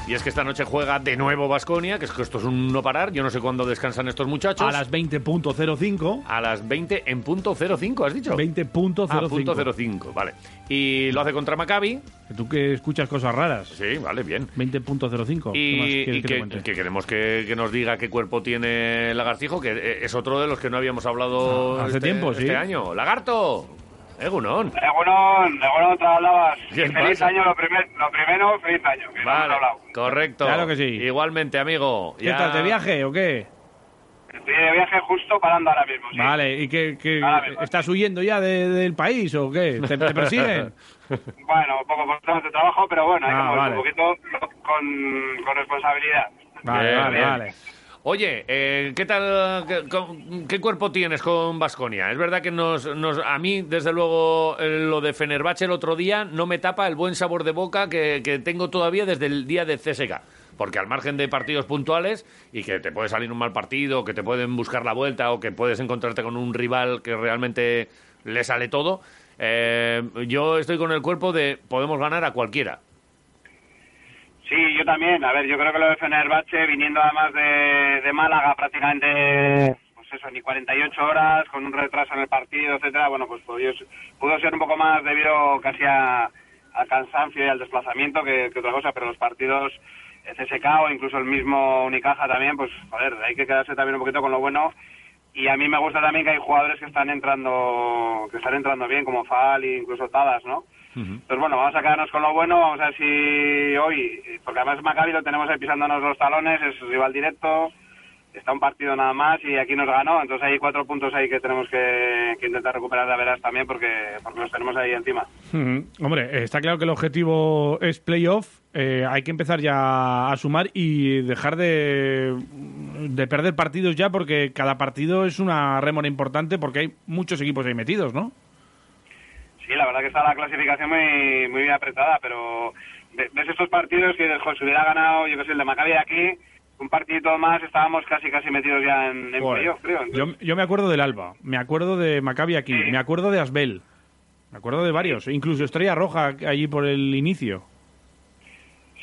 S2: Y es que esta noche juega de nuevo Basconia, que es que esto es un no parar. Yo no sé cuándo descansan estos muchachos.
S3: A las 20.05.
S2: A las 20 en punto 05, has dicho.
S3: 20.05.
S2: Ah, punto 05, vale. Y lo hace contra Maccabi.
S3: Tú que escuchas cosas raras.
S2: Sí, vale, bien.
S3: 20.05. ¿Qué más
S2: Y,
S3: quieres
S2: y
S3: que te
S2: que,
S3: cuente?
S2: que queremos que, que nos diga qué cuerpo tiene Lagartijo, que eh, es otro de los que no habíamos hablado
S3: Ah, hace
S2: este,
S3: tiempo, sí.
S2: este año. ¡Lagarto! ¡Eh, ¡Egunon!
S1: Egunon, Egunon, te hablabas.
S2: ¿Qué
S1: Y Feliz
S2: pasa?
S1: año, lo, primer- lo primero, feliz año. que no hemos
S2: Vale,
S1: hablado.
S2: correcto.
S3: Claro
S2: que sí. Igualmente, amigo.
S3: ¿Qué
S2: Ya-
S3: tal, de viaje o qué?
S1: Estoy de viaje justo parando ahora mismo.
S3: Vale, ¿y qué, qué-
S2: Ah,
S3: estás huyendo ya de- del país o qué? ¿Te, te persiguen?
S1: Bueno, un poco por temas de trabajo, pero bueno, hay que
S3: Ah,
S1: moverse
S3: vale.
S1: un poquito con, con responsabilidad.
S3: Vale,
S2: Bien,
S3: vale,
S2: bien.
S3: vale.
S2: Oye, eh, ¿qué tal? Qué, con- qué cuerpo tienes con Vasconia? Es verdad que nos, nos- a mí, desde luego, eh, lo de Fenerbahce el otro día no me tapa el buen sabor de boca que, que tengo todavía desde el día de CSK. Porque al margen de partidos puntuales y que te puede salir un mal partido, que te pueden buscar la vuelta o que puedes encontrarte con un rival que realmente le sale todo, eh, yo estoy con el cuerpo de podemos ganar a cualquiera.
S1: Sí, yo también. A ver, yo creo que lo de Fenerbahce, viniendo además de, de Málaga prácticamente, pues eso, ni 48 horas, con un retraso en el partido, etcétera, bueno, pues pudo, pudo ser un poco más debido casi a- al cansancio y al desplazamiento que, que otra cosa, pero los partidos eh, CSK o incluso el mismo Unicaja también, pues, joder, hay que quedarse también un poquito con lo bueno. Y a mí me gusta también que hay jugadores que están entrando, que están entrando bien, como Fal e incluso Tadas, ¿no? Entonces, bueno, vamos a quedarnos con lo bueno, vamos a ver si hoy, porque además Maccabi lo tenemos ahí pisándonos los talones, es rival directo, está un partido nada más y aquí nos ganó, entonces hay cuatro puntos ahí que tenemos que, que intentar recuperar de veras también porque, porque los tenemos ahí encima.
S3: Ujú. Hombre, eh, está claro que el objetivo es playoff. Eh, hay que empezar ya a sumar y dejar de, de perder partidos ya porque cada partido es una rémora importante porque hay muchos equipos ahí metidos, ¿no?
S1: Sí, la verdad que está la clasificación muy, muy bien apretada, pero ve- ves estos partidos que dices, "Joder, si hubiera ganado, yo que sé, el de Maccabi de aquí, un partidito más, estábamos casi casi metidos ya en, en
S3: Joder.
S1: playoff, creo.
S3: Yo, yo me acuerdo del Alba, me acuerdo de Maccabi aquí, me acuerdo de Asbel, me acuerdo de varios, incluso Estrella Roja allí por el inicio.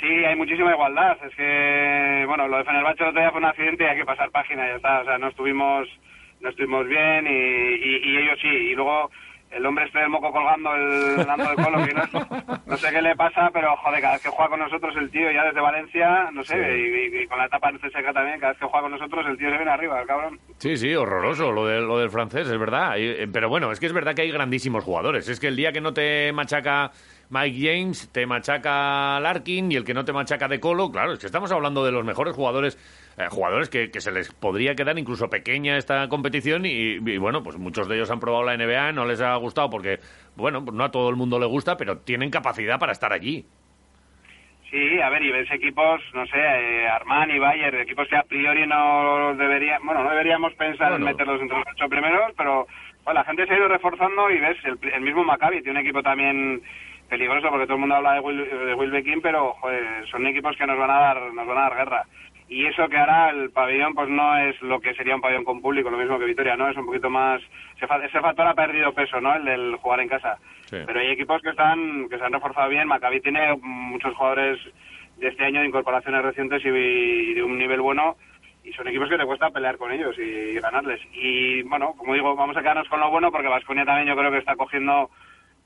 S1: Sí, hay muchísima igualdad. Es que, bueno, lo de Fenerbahce el otro día fue un accidente y hay que pasar página, ya está. O sea, no estuvimos, no estuvimos bien y, y- y ellos sí. Y luego el hombre este del moco colgando el dando de colo, que no, no sé qué le pasa, pero joder, cada vez que juega con nosotros el tío ya desde Valencia, no sé, y, y- y con la etapa en CSK también, cada vez que juega con nosotros el tío se viene arriba, el cabrón.
S2: Sí, sí, horroroso lo, del- lo del francés, es verdad. Y- eh, pero bueno, es que es verdad que hay grandísimos jugadores. Es que el día que no te machaca Mike James, te machaca Larkin y el que no te machaca De Colo, claro, es que estamos hablando de los mejores jugadores, eh, jugadores que, que se les podría quedar incluso pequeña esta competición y, y bueno, pues muchos de ellos han probado la NBA, no les ha gustado porque, bueno, pues no a todo el mundo le gusta, pero tienen capacidad para estar allí.
S1: Sí, a ver, y ves equipos, no sé, eh, Armani, Bayern, equipos que a priori no deberían, bueno, no deberíamos pensar en meterlos entre los ocho primeros, pero bueno, la gente se ha ido reforzando y ves, el, el mismo Maccabi tiene un equipo también peligroso porque todo el mundo habla de Will, de Will Bekin, pero joder, son equipos que nos van a dar, nos van a dar guerra. Y eso que ahora el pabellón pues no es lo que sería un pabellón con público, lo mismo que Vitoria, ¿no? Es un poquito más... Ese, fa- ese factor ha perdido peso, ¿no? El del jugar en casa. Pero hay equipos que están que se han reforzado bien. Maccabi tiene muchos jugadores de este año de incorporaciones recientes y, y de un nivel bueno. Y son equipos que te cuesta pelear con ellos y ganarles. Y bueno, como digo, vamos a quedarnos con lo bueno porque Vasconia también yo creo que está cogiendo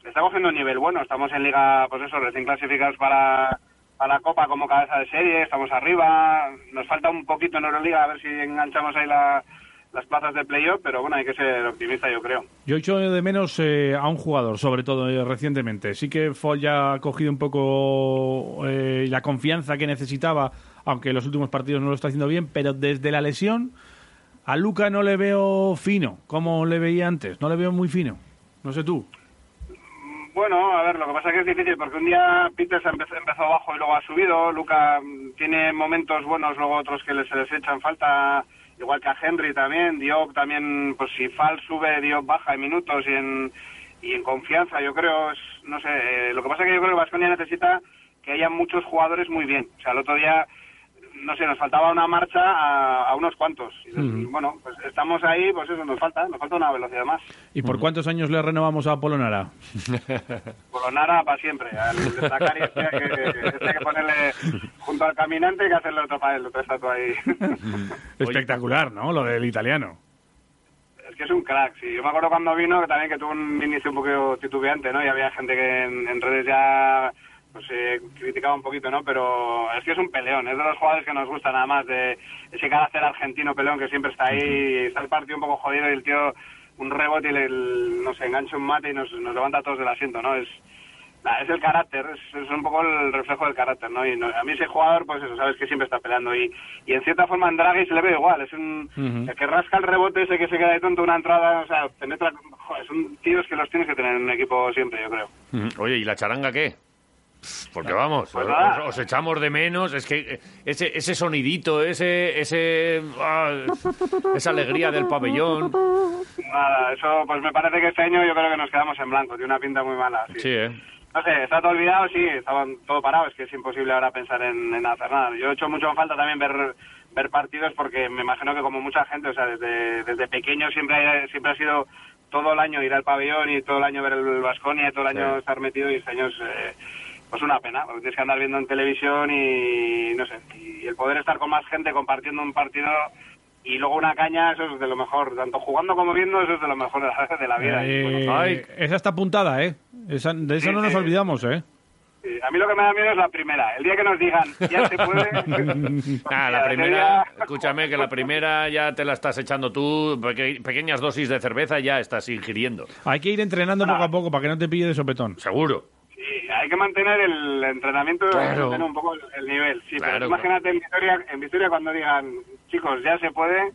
S1: está cogiendo un nivel bueno. Estamos en liga, pues eso, recién clasificados para, para la Copa como cabeza de serie. Estamos arriba. Nos falta un poquito en Euroliga a ver si enganchamos ahí la- las plazas de playoff. Pero bueno, hay que ser optimista, yo creo.
S3: Yo echo de menos eh, a un jugador, sobre todo eh, recientemente. Sí que Fall ya ha cogido un poco eh, la confianza que necesitaba, aunque en los últimos partidos no lo está haciendo bien, pero desde la lesión a Luca no le veo fino, como le veía antes. No le veo muy fino. No sé tú.
S1: Bueno, a ver, lo que pasa es que es difícil porque un día Peters empezó, empezó abajo y luego ha subido. Luca mm, tiene momentos buenos, luego otros que les- se les echan falta, igual que a Henry también. Diop también, pues si Fal sube, Diop baja en minutos y en, y en confianza, yo creo. Es, no sé, eh, lo que pasa es que yo creo que Vasconia necesita que haya muchos jugadores muy bien. O sea, el otro día, no sé, nos faltaba una marcha a, a unos cuantos. Y, Bueno, pues estamos ahí, pues eso nos falta, nos falta una velocidad más.
S3: ¿Y por cuántos años le renovamos a Polonara?
S1: Colonara para siempre. Al destacar y este hay que, este hay que ponerle junto al caminante y que hacerle otro papel, otra estatua ahí.
S3: Espectacular, ¿no? Lo del italiano.
S1: Es que es un crack, sí. Yo me acuerdo cuando vino que también que tuvo un inicio un poco titubeante, ¿no? Y había gente que en, en redes ya pues eh, criticaba un poquito, ¿no? Pero es que es un peleón, es de los jugadores que nos gusta nada más, de ese carácter argentino peleón que siempre está ahí, está el partido un poco jodido y el tío un rebote y le- el- nos engancha un mate y nos, nos levanta a todos del asiento, ¿no? Es, Nah, es el carácter, es, es un poco el reflejo del carácter, ¿no? Y no- a mí ese jugador, pues eso, sabes que siempre está peleando. Y, y en cierta forma Andragui se le ve igual, es un...
S8: Mm-hmm.
S1: El que rasca el rebote ese que se queda de tonto una entrada, o sea, penetra... joder, son tíos que los tienes que tener en un equipo siempre, yo creo.
S2: Ujú. Oye, ¿y la charanga qué? Pff, Porque vamos,
S1: Pues
S2: os,
S1: nada.
S2: os- os echamos de menos, es que eh, ese, ese sonidito, ese, ese ah, esa alegría del pabellón.
S1: Nada, eso pues me parece que este año yo creo que nos quedamos en blanco, tiene una pinta muy mala. sí.
S2: Sí, ¿eh?
S1: No sé, está todo olvidado, sí, estaban todo parado, es que es imposible ahora pensar en, en hacer nada. Yo he hecho mucho en falta también ver ver partidos porque me imagino que como mucha gente, o sea, desde, desde pequeño siempre ha, siempre ha sido todo el año ir al pabellón y todo el año ver el Vasconia y todo el año
S2: Sí.
S1: estar metido y este año es eh, pues una pena, porque tienes que andar viendo en televisión y no sé, y el poder estar con más gente compartiendo un partido y luego una caña, eso es de lo mejor, tanto jugando como viendo, eso es de lo mejor de la, de la vida. Y, pues, bueno,
S2: pues,
S3: Eh,
S1: ay,
S3: esa está apuntada, ¿eh? Esa- de eso
S1: Sí,
S3: no nos
S1: sí.
S3: olvidamos, ¿eh?
S1: Eh, A mí lo que me da miedo es la primera. El día que nos digan, ya se puede.
S2: Nah, Ah, la primera, escúchame que la primera ya te la estás echando tú, peque- pequeñas dosis de cerveza ya estás ingiriendo.
S3: Hay que ir entrenando poco a poco para que no te pille de sopetón.
S2: Seguro.
S1: Sí, hay que mantener el entrenamiento, hay que
S3: Claro.
S1: mantener un poco el, el nivel. Sí,
S2: Claro,
S1: pero imagínate en Vitoria, en Vitoria cuando digan, chicos, ya se puede.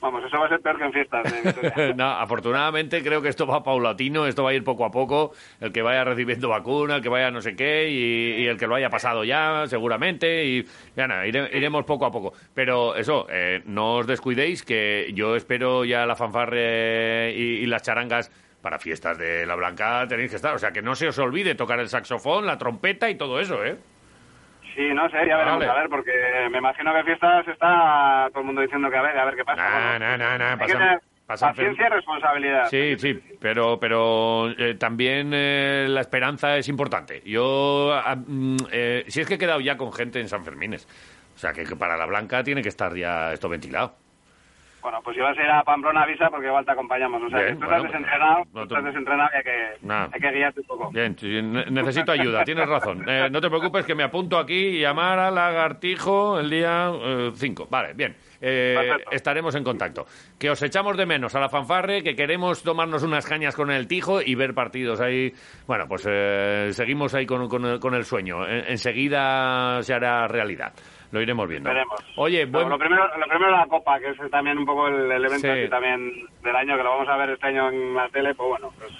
S1: Vamos, eso va a ser peor que en fiestas ¿eh? de Vitoria.
S2: No, afortunadamente creo que esto va paulatino, esto va a ir poco a poco, el que vaya recibiendo vacuna, el que vaya no sé qué y, y el que lo haya pasado ya seguramente y ya nada, ire- iremos poco a poco. Pero eso, eh, no os descuidéis que yo espero ya la fanfarre eh, y, y las charangas para fiestas de la Blanca tenéis que estar, o sea que no se os olvide tocar el saxofón, la trompeta y todo eso, ¿eh?
S1: Sí, no sé, ya veremos,
S2: Vale.
S1: a ver, porque me imagino que fiestas está todo el mundo diciendo que a ver, a ver qué pasa.
S2: Nah,
S1: Bueno,
S2: nah, nah, nah,
S1: hay que
S2: pasan-
S1: tener
S2: pasan
S1: paciencia y responsabilidad.
S2: Sí, sí, pero, pero eh, también eh, la esperanza es importante. Yo, ah, mm, eh, si es que he quedado ya con gente en San Fermines, o sea que, que para la Blanca tiene que estar ya esto ventilado.
S1: Bueno, pues si vas a ir a Pamplona, avisa porque igual te acompañamos. O sea,
S2: Bien,
S1: que tú
S2: bueno, pues,
S1: estás desentrenado,
S2: no
S1: tú
S2: te-
S1: estás desentrenado y hay que,
S2: Nah.
S1: hay que guiarte un poco.
S2: Bien, sí, ne- necesito ayuda, tienes razón. Eh, no te preocupes que me apunto aquí y llamar a Lagartijo el día 5. vale, bien. Eh, estaremos en contacto. Que os echamos de menos a la fanfarre, que queremos tomarnos unas cañas con el tijo y ver partidos ahí. Bueno, pues eh, seguimos ahí con, con el- con el sueño. En- enseguida se hará realidad. Lo iremos viendo.
S1: Veremos.
S2: Oye,
S1: Pero
S2: buen...
S1: Lo, primero, lo primero la copa, que es también un poco el, el evento
S2: Sí.
S1: así también del año, que lo vamos a ver este año en la tele, pues bueno, pues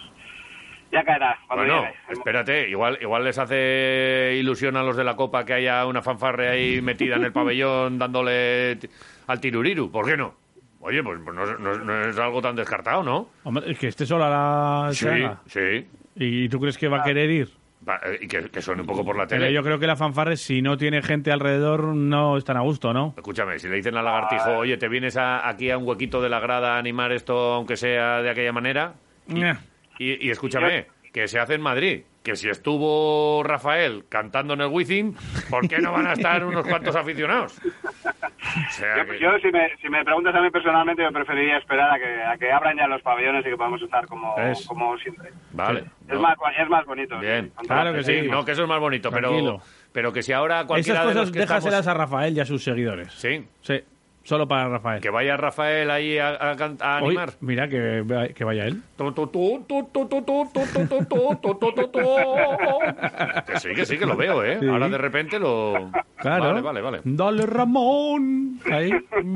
S1: ya caerá cuando
S2: Bueno,
S1: llegue.
S2: espérate, igual, igual les hace ilusión a los de la Copa que haya una fanfarre ahí metida en el pabellón dándole ti- al tiruriru, ¿por qué no? Oye, pues pues no, no- no es algo tan descartado, ¿no?
S3: Hombre, es que esté sola la
S2: Sí, Ah.
S3: chaga.
S2: sí.
S3: Ah, ¿Y tú crees que va a querer ir?
S2: Va, eh, Y que, que suene un poco por la
S3: Pero
S2: tele.
S3: yo creo que la fanfarre, si no tiene gente alrededor, no están a gusto, ¿no?
S2: Escúchame, si le dicen al lagartijo, oye, ¿te vienes a- aquí a un huequito de la grada a animar esto, aunque sea de aquella manera?
S3: Eh.
S2: Y, y escúchame, que se hace en Madrid. Que si estuvo Rafael cantando en el Wizzing, ¿por qué no van a estar unos cuantos aficionados? O sea
S1: Yo,
S2: que-
S1: pues yo, si, me, si me preguntas a mí personalmente, yo preferiría esperar a que, a que abran ya los pabellones y que podamos estar como,
S2: Es.
S1: como siempre.
S2: Vale.
S1: Es, más, es más bonito.
S2: Bien.
S3: Claro que sí.
S2: No, que eso es más bonito, pero,
S3: Tranquilo.
S2: pero que si ahora
S3: Esas
S2: cualquiera de los
S3: cosas
S2: que
S3: déjaselas
S2: estamos-
S3: a Rafael y a sus seguidores.
S2: Sí.
S3: Sí, solo para Rafael.
S2: Que vaya Rafael ahí a, a can- a
S3: Hoy-
S2: animar.
S3: mira, que, va- que vaya él.
S2: Tu, tu, tu, tu, tu, tu, tu, tu, tu, tu, tu, tu, tu, tu, tu. Que sí, que sí, que lo veo, ¿eh?
S3: Sí.
S2: Ahora de repente lo...
S3: Claro.
S2: Vale, vale, vale.
S3: Dale, Ramón. Ahí.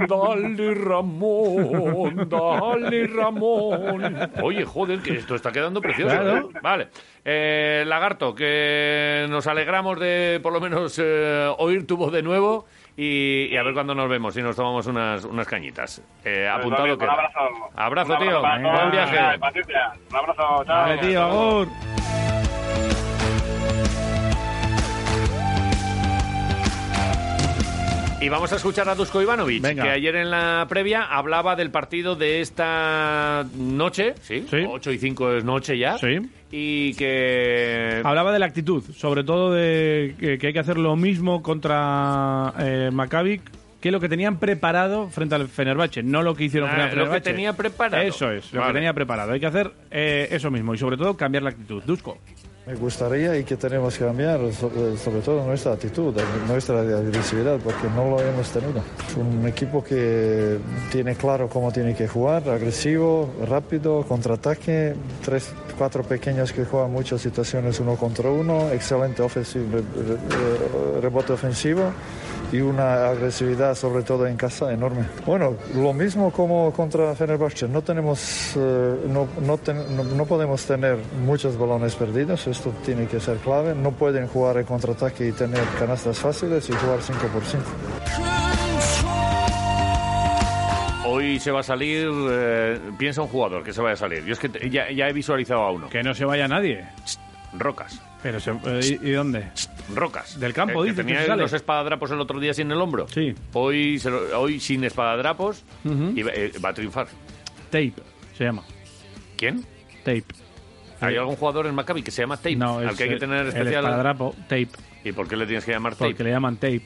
S2: Dale, Ramón. Dale, Ramón. Oye, joder, que esto está quedando precioso.
S3: Claro.
S2: ¿eh? Vale. Eh, Lagarto, que nos alegramos de por lo menos eh, oír tu voz de nuevo y, y a ver cuándo nos vemos y nos tomamos unas, unas cañitas. Eh, apuntado
S1: que.
S2: que.
S1: Pues, Un abrazo.
S2: Abrazo,
S1: Un
S2: tío.
S1: para todos.
S2: Buen viaje.
S1: Patricia, Un abrazo. Chao.
S3: Vale, tío, agur.
S2: Y vamos a escuchar a Dusko Ivanovic,
S3: Venga.
S2: que ayer en la previa hablaba del partido de esta noche. Sí. 8 y 5 es noche ya.
S3: Sí.
S2: Y que.
S3: Hablaba de la actitud, sobre todo de que, que hay que hacer lo mismo contra eh, Maccabi que lo que tenían preparado frente al Fenerbahce, no lo que hicieron
S2: Ah,
S3: frente al
S2: lo que
S3: Fenerbahce.
S2: tenía preparado.
S3: Eso es, lo
S2: Vale.
S3: que tenía preparado. Hay que hacer eh, eso mismo y sobre todo cambiar la actitud. Dusko.
S7: Me gustaría y que tenemos que cambiar, so- eh, sobre todo nuestra actitud, eh, nuestra agresividad, porque no lo hemos tenido. Es un equipo que tiene claro cómo tiene que jugar, agresivo, rápido, contraataque, tres, cuatro pequeños que juegan muchas situaciones uno contra uno, excelente ofensivo, re- re- eh, rebote ofensivo y una agresividad, sobre todo en casa, enorme. Bueno, lo mismo como contra Fenerbahce. No tenemos, eh, no, no ten- no- no podemos tener muchos balones perdidos. Esto tiene que ser clave. No pueden jugar en contraataque y tener canastas fáciles y jugar 5 por 5.
S2: Hoy se va a salir. eh, piensa un jugador que se vaya a salir. Yo es que te- ya, ya he visualizado a uno.
S3: Que no se vaya nadie.
S2: Rocas.
S3: Pero se- eh, ¿y, y dónde?
S2: Rocas.
S3: Del campo,
S2: Eh, que
S3: dices, que
S2: tenía
S3: se sale.
S2: los espadadrapos el otro día sin el hombro.
S3: Sí.
S2: Hoy, se lo- hoy sin espadadrapos
S3: Ujú.
S2: y va, eh, va a triunfar.
S3: Tape se llama.
S2: ¿Quién?
S3: Tape.
S2: ¿Hay algún jugador en Maccabi que se llama Tape?
S3: Eh, No,
S2: al
S3: es eh,
S2: que hay que
S3: el-
S2: tener
S3: El
S2: especial.
S3: espadadrapo, tape,
S2: ¿Y por qué le tienes que llamar Tape?
S3: porque le llaman tape.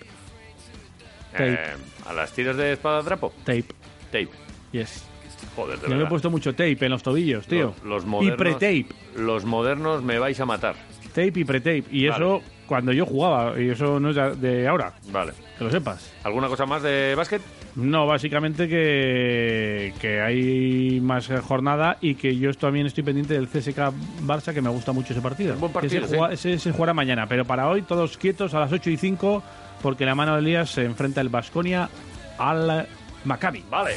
S3: Tape.
S2: Eh, ¿A las tiras de espadadrapo?
S3: Tape.
S2: Tape.
S3: Yes.
S2: Joder, de
S3: Yo me he
S2: verdad.
S3: puesto mucho tape en los tobillos, tío.
S2: Los, los modernos,
S3: Y pre-tape.
S2: Los modernos me vais a matar.
S3: Tape y pre-tape. Y eso cuando yo jugaba, y eso no es de- de ahora.
S2: Vale.
S3: Que lo sepas.
S2: ¿Alguna cosa más de básquet?
S3: No, básicamente que, que hay más eh, jornada y que yo también estoy pendiente del CSK Barça, que me gusta mucho ese partido.
S2: Buen
S3: Que
S2: partido,
S3: se, juega- ese se jugará mañana, pero para hoy todos quietos a las 8 y 5, porque la mano de Elías se enfrenta el Basconia al Maccabi.
S2: Vale.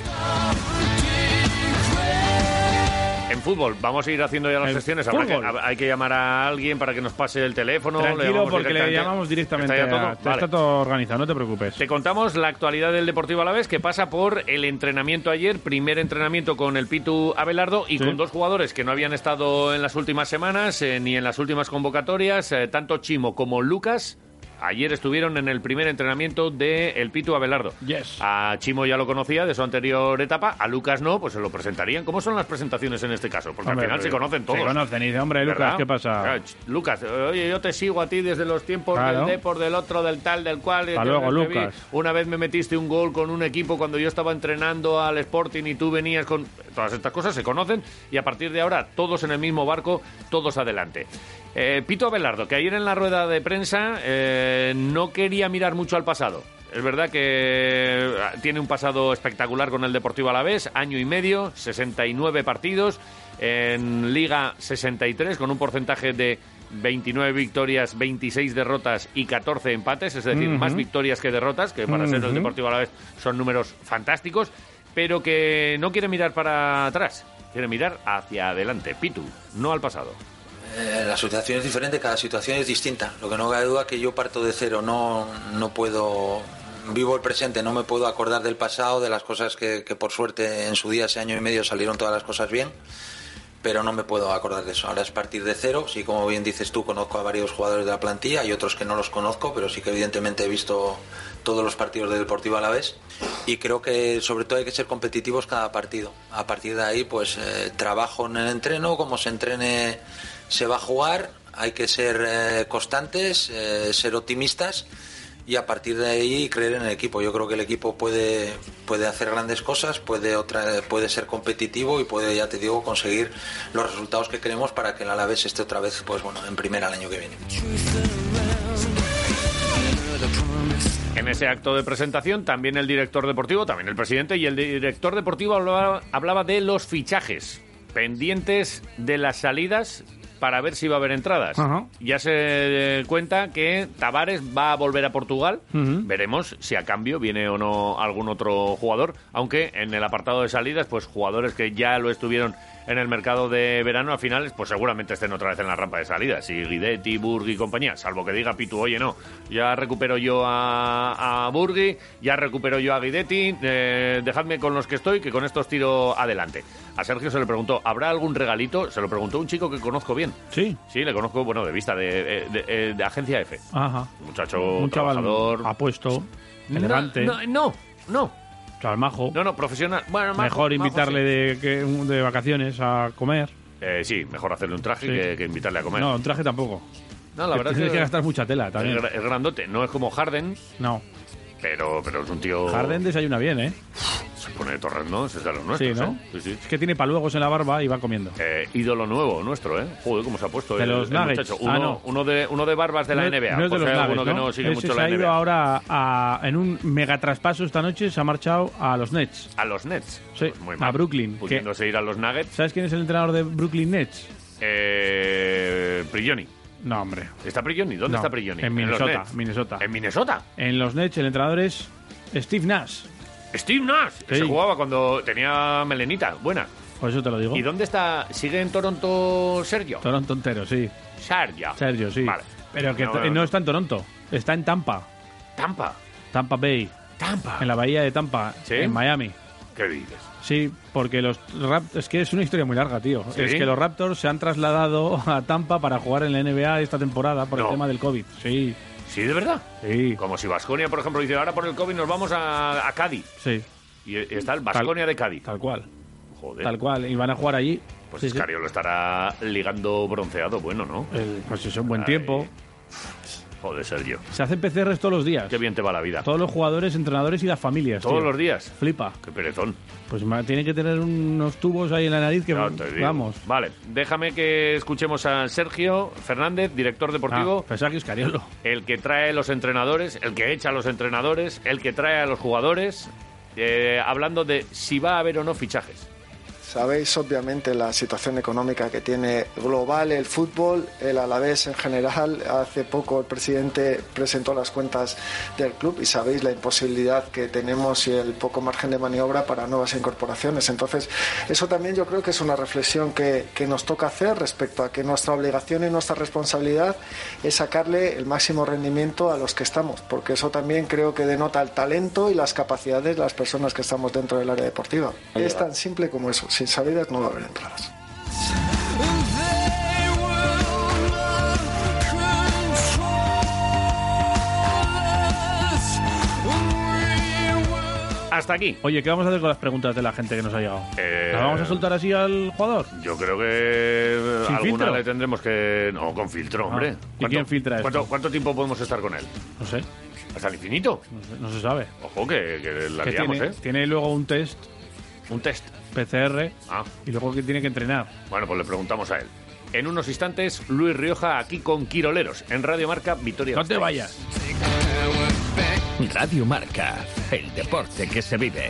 S2: En fútbol, vamos a ir haciendo ya las
S3: En
S2: sesiones. Habrá que-
S3: fútbol.
S2: hab- hay que llamar a alguien para que nos pase el teléfono. le
S3: Tranquilo,
S2: llamamos
S3: porque le
S2: directamente.
S3: llamamos directamente.
S2: ¿Está ya todo?
S3: a-
S2: Vale.
S3: Está todo organizado, no te preocupes.
S2: Te contamos la actualidad del Deportivo Alavés que pasa por el entrenamiento ayer, primer entrenamiento con el Pitu Abelardo y
S3: Sí.
S2: con dos jugadores que no habían estado en las últimas semanas eh, ni en las últimas convocatorias, eh, tanto Chimo como Lucas. Ayer estuvieron en el primer entrenamiento de El Pitu Abelardo. A Chimo ya lo conocía de su anterior etapa, a Lucas no, pues se lo presentarían. ¿Cómo son las presentaciones en este caso? Porque
S3: Hombre,
S2: al final se
S3: pero-
S2: conocen todos.
S3: Se conocen y dice, hombre, Lucas,
S2: ¿Verdad?
S3: ¿qué pasa?
S2: Claro, ch- Lucas, eh, oye, yo te sigo a ti desde los tiempos
S3: Claro.
S2: del Depor, del otro, del tal, del cual.
S3: Hasta
S2: yo
S3: luego,
S2: no te vi.
S3: Lucas.
S2: Una vez me metiste un gol con un equipo cuando yo estaba entrenando al Sporting y tú venías con... Todas estas cosas se conocen y a partir de ahora todos en el mismo barco, todos adelante. Eh, Pito Abelardo, que ayer en la rueda de prensa eh, no quería mirar mucho al pasado. Es verdad que ah, tiene un pasado espectacular con el Deportivo Alavés, año y medio, 69 partidos, en Liga 63 con un porcentaje de 29 victorias, 26 derrotas y 14 empates, es decir,
S3: Ujú.
S2: más victorias que derrotas, que para ser el
S3: Ujú.
S2: Deportivo Alavés son números fantásticos, pero que no quiere mirar para atrás, quiere mirar hacia adelante, Pitu, no al pasado.
S10: Eh, la situación es diferente, cada situación es distinta. Lo que no cabe duda que yo parto de cero, no, no puedo. Vivo el presente, no me puedo acordar del pasado, de las cosas que, que por suerte en su día, ese año y medio, salieron todas las cosas bien, pero no me puedo acordar de eso. Ahora es partir de cero, sí, como bien dices tú, conozco a varios jugadores de la plantilla, hay otros que no los conozco, pero sí que evidentemente he visto todos los partidos del Deportivo a la vez y creo que sobre todo hay que ser competitivos cada partido. A partir de ahí, pues eh, trabajo en el entreno, como se entrene se va a jugar, hay que ser eh, constantes, eh, ser optimistas y a partir de ahí creer en el equipo. Yo creo que el equipo puede, puede hacer grandes cosas, puede, otra, puede ser competitivo y puede, ya te digo, conseguir los resultados que queremos para que el Alavés esté otra vez pues bueno, en primera el año que viene.
S2: En ese acto de presentación, también el director deportivo, también el presidente y el director deportivo hablaba, hablaba de los fichajes pendientes de las salidas para ver si va a haber entradas.
S3: Ajá.
S2: Ya se eh, cuenta que Tavares va a volver a Portugal.
S3: Ujú.
S2: Veremos si a cambio viene o no algún otro jugador, aunque en el apartado de salidas, pues jugadores que ya lo estuvieron en el mercado de verano a finales, pues seguramente estén otra vez en la rampa de salida. Si Guidetti, Burgi y compañía, salvo que diga Pitu, oye, no, ya recupero yo a, a Burgi, ya recupero yo a Guidetti, eh, dejadme con los que estoy, que con estos tiro adelante. A Sergio se le preguntó, ¿habrá algún regalito? Se lo preguntó un chico que conozco bien.
S3: Sí.
S2: Sí, le conozco, bueno, de vista, de, eh, de- de- de Agencia F.
S3: Ajá.
S2: Muchacho,
S3: Un chaval
S2: trabajador,
S3: apuesto, elegante.
S2: no, no, no.
S3: chaval majo.
S2: No, no, profesional. Bueno, majo,
S3: Mejor
S2: majo,
S3: invitarle
S2: sí.
S3: de, que- de vacaciones a comer.
S2: Eh, sí, mejor hacerle un traje
S3: Sí.
S2: que, que invitarle a comer.
S3: No, un traje tampoco.
S2: No, la verdad es
S3: Tienes
S2: que-
S3: que gastar mucha tela también.
S2: Es gra- es grandote. No es como Harden,
S3: No.
S2: pero, pero es un tío...
S3: Harden desayuna bien, ¿eh?
S2: Se pone de torres, ¿no? Es de los nuestros,
S3: Sí, ¿no?
S2: ¿eh? Sí, sí.
S3: Es que tiene paluegos en la barba y va comiendo.
S2: Eh, ídolo nuevo nuestro, ¿eh? Joder, cómo se ha puesto
S3: De
S2: el,
S3: los
S2: el
S3: Nuggets.
S2: muchacho.
S3: Ah,
S2: Uno,
S3: no.
S2: uno, de, uno de barbas de la
S3: No es-
S2: NBA.
S3: No es de
S2: por
S3: los
S2: si hay
S3: Nuggets,
S2: alguno que no sigue
S3: Ese
S2: mucho
S3: se
S2: la
S3: ha ido
S2: NBA.
S3: ahora a- en un mega traspaso esta noche, se ha marchado a los Nets.
S2: A los Nets.
S3: Sí,
S2: Pues muy
S3: a
S2: mal.
S3: Brooklyn, que-
S2: Pudiéndose ir a los Nuggets.
S3: ¿Sabes quién es el entrenador de Brooklyn Nets?
S2: Eh, Prigioni.
S3: No, hombre.
S2: ¿Está Prigioni? ¿Dónde
S3: No,
S2: está Prigioni?
S3: En
S2: los
S3: Minnesota,
S2: Nets.
S3: Minnesota.
S2: ¿En Minnesota?
S3: En los Nets el entrenador es Steve Nash.
S2: Steve Nash. que
S3: Sí.
S2: Se jugaba cuando tenía melenita. Buena.
S3: Por eso te lo digo.
S2: ¿Y dónde está? ¿Sigue en Toronto Sergio?
S3: Toronto entero, sí.
S2: Sergio.
S3: Sergio, sí.
S2: Ah, Vale.
S3: Pero que
S2: No,
S3: t-
S2: no,
S3: no,
S2: no.
S3: está en Toronto, está en Tampa.
S2: Tampa.
S3: Tampa Bay.
S2: Tampa.
S3: En la bahía de Tampa,
S2: ¿Sí?
S3: en Miami.
S2: ¿Qué dices?
S3: Sí, porque los Raptors. Es que es una historia muy larga, tío.
S2: ¿Sí?
S3: Es que los Raptors se han trasladado a Tampa para jugar en la NBA esta temporada por
S2: No.
S3: el tema del COVID. Sí,
S2: ¿Sí, de verdad?
S3: Sí.
S2: Como si Vasconia, por ejemplo, dice, ahora por el COVID nos vamos a, a Cádiz.
S3: sí.
S2: Y, y está el Vasconia de Cádiz.
S3: Tal cual.
S2: Joder.
S3: Tal cual. Y van a jugar allí.
S2: Pues
S3: Sí, sí.
S2: Escariolo estará ligando bronceado, bueno, ¿no?
S3: El- pues eso, un buen
S2: Ay.
S3: tiempo.
S2: Joder, Sergio.
S3: Se hacen PCRs todos los días.
S2: Qué bien te va la vida.
S3: Todos los jugadores, entrenadores y las familias.
S2: Todos
S3: tío.
S2: los días.
S3: Flipa.
S2: Qué perezón.
S3: Pues ma- tiene que tener unos tubos ahí en la nariz que
S2: Ya te digo.
S3: vamos.
S2: Vale, déjame que escuchemos a Sergio Fernández, director deportivo.
S3: Ah, pensaba que Escariolo.
S2: El que trae los entrenadores, el que echa a los entrenadores, el que trae a los jugadores. eh, hablando de si va a haber o no fichajes.
S9: Sabéis obviamente la situación económica que tiene global el fútbol, el Alavés en general. Hace poco el presidente presentó las cuentas del club y sabéis la imposibilidad que tenemos y el poco margen de maniobra para nuevas incorporaciones. Entonces, eso también yo creo que es una reflexión que, que nos toca hacer respecto a que nuestra obligación y nuestra responsabilidad es sacarle el máximo rendimiento a los que estamos, porque eso también creo que denota el talento y las capacidades de las personas que estamos dentro del área deportiva. Es tan simple como eso, sin salidas no va a haber entradas.
S2: hasta aquí.
S3: Oye, ¿qué vamos a hacer con las preguntas de la gente que nos ha llegado?
S2: Eh,
S3: ¿Las vamos a soltar así al jugador?
S2: Yo creo que eh,
S3: ¿Sin
S2: alguna
S3: filtro? Ah,
S2: le tendremos que. No, con filtro, hombre.
S3: ¿Y
S2: ¿Cuánto-
S3: quién filtra esto?
S2: ¿cuánto, ¿Cuánto tiempo podemos estar con él?
S3: No sé.
S2: ¿Hasta el infinito?
S3: No se sabe.
S2: Ojo, que, que la
S3: Que
S2: liamos,
S3: tiene,
S2: ¿eh?
S3: tiene luego un test.
S2: Un test.
S3: PCR.
S2: Ah.
S3: Y luego que tiene que entrenar.
S2: Bueno, pues le preguntamos a él. En unos instantes, Luis Rioja aquí con Quiroleros, en Radio Marca Vitoria.
S11: No te
S2: Gasteiz.
S11: vayas. Radio Marca, el deporte que se vive.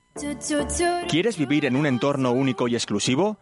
S22: Tu, tu, tu.
S15: ¿Quieres vivir en un entorno único y exclusivo?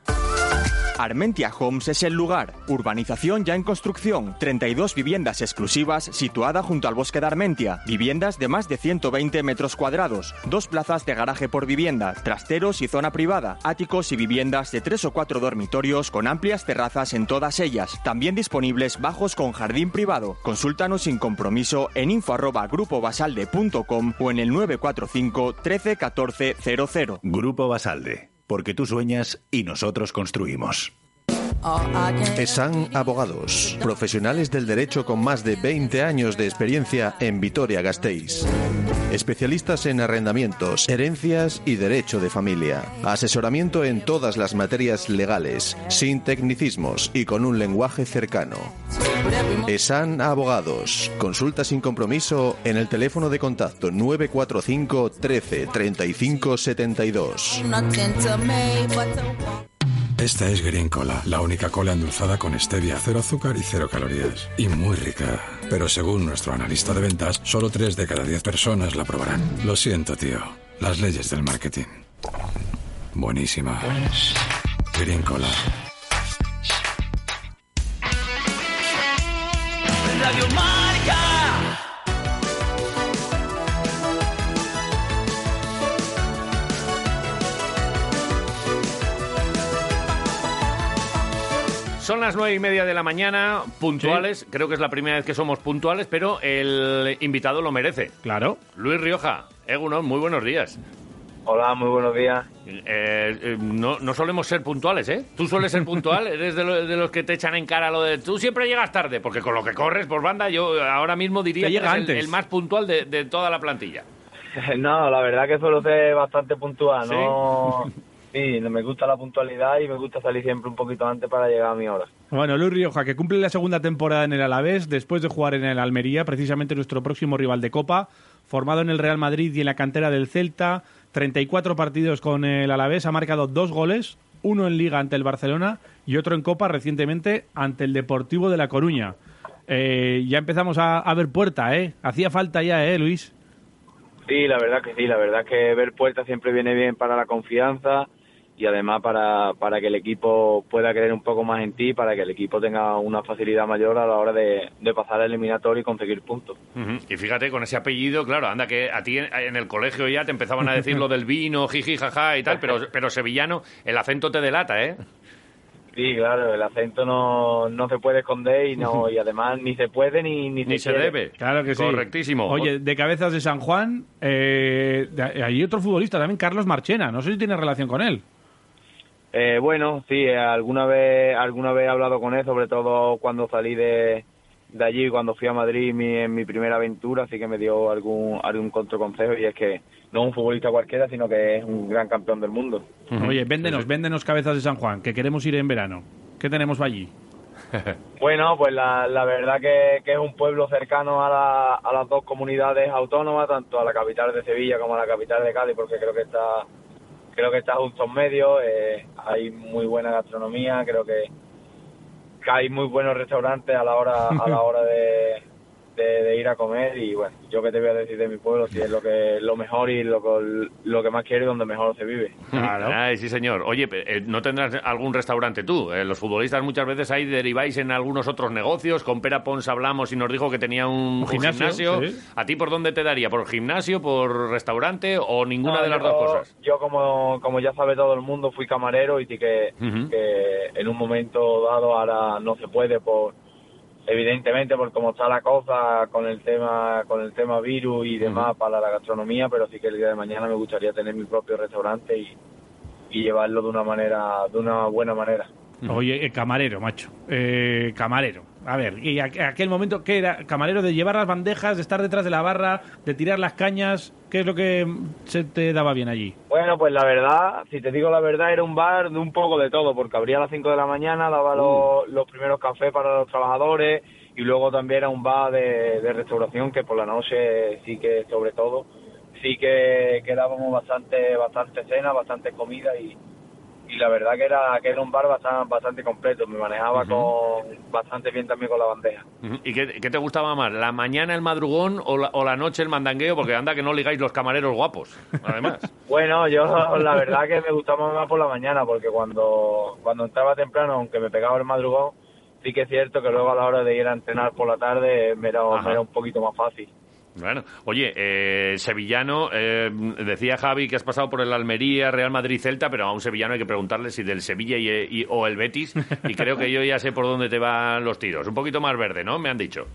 S15: Armentia Homes es el lugar. Urbanización ya en construcción. 32 viviendas exclusivas situada junto al bosque de Armentia. Viviendas de más de 120 metros cuadrados. Dos plazas de garaje por vivienda, trasteros y zona privada. Áticos y viviendas de tres o cuatro dormitorios con amplias terrazas en todas ellas. También disponibles bajos con jardín privado. Consúltanos sin compromiso en info@grupobasalde.com o en el 945 13 14 00.
S4: Grupo Basalde, porque tú sueñas y nosotros construimos.
S16: ESAN Abogados, profesionales del derecho con más de 20 años de experiencia en Vitoria-Gasteiz. Especialistas en arrendamientos, herencias y derecho de familia. Asesoramiento en todas las materias legales, sin tecnicismos y con un lenguaje cercano. ESAN Abogados. Consulta sin compromiso en el teléfono de contacto 945 13 35 72.
S22: Nothing to me but to
S23: Esta es Green Cola, la única cola endulzada con stevia, cero azúcar y cero calorías. Y muy rica. Pero según nuestro analista de ventas, solo 3 de cada 10 personas la probarán. Lo siento, tío. Las leyes del marketing. Buenísima. Green Cola.
S8: Radio Marca.
S2: Son las nueve y media de la mañana, puntuales. Creo que es la primera vez que somos puntuales, pero el invitado lo merece.
S3: Claro.
S2: Luis Rioja, Egunon, muy buenos días. Eh,
S24: Hola, muy buenos días.
S2: no, no solemos ser puntuales, ¿eh? Tú sueles ser puntual, eres de, lo- de los que te echan en cara lo de tú siempre llegas tarde, porque con lo que corres por banda, yo ahora mismo diría
S24: Te
S2: que
S24: llega
S2: eres el,
S24: antes.
S2: el más puntual de, de toda la plantilla.
S24: No, la verdad que suelo ser bastante puntual, ¿no? Sí, me gusta la puntualidad y me gusta salir siempre un poquito antes para llegar a mi hora.
S3: Bueno, Luis Rioja, que cumple la segunda temporada en el Alavés, después de jugar en el Almería, precisamente nuestro próximo rival de Copa, formado en el Real Madrid y en la cantera del Celta, 34 partidos con el Alavés, ha marcado dos goles, uno en Liga ante el Barcelona y otro en Copa recientemente ante el Deportivo de La Coruña. Eh, ya empezamos a, a ver puerta, ¿eh? Hacía falta ya, ¿eh, Luis?
S24: Sí, la verdad que sí, la verdad que ver puertas siempre viene bien para la confianza y además para, para que el equipo pueda creer un poco más en ti, para que el equipo tenga una facilidad mayor a la hora de, de pasar el eliminatorio y conseguir puntos.
S2: Ujú. Y fíjate, con ese apellido, claro, anda que a ti en, en el colegio ya te empezaban a decir lo del vino, jiji, jaja y tal, pero, pero sevillano, el acento te delata, ¿eh?
S24: Sí, claro, el acento no, no se puede esconder y no y además ni se puede ni, ni,
S2: Ni se
S24: quiere.
S2: debe.
S3: Claro que sí.
S2: Correctísimo.
S3: Oye, de cabezas de San Juan, eh, de- hay otro futbolista también, Carlos Marchena. No sé si tiene relación con él.
S24: Eh, bueno, sí, eh, alguna vez, alguna vez he hablado con él, sobre todo cuando salí de, de allí, cuando fui a Madrid mi, en mi primera aventura, así que me dio algún, algún contraconsejo y es que no es un futbolista cualquiera, sino que es un gran campeón del mundo.
S3: Oye, véndenos, véndenos cabezas de San Juan, que queremos ir en verano. ¿Qué tenemos allí?
S24: Bueno, pues la, la verdad que, que es un pueblo cercano a, la- a las dos comunidades autónomas, tanto a la capital de Sevilla como a la capital de Cádiz, porque creo que está creo que está justo en medio. eh, hay muy buena gastronomía, creo que, que hay muy buenos restaurantes a la hora a la hora de, de, de ir a comer y bueno, yo qué te voy a decir de mi pueblo si es lo que lo mejor y lo, que- lo que más quiero y donde mejor se vive.
S2: Ay, sí, señor. Oye, pe- eh, ¿no tendrás algún restaurante tú? Eh, los futbolistas muchas veces ahí deriváis en algunos otros negocios. Con Pera Pons hablamos y nos dijo que tenía un, un gimnasio.
S3: gimnasio, sí.
S2: ¿A ti por dónde te daría? ¿Por gimnasio, por restaurante o ninguna
S24: No,
S2: de las
S24: yo-
S2: dos cosas?
S24: Yo, como, como ya sabe todo el mundo, fui camarero y sí que,
S2: Ujú.
S24: que en un momento dado ahora no se puede por evidentemente por cómo está la cosa con el tema con el tema virus y demás para la gastronomía, pero sí que el día de mañana me gustaría tener mi propio restaurante y, y llevarlo de una manera de una buena manera.
S3: Oye, eh, camarero, macho. Eh, camarero. A ver, ¿y aqu- aquel momento qué era? Camarero de llevar las bandejas, de estar detrás de la barra, de tirar las cañas. ¿Qué es lo que mm, se te daba bien allí?
S24: Bueno, pues la verdad, si te digo la verdad, era un bar de un poco de todo, porque abría a las 5 de la mañana, daba los, los primeros cafés para los trabajadores y luego también era un bar de, de restauración que por la noche sí que, sobre todo, sí que, que dábamos bastante, bastante cena, bastante comida y, y la verdad que era, que era un bar bastante, bastante completo, me manejaba con, bastante bien también con la bandeja.
S2: Ujú. ¿Y qué, qué te gustaba más? ¿La mañana el madrugón o la, o la noche el mandangueo? Porque anda que no ligáis los camareros guapos, además.
S24: Bueno, yo la verdad que me gustaba más por la mañana, porque cuando, cuando entraba temprano, aunque me pegaba el madrugón, sí que es cierto que luego a la hora de ir a entrenar por la tarde me era,
S2: Ajá.
S24: me era un poquito más fácil.
S2: Bueno, oye, eh, sevillano, eh, decía Javi que has pasado por el Almería, Real Madrid, Celta, pero a un sevillano hay que preguntarle si del Sevilla y- y- o el Betis, y creo que yo ya sé por dónde te van los tiros. Un poquito más verde, ¿no? Me han dicho.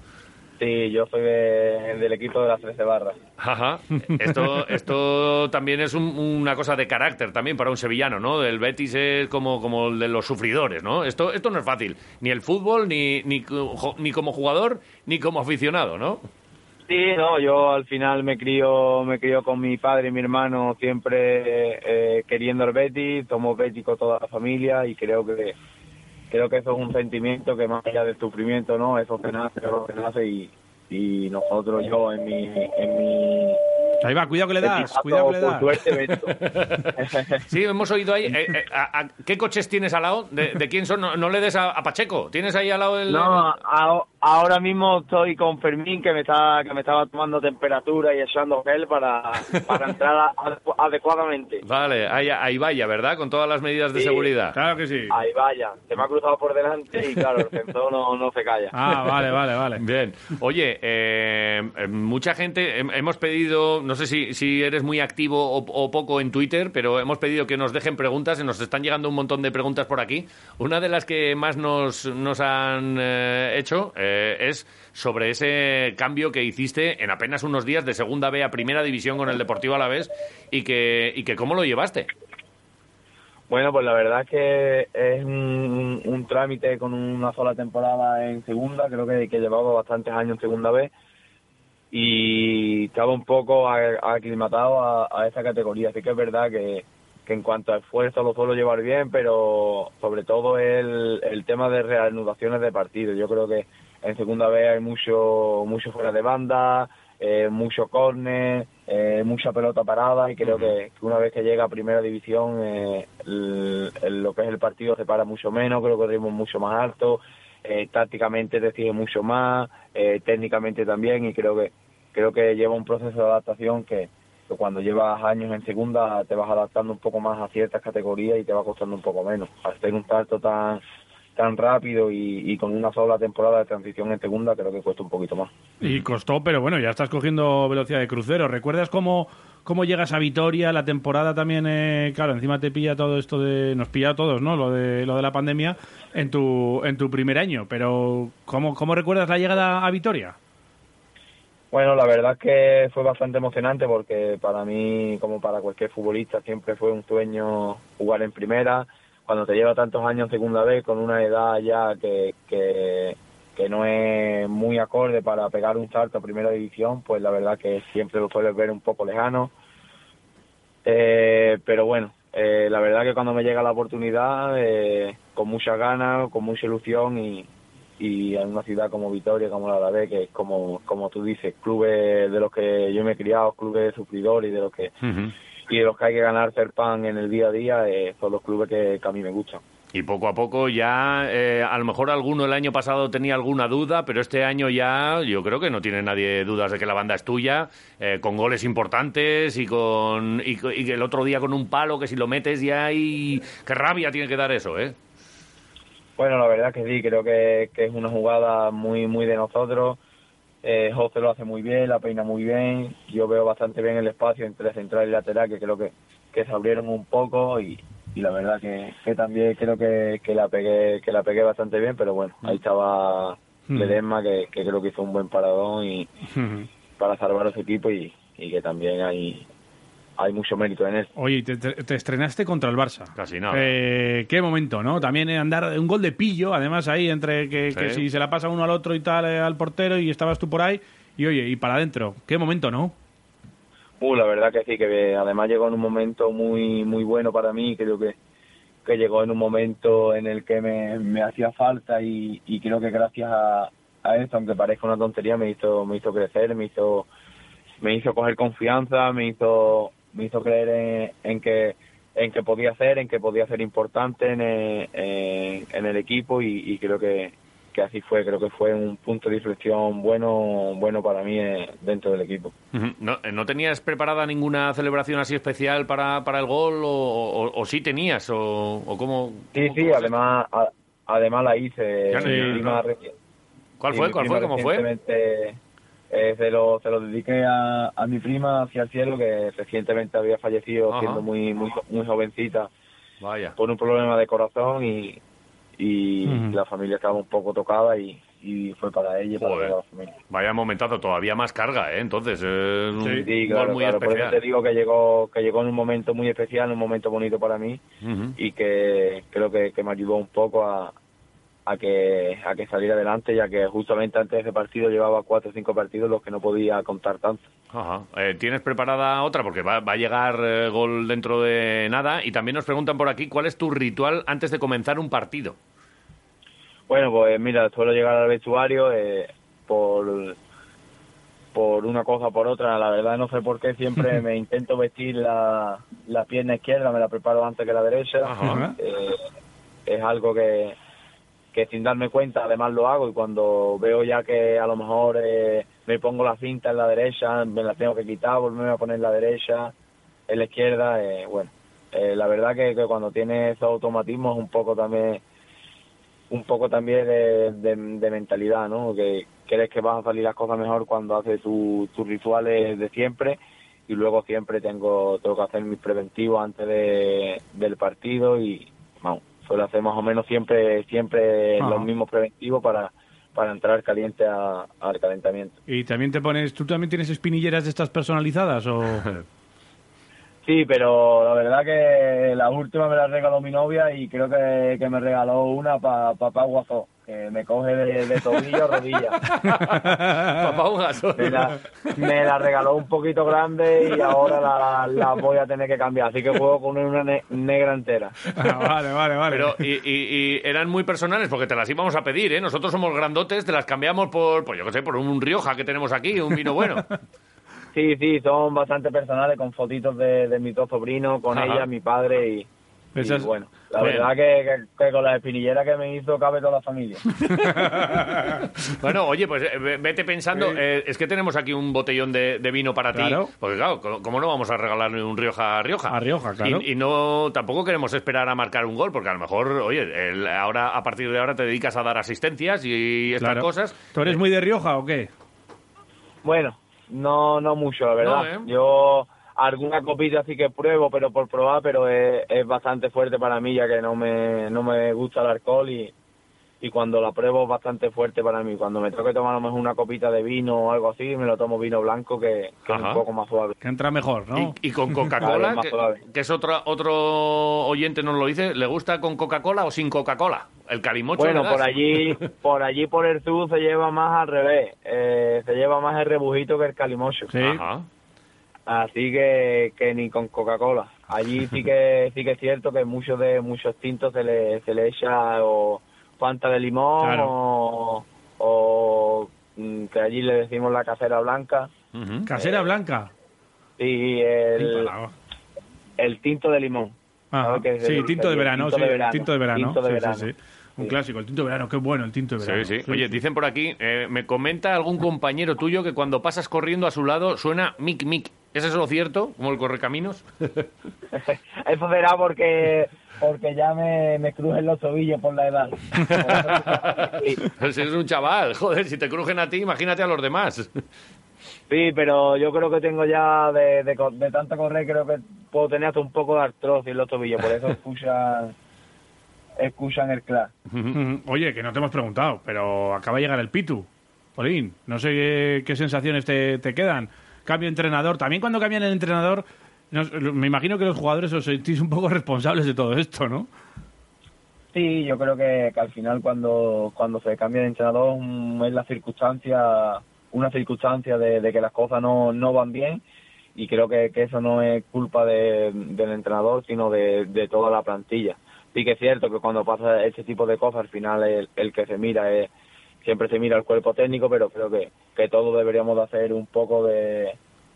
S24: Sí, yo soy de- del equipo de las 13 barras.
S2: Ajá. Esto, esto también es un- una cosa de carácter también para un sevillano, ¿no? El Betis es como, como el de los sufridores, ¿no? Esto, esto no es fácil, ni el fútbol, ni, ni, co- ni como jugador, ni como aficionado, ¿no?
S24: Sí, no, yo al final me crío, me crío con mi padre y mi hermano siempre eh, queriendo el Betis, tomo Betis con toda la familia y creo que creo que eso es un sentimiento que más allá del sufrimiento, ¿no? Eso te nace, eso te nace y, y nosotros, yo en mi, en mi
S3: Ahí va, cuidado que le das,
S24: Equipazo,
S3: cuidado que le
S24: por
S3: das.
S24: suerte, Beto.
S2: Sí, hemos oído ahí. eh, eh, a- a- ¿Qué coches tienes al lado? ¿De, de quién son? No, no le des a, a Pacheco. ¿Tienes ahí al lado el.?
S24: No, a- ahora mismo estoy con Fermín que me está que me estaba tomando temperatura y echando gel para, para entrar a- adecu- adecuadamente.
S2: Vale, ahí, ahí vaya, ¿verdad? Con todas las medidas de
S24: Sí.
S2: seguridad.
S3: Claro que sí.
S24: Ahí vaya, se me ha cruzado por delante y claro, el centro no, no se calla.
S3: Ah, vale, vale.
S2: Bien. Oye, eh, eh, mucha gente, hem- hemos pedido, no sé si, si eres muy activo o, o poco en Twitter, pero hemos pedido que nos dejen preguntas y nos están llegando un montón de preguntas por aquí. Una de las que más nos, nos han eh, hecho eh, es sobre ese cambio que hiciste en apenas unos días de segunda B a primera división con el Deportivo Alavés y que, y que cómo lo llevaste.
S24: Bueno, pues la verdad es que es un, un trámite con una sola temporada en segunda, creo que, que llevaba bastantes años en segunda vez y estaba un poco a- aclimatado a, a esa categoría, así que es verdad que, que en cuanto a esfuerzo lo suelo llevar bien, pero sobre todo el, el tema de reanudaciones de partidos, yo creo que en segunda vez hay mucho, mucho fuera de banda, eh, mucho córner, eh, mucha pelota parada y creo que, que una vez que llega a primera división eh, el- el- lo que es el partido se para mucho menos, creo que el ritmo es mucho más alto, eh, tácticamente decide mucho más, eh, técnicamente también y creo que creo que lleva un proceso de adaptación que, que cuando llevas años en segunda te vas adaptando un poco más a ciertas categorías y te va costando un poco menos. Hacer un salto tan tan rápido y, y con una sola temporada de transición en segunda creo que cuesta un poquito más.
S3: Y costó, pero bueno, ya estás cogiendo velocidad de crucero. ¿Recuerdas cómo, cómo llegas a Vitoria? La temporada también, eh, claro, encima te pilla todo esto de... Nos pilla a todos, ¿no? Lo de, lo de la pandemia en tu, en tu primer año. Pero ¿cómo, cómo recuerdas la llegada a Vitoria?
S24: Bueno, la verdad es que fue bastante emocionante porque para mí, como para cualquier futbolista, siempre fue un sueño jugar en primera. Cuando te lleva tantos años en segunda vez, con una edad ya que, que, que no es muy acorde para pegar un salto a primera división, pues la verdad que siempre lo sueles ver un poco lejano. Eh, pero bueno, eh, la verdad que cuando me llega la oportunidad, eh, con muchas ganas, con mucha ilusión y, y en una ciudad como Vitoria, como la Alavés, que es como, como tú dices, clubes de los que yo me he criado, clubes de sufridores y de los
S8: Mm-hmm.
S24: que y de los que hay que ganarse el pan en el día a día, eh, son los clubes que, que a mí me gustan.
S2: Y poco a poco ya, eh, a lo mejor alguno el año pasado tenía alguna duda, pero este año ya yo creo que no tiene nadie dudas de que la banda es tuya, eh, con goles importantes y con y, co- y que el otro día con un palo que si lo metes ya y qué rabia tiene que dar eso, ¿eh?
S24: Bueno, la verdad que sí, creo que, que es una jugada muy muy de nosotros. Eh, José lo hace muy bien, la peina muy bien. Yo veo bastante bien el espacio entre central y lateral, que creo que, que se abrieron un poco y, y la verdad que, que también creo que, que la pegué que la pegué bastante bien, pero bueno, ahí estaba
S3: Mm.
S24: Ledesma, que, que creo que hizo un buen paradón y
S8: Mm-hmm.
S24: para salvar a su equipo y, y que también hay, hay mucho mérito en él.
S3: Oye, y te, te- te estrenaste contra el Barça.
S2: Casi
S3: Eh, qué momento, ¿no? También eh, andar un gol de pillo, además ahí, entre que, que
S2: Sí.
S3: si se la pasa uno al otro y tal, eh, al portero, y estabas tú por ahí, y oye, y para adentro. Qué momento, ¿no?
S24: Uh, la verdad que sí, que eh, además llegó en un momento muy muy bueno para mí, creo que, que llegó en un momento en el que me, me hacía falta y, y creo que gracias a, a esto, aunque parezca una tontería, me hizo, me hizo crecer, me hizo, me hizo coger confianza, me hizo, me hizo creer en, en que en que podía ser, en que podía ser importante en el, en- en el equipo y, y creo que, que así fue, creo que fue un punto de inflexión bueno, bueno para mí eh, dentro del equipo.
S2: Ujú. ¿No, eh, ¿no tenías preparada ninguna celebración así especial para, para el gol o, o- o sí tenías o, o cómo?
S24: Sí, sí, además, a- eh, además la hice.
S2: Ya no,
S24: Mi
S2: ya,
S24: prima
S2: claro.
S24: reci-
S2: ¿Cuál
S24: sí,
S2: fue?
S24: mi
S2: ¿Cuál
S24: prima
S2: fue? ¿Cómo fue?
S24: recientemente, eh, se, lo, se lo dediqué a, a mi prima hacia el cielo, que recientemente había fallecido
S2: Ajá.
S24: siendo muy, muy, jo- muy jovencita
S2: Vaya.
S24: por un problema de corazón y, y
S2: Ujú.
S24: la familia estaba un poco tocada y, y fue para ella y para
S2: Joder.
S24: toda la familia.
S2: Vaya momentazo, todavía más carga, ¿eh? Entonces, eh, un
S24: Sí,
S2: gol
S24: claro,
S2: muy
S24: claro, Por
S2: especial.
S24: eso te digo que llegó, que llegó en un momento muy especial, un momento bonito para mí.
S2: Ujú.
S24: y que creo que, que me ayudó un poco a, a que a que salir adelante ya que justamente antes de ese partido llevaba cuatro o cinco partidos los que no podía contar tanto
S2: Ajá. Eh, ¿Tienes preparada otra? Porque va, va a llegar eh, gol dentro de nada. Y también nos preguntan por aquí cuál es tu ritual antes de comenzar un partido.
S24: bueno pues mira suelo llegar al vestuario eh, por por una cosa o por otra la verdad no sé por qué siempre me intento vestir la, la pierna izquierda me la preparo antes que la derecha
S2: Ajá.
S24: Eh, es algo que que sin darme cuenta además lo hago y cuando veo ya que a lo mejor eh, me pongo la cinta en la derecha, me la tengo que quitar, volverme a poner en la derecha, en la izquierda, eh, bueno, eh, la verdad que, que cuando tienes esos automatismos un poco también un poco también de, de- de mentalidad, ¿no? Que crees que vas a salir las cosas mejor cuando haces tu- tus rituales de siempre y luego siempre tengo tengo que hacer mis preventivos antes de- del partido y vamos, suelo hacer más o menos siempre siempre
S3: Ajá.
S24: los mismos preventivos para para entrar caliente a- al calentamiento.
S3: Y también te pones, ¿tú también tienes espinilleras de estas personalizadas o...?
S24: Sí, pero la verdad que la última me la regaló mi novia y creo que, que me regaló una para papá Guazó, que me coge de, de tobillo a
S8: Mm-hmm.
S24: rodilla.
S2: Papá Ugaso.
S24: Me la, me la regaló un poquito grande y ahora la, la voy a tener que cambiar, así que puedo poner una ne- negra entera.
S3: Ah, vale, vale, vale.
S2: Pero, y, y- y eran muy personales porque te las íbamos a pedir, ¿eh? Nosotros somos grandotes, te las cambiamos por, pues yo qué sé, por un Rioja que tenemos aquí, un vino bueno.
S24: Sí, sí, son bastante personales con fotitos de, de mis dos sobrinos, con
S2: Ajá.
S24: ella, mi padre y... y
S3: Esas-
S24: bueno, la
S3: Bien.
S24: verdad que, que- que con la espinillera que me hizo cabe toda la familia.
S2: Bueno, oye, pues eh, ve- vete pensando, eh, es que tenemos aquí un botellón de, de vino para
S3: Claro.
S2: ti, porque claro, co- ¿cómo no vamos a regalarle un Rioja a Rioja?
S3: A Rioja, claro.
S2: Y, y no, tampoco queremos esperar a marcar un gol, porque a lo mejor, oye, el- ahora a partir de ahora te dedicas a dar asistencias y estas
S3: Claro.
S2: cosas.
S3: ¿Tú eres muy de Rioja o qué?
S24: Bueno, no, no mucho, la verdad.
S2: No, ¿eh?
S24: Yo alguna copita sí que pruebo, pero por probar, pero es, es bastante fuerte para mí, ya que no me, no me gusta el alcohol y, y cuando la pruebo es bastante fuerte para mí. Cuando me toque tomar a lo mejor una copita de vino o algo así, me lo tomo vino blanco que, que es
S2: Ajá.
S24: un poco más suave.
S3: Que entra mejor, ¿no?
S2: Y, y con
S24: Claro,
S2: Coca-Cola,
S24: es más
S2: que,
S24: suave.
S2: que es otra, otro oyente nos lo dice, ¿le gusta con Coca-Cola o sin Coca-Cola? El calimocho.
S24: Bueno,
S2: le das.
S24: por allí, por allí por el sur se lleva más al revés, eh, se lleva más el rebujito que el calimocho.
S2: Ajá.
S24: Así que, que ni con Coca-Cola. Allí sí que sí que es cierto que muchos de muchos tintos se le, se le echa o Fanta de limón
S3: Claro.
S24: o, o, mm, que allí le decimos la casera blanca Eh,
S3: Casera blanca.
S24: y el,
S3: Imparable.
S24: el tinto de limón.
S3: Ajá.
S24: ¿sabes? Que es
S3: Ah, Sí,
S24: el-
S3: tinto de
S24: el
S3: verano, sí,
S24: tinto de verano.
S3: tinto de verano.
S24: Tinto de
S3: sí, sí,
S24: verano.
S3: sí. Un clásico, el tinto de verano, qué bueno el tinto de verano.
S2: Sí, sí. Oye, dicen por aquí, eh, me comenta algún compañero tuyo que cuando pasas corriendo a su lado suena mic mic. ¿Es eso cierto? ¿Como el correcaminos?
S24: Eso será porque porque ya me, me crujen los tobillos por la edad.
S2: Pues es un chaval, joder, si te crujen a ti, imagínate a los demás.
S24: Sí, pero yo creo que tengo ya de, de, co- de tanto correr, creo que puedo tener hasta un poco de artrosis en los tobillos, por eso escuchan, escuchan el clash.
S3: Ujú. Oye, que no te hemos preguntado, pero acaba de llegar el Pitu. Polín, no sé qué, qué sensaciones te, te quedan. Cambio de entrenador. También cuando cambian el entrenador, nos- me imagino que los jugadores os sentís un poco responsables de todo esto, ¿no?
S24: Sí, yo creo que, que al final cuando, cuando se cambia de entrenador mm, es la circunstancia, una circunstancia de, de que las cosas no, no van bien y creo que, que eso no es culpa de- del entrenador, sino de, de toda la plantilla. Sí que es cierto que cuando pasa este tipo de cosas al final el, el que se mira es, siempre se mira el cuerpo técnico, pero creo que, que todos deberíamos de hacer un poco de,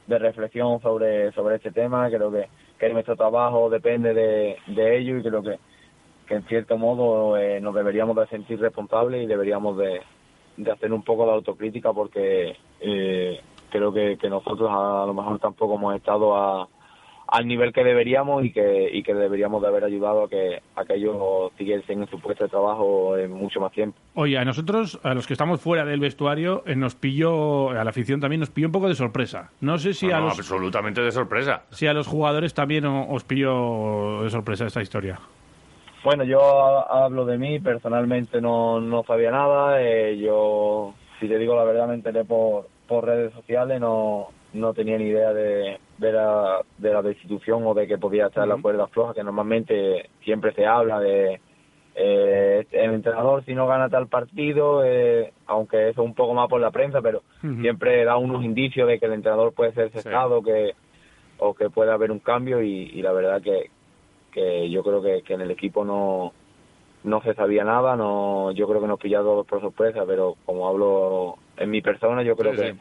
S24: de reflexión sobre, sobre este tema. Creo que, que nuestro trabajo depende de, de ello y creo que que en cierto modo eh, nos deberíamos de sentir responsables y deberíamos de, de hacer un poco de autocrítica porque eh, creo que, que nosotros a, lo mejor tampoco hemos estado a- al nivel que deberíamos y que, y que deberíamos de haber ayudado a que, a que ellos siguiesen en su puesto de trabajo en mucho más tiempo.
S3: Oye, a nosotros, a los que estamos fuera del vestuario, eh, nos pilló, a la afición también nos pilló un poco de sorpresa. No sé si,
S2: No,
S3: a,
S2: Ah, no, pues,
S3: los,
S2: absolutamente de sorpresa.
S3: si a los jugadores también o- os pilló de sorpresa esta historia.
S24: Bueno, yo hablo de mí, personalmente no, no sabía nada. eh, yo, si te digo la verdad, me enteré por, por redes sociales, no, no tenía ni idea de, de, la, de la destitución o de que podía estar la cuerda floja, que normalmente siempre se habla de eh, el entrenador si no gana tal partido, eh, aunque eso un poco más por la prensa, pero siempre da unos indicios de que el entrenador puede ser cesado, que o que puede haber un cambio y, y la verdad que, que yo creo que, que en el equipo no no se sabía nada, no yo creo que nos pillado por sorpresa, pero como hablo en mi persona, yo creo
S2: Sí,
S24: que
S2: sí.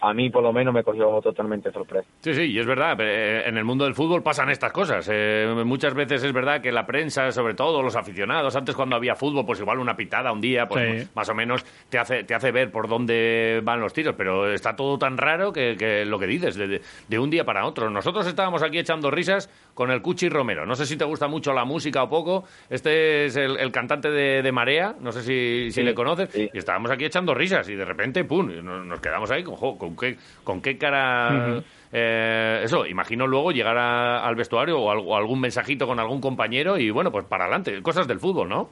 S24: a mí por lo menos me cogió totalmente sorpresa.
S2: Sí, sí, y es verdad, pero, eh, en el mundo del fútbol pasan estas cosas. Eh, muchas veces es verdad que la prensa, sobre todo los aficionados, antes cuando había fútbol, pues igual una pitada un día, pues
S3: Sí.
S2: más o menos te hace, te hace ver por dónde van los tiros, pero está todo tan raro que, que lo que dices, de, de un día para otro. Nosotros estábamos aquí echando risas con el Cuchi Romero. No sé si te gusta mucho la música o poco. Este es el, el cantante de, de Marea, no sé si, si
S24: Sí,
S2: le conoces. Y estábamos aquí echando risas y de repente, ¡pum! y Nos, nos quedamos ahí con, jo, con, qué, con qué cara...
S3: Ujú.
S2: Eh, eso, imagino luego llegar a- al vestuario o, al- o algún mensajito con algún compañero y bueno, pues para adelante, cosas del fútbol, ¿no?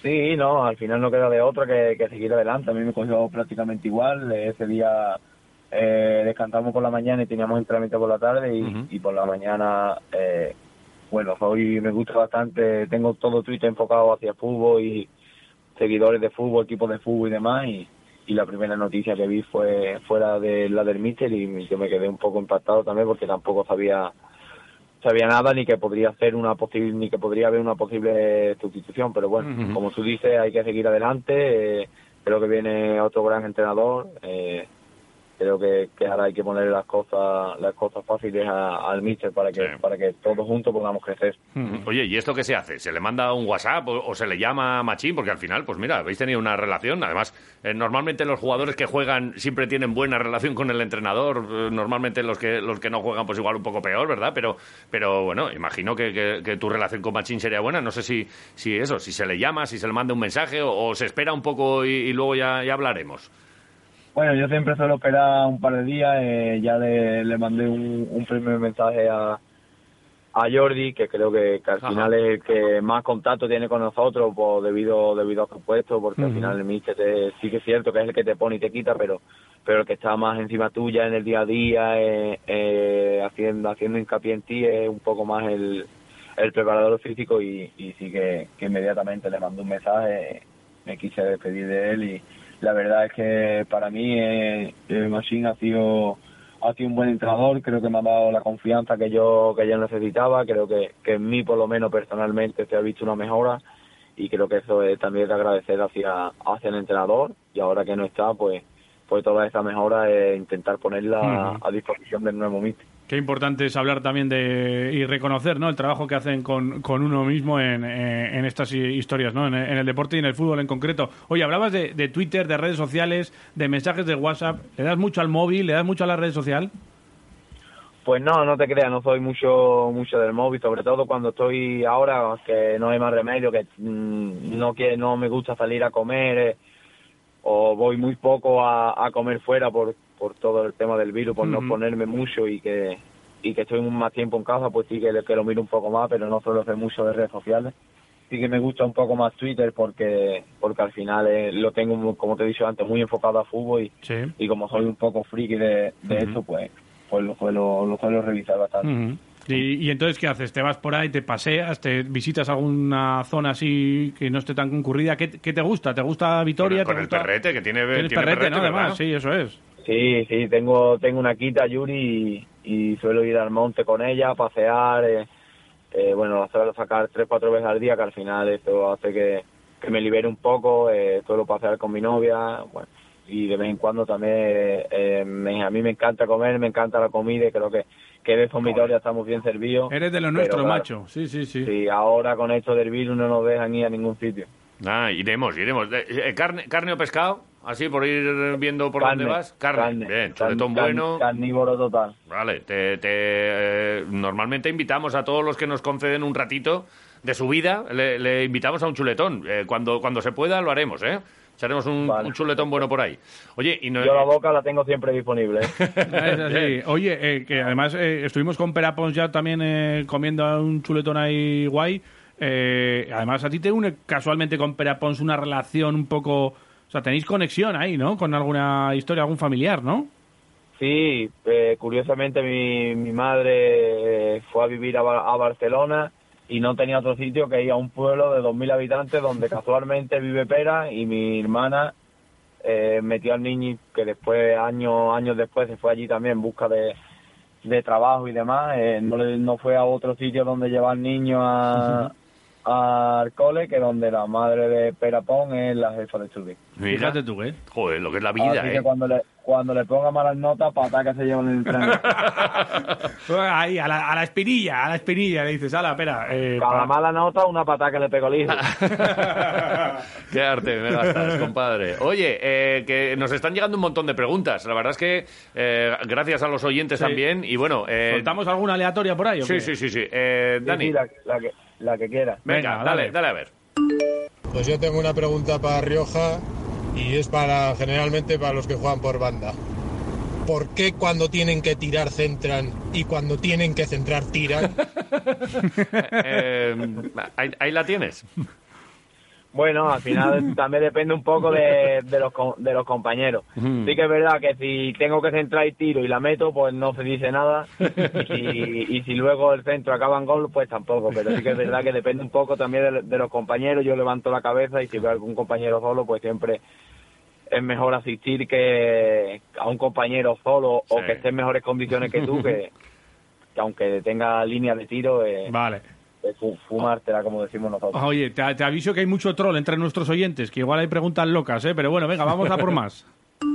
S24: Sí, no, al final no queda de otra que, que seguir adelante. A mí me cogió prácticamente igual. Ese día eh, descansamos por la mañana y teníamos entrenamiento por la tarde y, y por la mañana, eh, bueno, hoy me gusta bastante. Tengo todo Twitter enfocado hacia fútbol y seguidores de fútbol, equipos de fútbol y demás. Y, y la primera noticia que vi fue fuera de la del míster y yo me quedé un poco impactado también porque tampoco sabía sabía nada ni que podría ser una posible ni que podría haber una posible sustitución pero bueno
S6: Ujú.
S24: como tú dices hay que seguir adelante eh, creo que viene otro gran entrenador eh, creo que, que ahora hay que poner las cosas las cosas fáciles a- al míster para que para que todos juntos podamos crecer
S2: Oye, ¿y esto qué se hace? ¿Se le manda un WhatsApp o, o se le llama machín? Porque al final, pues mira, habéis tenido una relación. Además, eh, normalmente los jugadores que juegan siempre tienen buena relación con el entrenador. Eh, Normalmente los que, los que no juegan, pues igual un poco peor, ¿verdad? Pero, pero bueno, imagino que, que- que tu relación con machín sería buena. No sé si, si eso, si se le llama, si se le manda un mensaje o, o se espera un poco y, y luego ya, ya hablaremos.
S24: Bueno, yo siempre suelo esperar un par de días. eh, ya le, le mandé un, un primer mensaje a, a Jordi, que creo que, que al
S6: Ajá.
S24: final es el que más contacto tiene con nosotros por, debido, debido a su puesto, porque al
S6: Ujú.
S24: final el míster te- sí que es cierto que es el que te pone y te quita, pero pero el que está más encima tuya en el día a día, eh, eh, haciendo, haciendo hincapié en ti, es un poco más el, el preparador físico y, y sí que, que inmediatamente le mandé un mensaje, eh, me quise despedir de él y la verdad es que para mí eh, eh, Machine ha sido ha sido un buen entrenador, creo que me ha dado la confianza que yo que yo necesitaba, creo que, que en mí por lo menos personalmente se ha visto una mejora y creo que eso es también de agradecer hacia, hacia el entrenador y ahora que no está pues pues toda esa mejora es intentar ponerla
S3: Ujú.
S24: a disposición del nuevo míster.
S3: Qué importante es hablar también de y reconocer ¿no? el trabajo que hacen con, con uno mismo en, eh, en estas hi- historias, ¿no? en, en el deporte y en el fútbol en concreto. Oye, hablabas de, de Twitter, de redes sociales, de mensajes de WhatsApp. ¿Le das mucho al móvil? ¿Le das mucho a la red social?
S24: Pues no, no te creas, no soy mucho mucho del móvil, sobre todo cuando estoy ahora, que no hay más remedio, que mm, no que no me gusta salir a comer eh, o voy muy poco a, a comer fuera por, por todo el tema del virus, por
S6: Ujú.
S24: no ponerme mucho y que y que estoy más tiempo en casa, pues sí que, que lo miro un poco más, pero no suelo hacer mucho de redes sociales. Sí que me gusta un poco más Twitter porque porque al final eh, lo tengo, muy- como te he dicho antes, muy enfocado a fútbol y,
S3: Sí.
S24: y como soy un poco friki de, de
S3: Ujú.
S24: esto, pues, pues lo, suelo, lo suelo revisar bastante.
S3: Ujú. y, y entonces, ¿qué haces? ¿Te vas por ahí, te paseas, te visitas alguna zona así que no esté tan concurrida? ¿Qué, qué te gusta? ¿Te gusta Vitoria?
S2: Con
S3: ¿Te
S2: el
S3: gusta-
S2: perrete, que tiene,
S3: Tienes
S2: tiene
S3: perrete, ¿no?
S2: ¿verdad?
S3: Además, sí, eso es.
S24: Sí, sí, tengo, tengo una quita, Yuri, y, y suelo ir al monte con ella, a pasear. eh, eh, bueno, la suelo sacar tres, cuatro veces al día, que al final esto hace que, que me libere un poco. Eh, suelo pasear con mi novia, bueno, y de vez en cuando también. eh, eh, me- a mí me encanta comer, me encanta la comida, y creo que, que de eso en Vitoria estamos bien servidos.
S3: Eres de lo
S24: Pero,
S3: nuestro,
S24: claro,
S3: macho. Sí, sí, sí.
S24: Sí, ahora con esto del virus no nos dejan ir a ningún sitio.
S2: Ah, iremos, iremos. Eh, eh, carne, ¿Carne o pescado? Así, por ir viendo por
S24: Carne,
S2: dónde vas. Carne.
S24: carne,
S2: Bien,
S24: Carn-
S2: chuletón
S24: carn-
S2: bueno.
S24: Carnívoro total.
S2: Vale, te, te, eh, normalmente invitamos a todos los que nos conceden un ratito de su vida, le, le invitamos a un chuletón. Eh, cuando, cuando se pueda lo haremos, ¿eh? Echaremos un, un chuletón bueno por ahí. Oye, y no... eh,
S24: Yo la boca la tengo siempre disponible. ¿eh?
S3: Es así. Oye, eh, que además eh, estuvimos con Perapons ya también eh, comiendo un chuletón ahí guay. Eh, además, a ti te une casualmente con Perapons una relación un poco... O sea, tenéis conexión ahí, ¿no? Con alguna historia, algún familiar, ¿no?
S24: Sí, eh, curiosamente mi, mi madre eh, fue a vivir a, Ba- a Barcelona y no tenía otro sitio que ir a un pueblo de 2.000 habitantes donde casualmente vive Pera y mi hermana eh, metió al niño que después, años años después, se fue allí también en busca de, de trabajo y demás. Eh, no, le- no fue a otro sitio donde llevar niños a- al cole que donde la madre de Perapón es la jefa de estudio.
S2: Mira.
S3: Fíjate tú, ¿eh?
S2: Joder, lo que es la vida,
S24: Así que
S2: ¿eh?
S24: Ah, cuando le, cuando le ponga malas notas, para que se llevan el tren.
S3: Ahí, a la, a la espinilla, a la espinilla, le dices, a la pera. eh,
S24: Cada
S3: pa-
S24: mala nota, una patada que le pegó el hijo.
S2: Qué arte me gastas, compadre. Oye, eh, que nos están llegando un montón de preguntas. La verdad es que eh, gracias a los oyentes
S3: Sí.
S2: también. Y bueno, eh,
S3: ¿Soltamos alguna aleatoria por ahí o
S2: sí,
S3: qué?
S2: sí, sí, sí. Eh, Dani,
S24: Sí, la, la que, la que quiera.
S2: venga,
S24: Venga,
S2: dale,
S24: dale.
S2: dale a ver.
S12: Pues yo tengo una pregunta para Rioja y es para generalmente para los que juegan por banda. ¿Por qué cuando tienen que tirar centran y cuando tienen que centrar tiran?
S2: Eh, ahí, ahí la tienes.
S24: Bueno, al final también depende un poco de, de los, co- de los compañeros.
S2: Mm.
S24: Sí que es verdad que si tengo que centrar y tiro y la meto, pues no se dice nada. Y si, y si luego el centro acaba en gol, pues tampoco. Pero sí que es verdad que depende un poco también de, de los compañeros. Yo levanto la cabeza y si veo algún compañero solo, pues siempre es mejor asistir que a un compañero solo o que esté en mejores condiciones que tú, que, que aunque tenga línea de tiro, eh,
S3: Vale.
S24: eh, fu- fumártela, como decimos nosotros.
S3: Oye, te, te aviso que hay mucho troll entre nuestros oyentes, que igual hay preguntas locas, ¿eh? Pero bueno, venga, vamos a por más.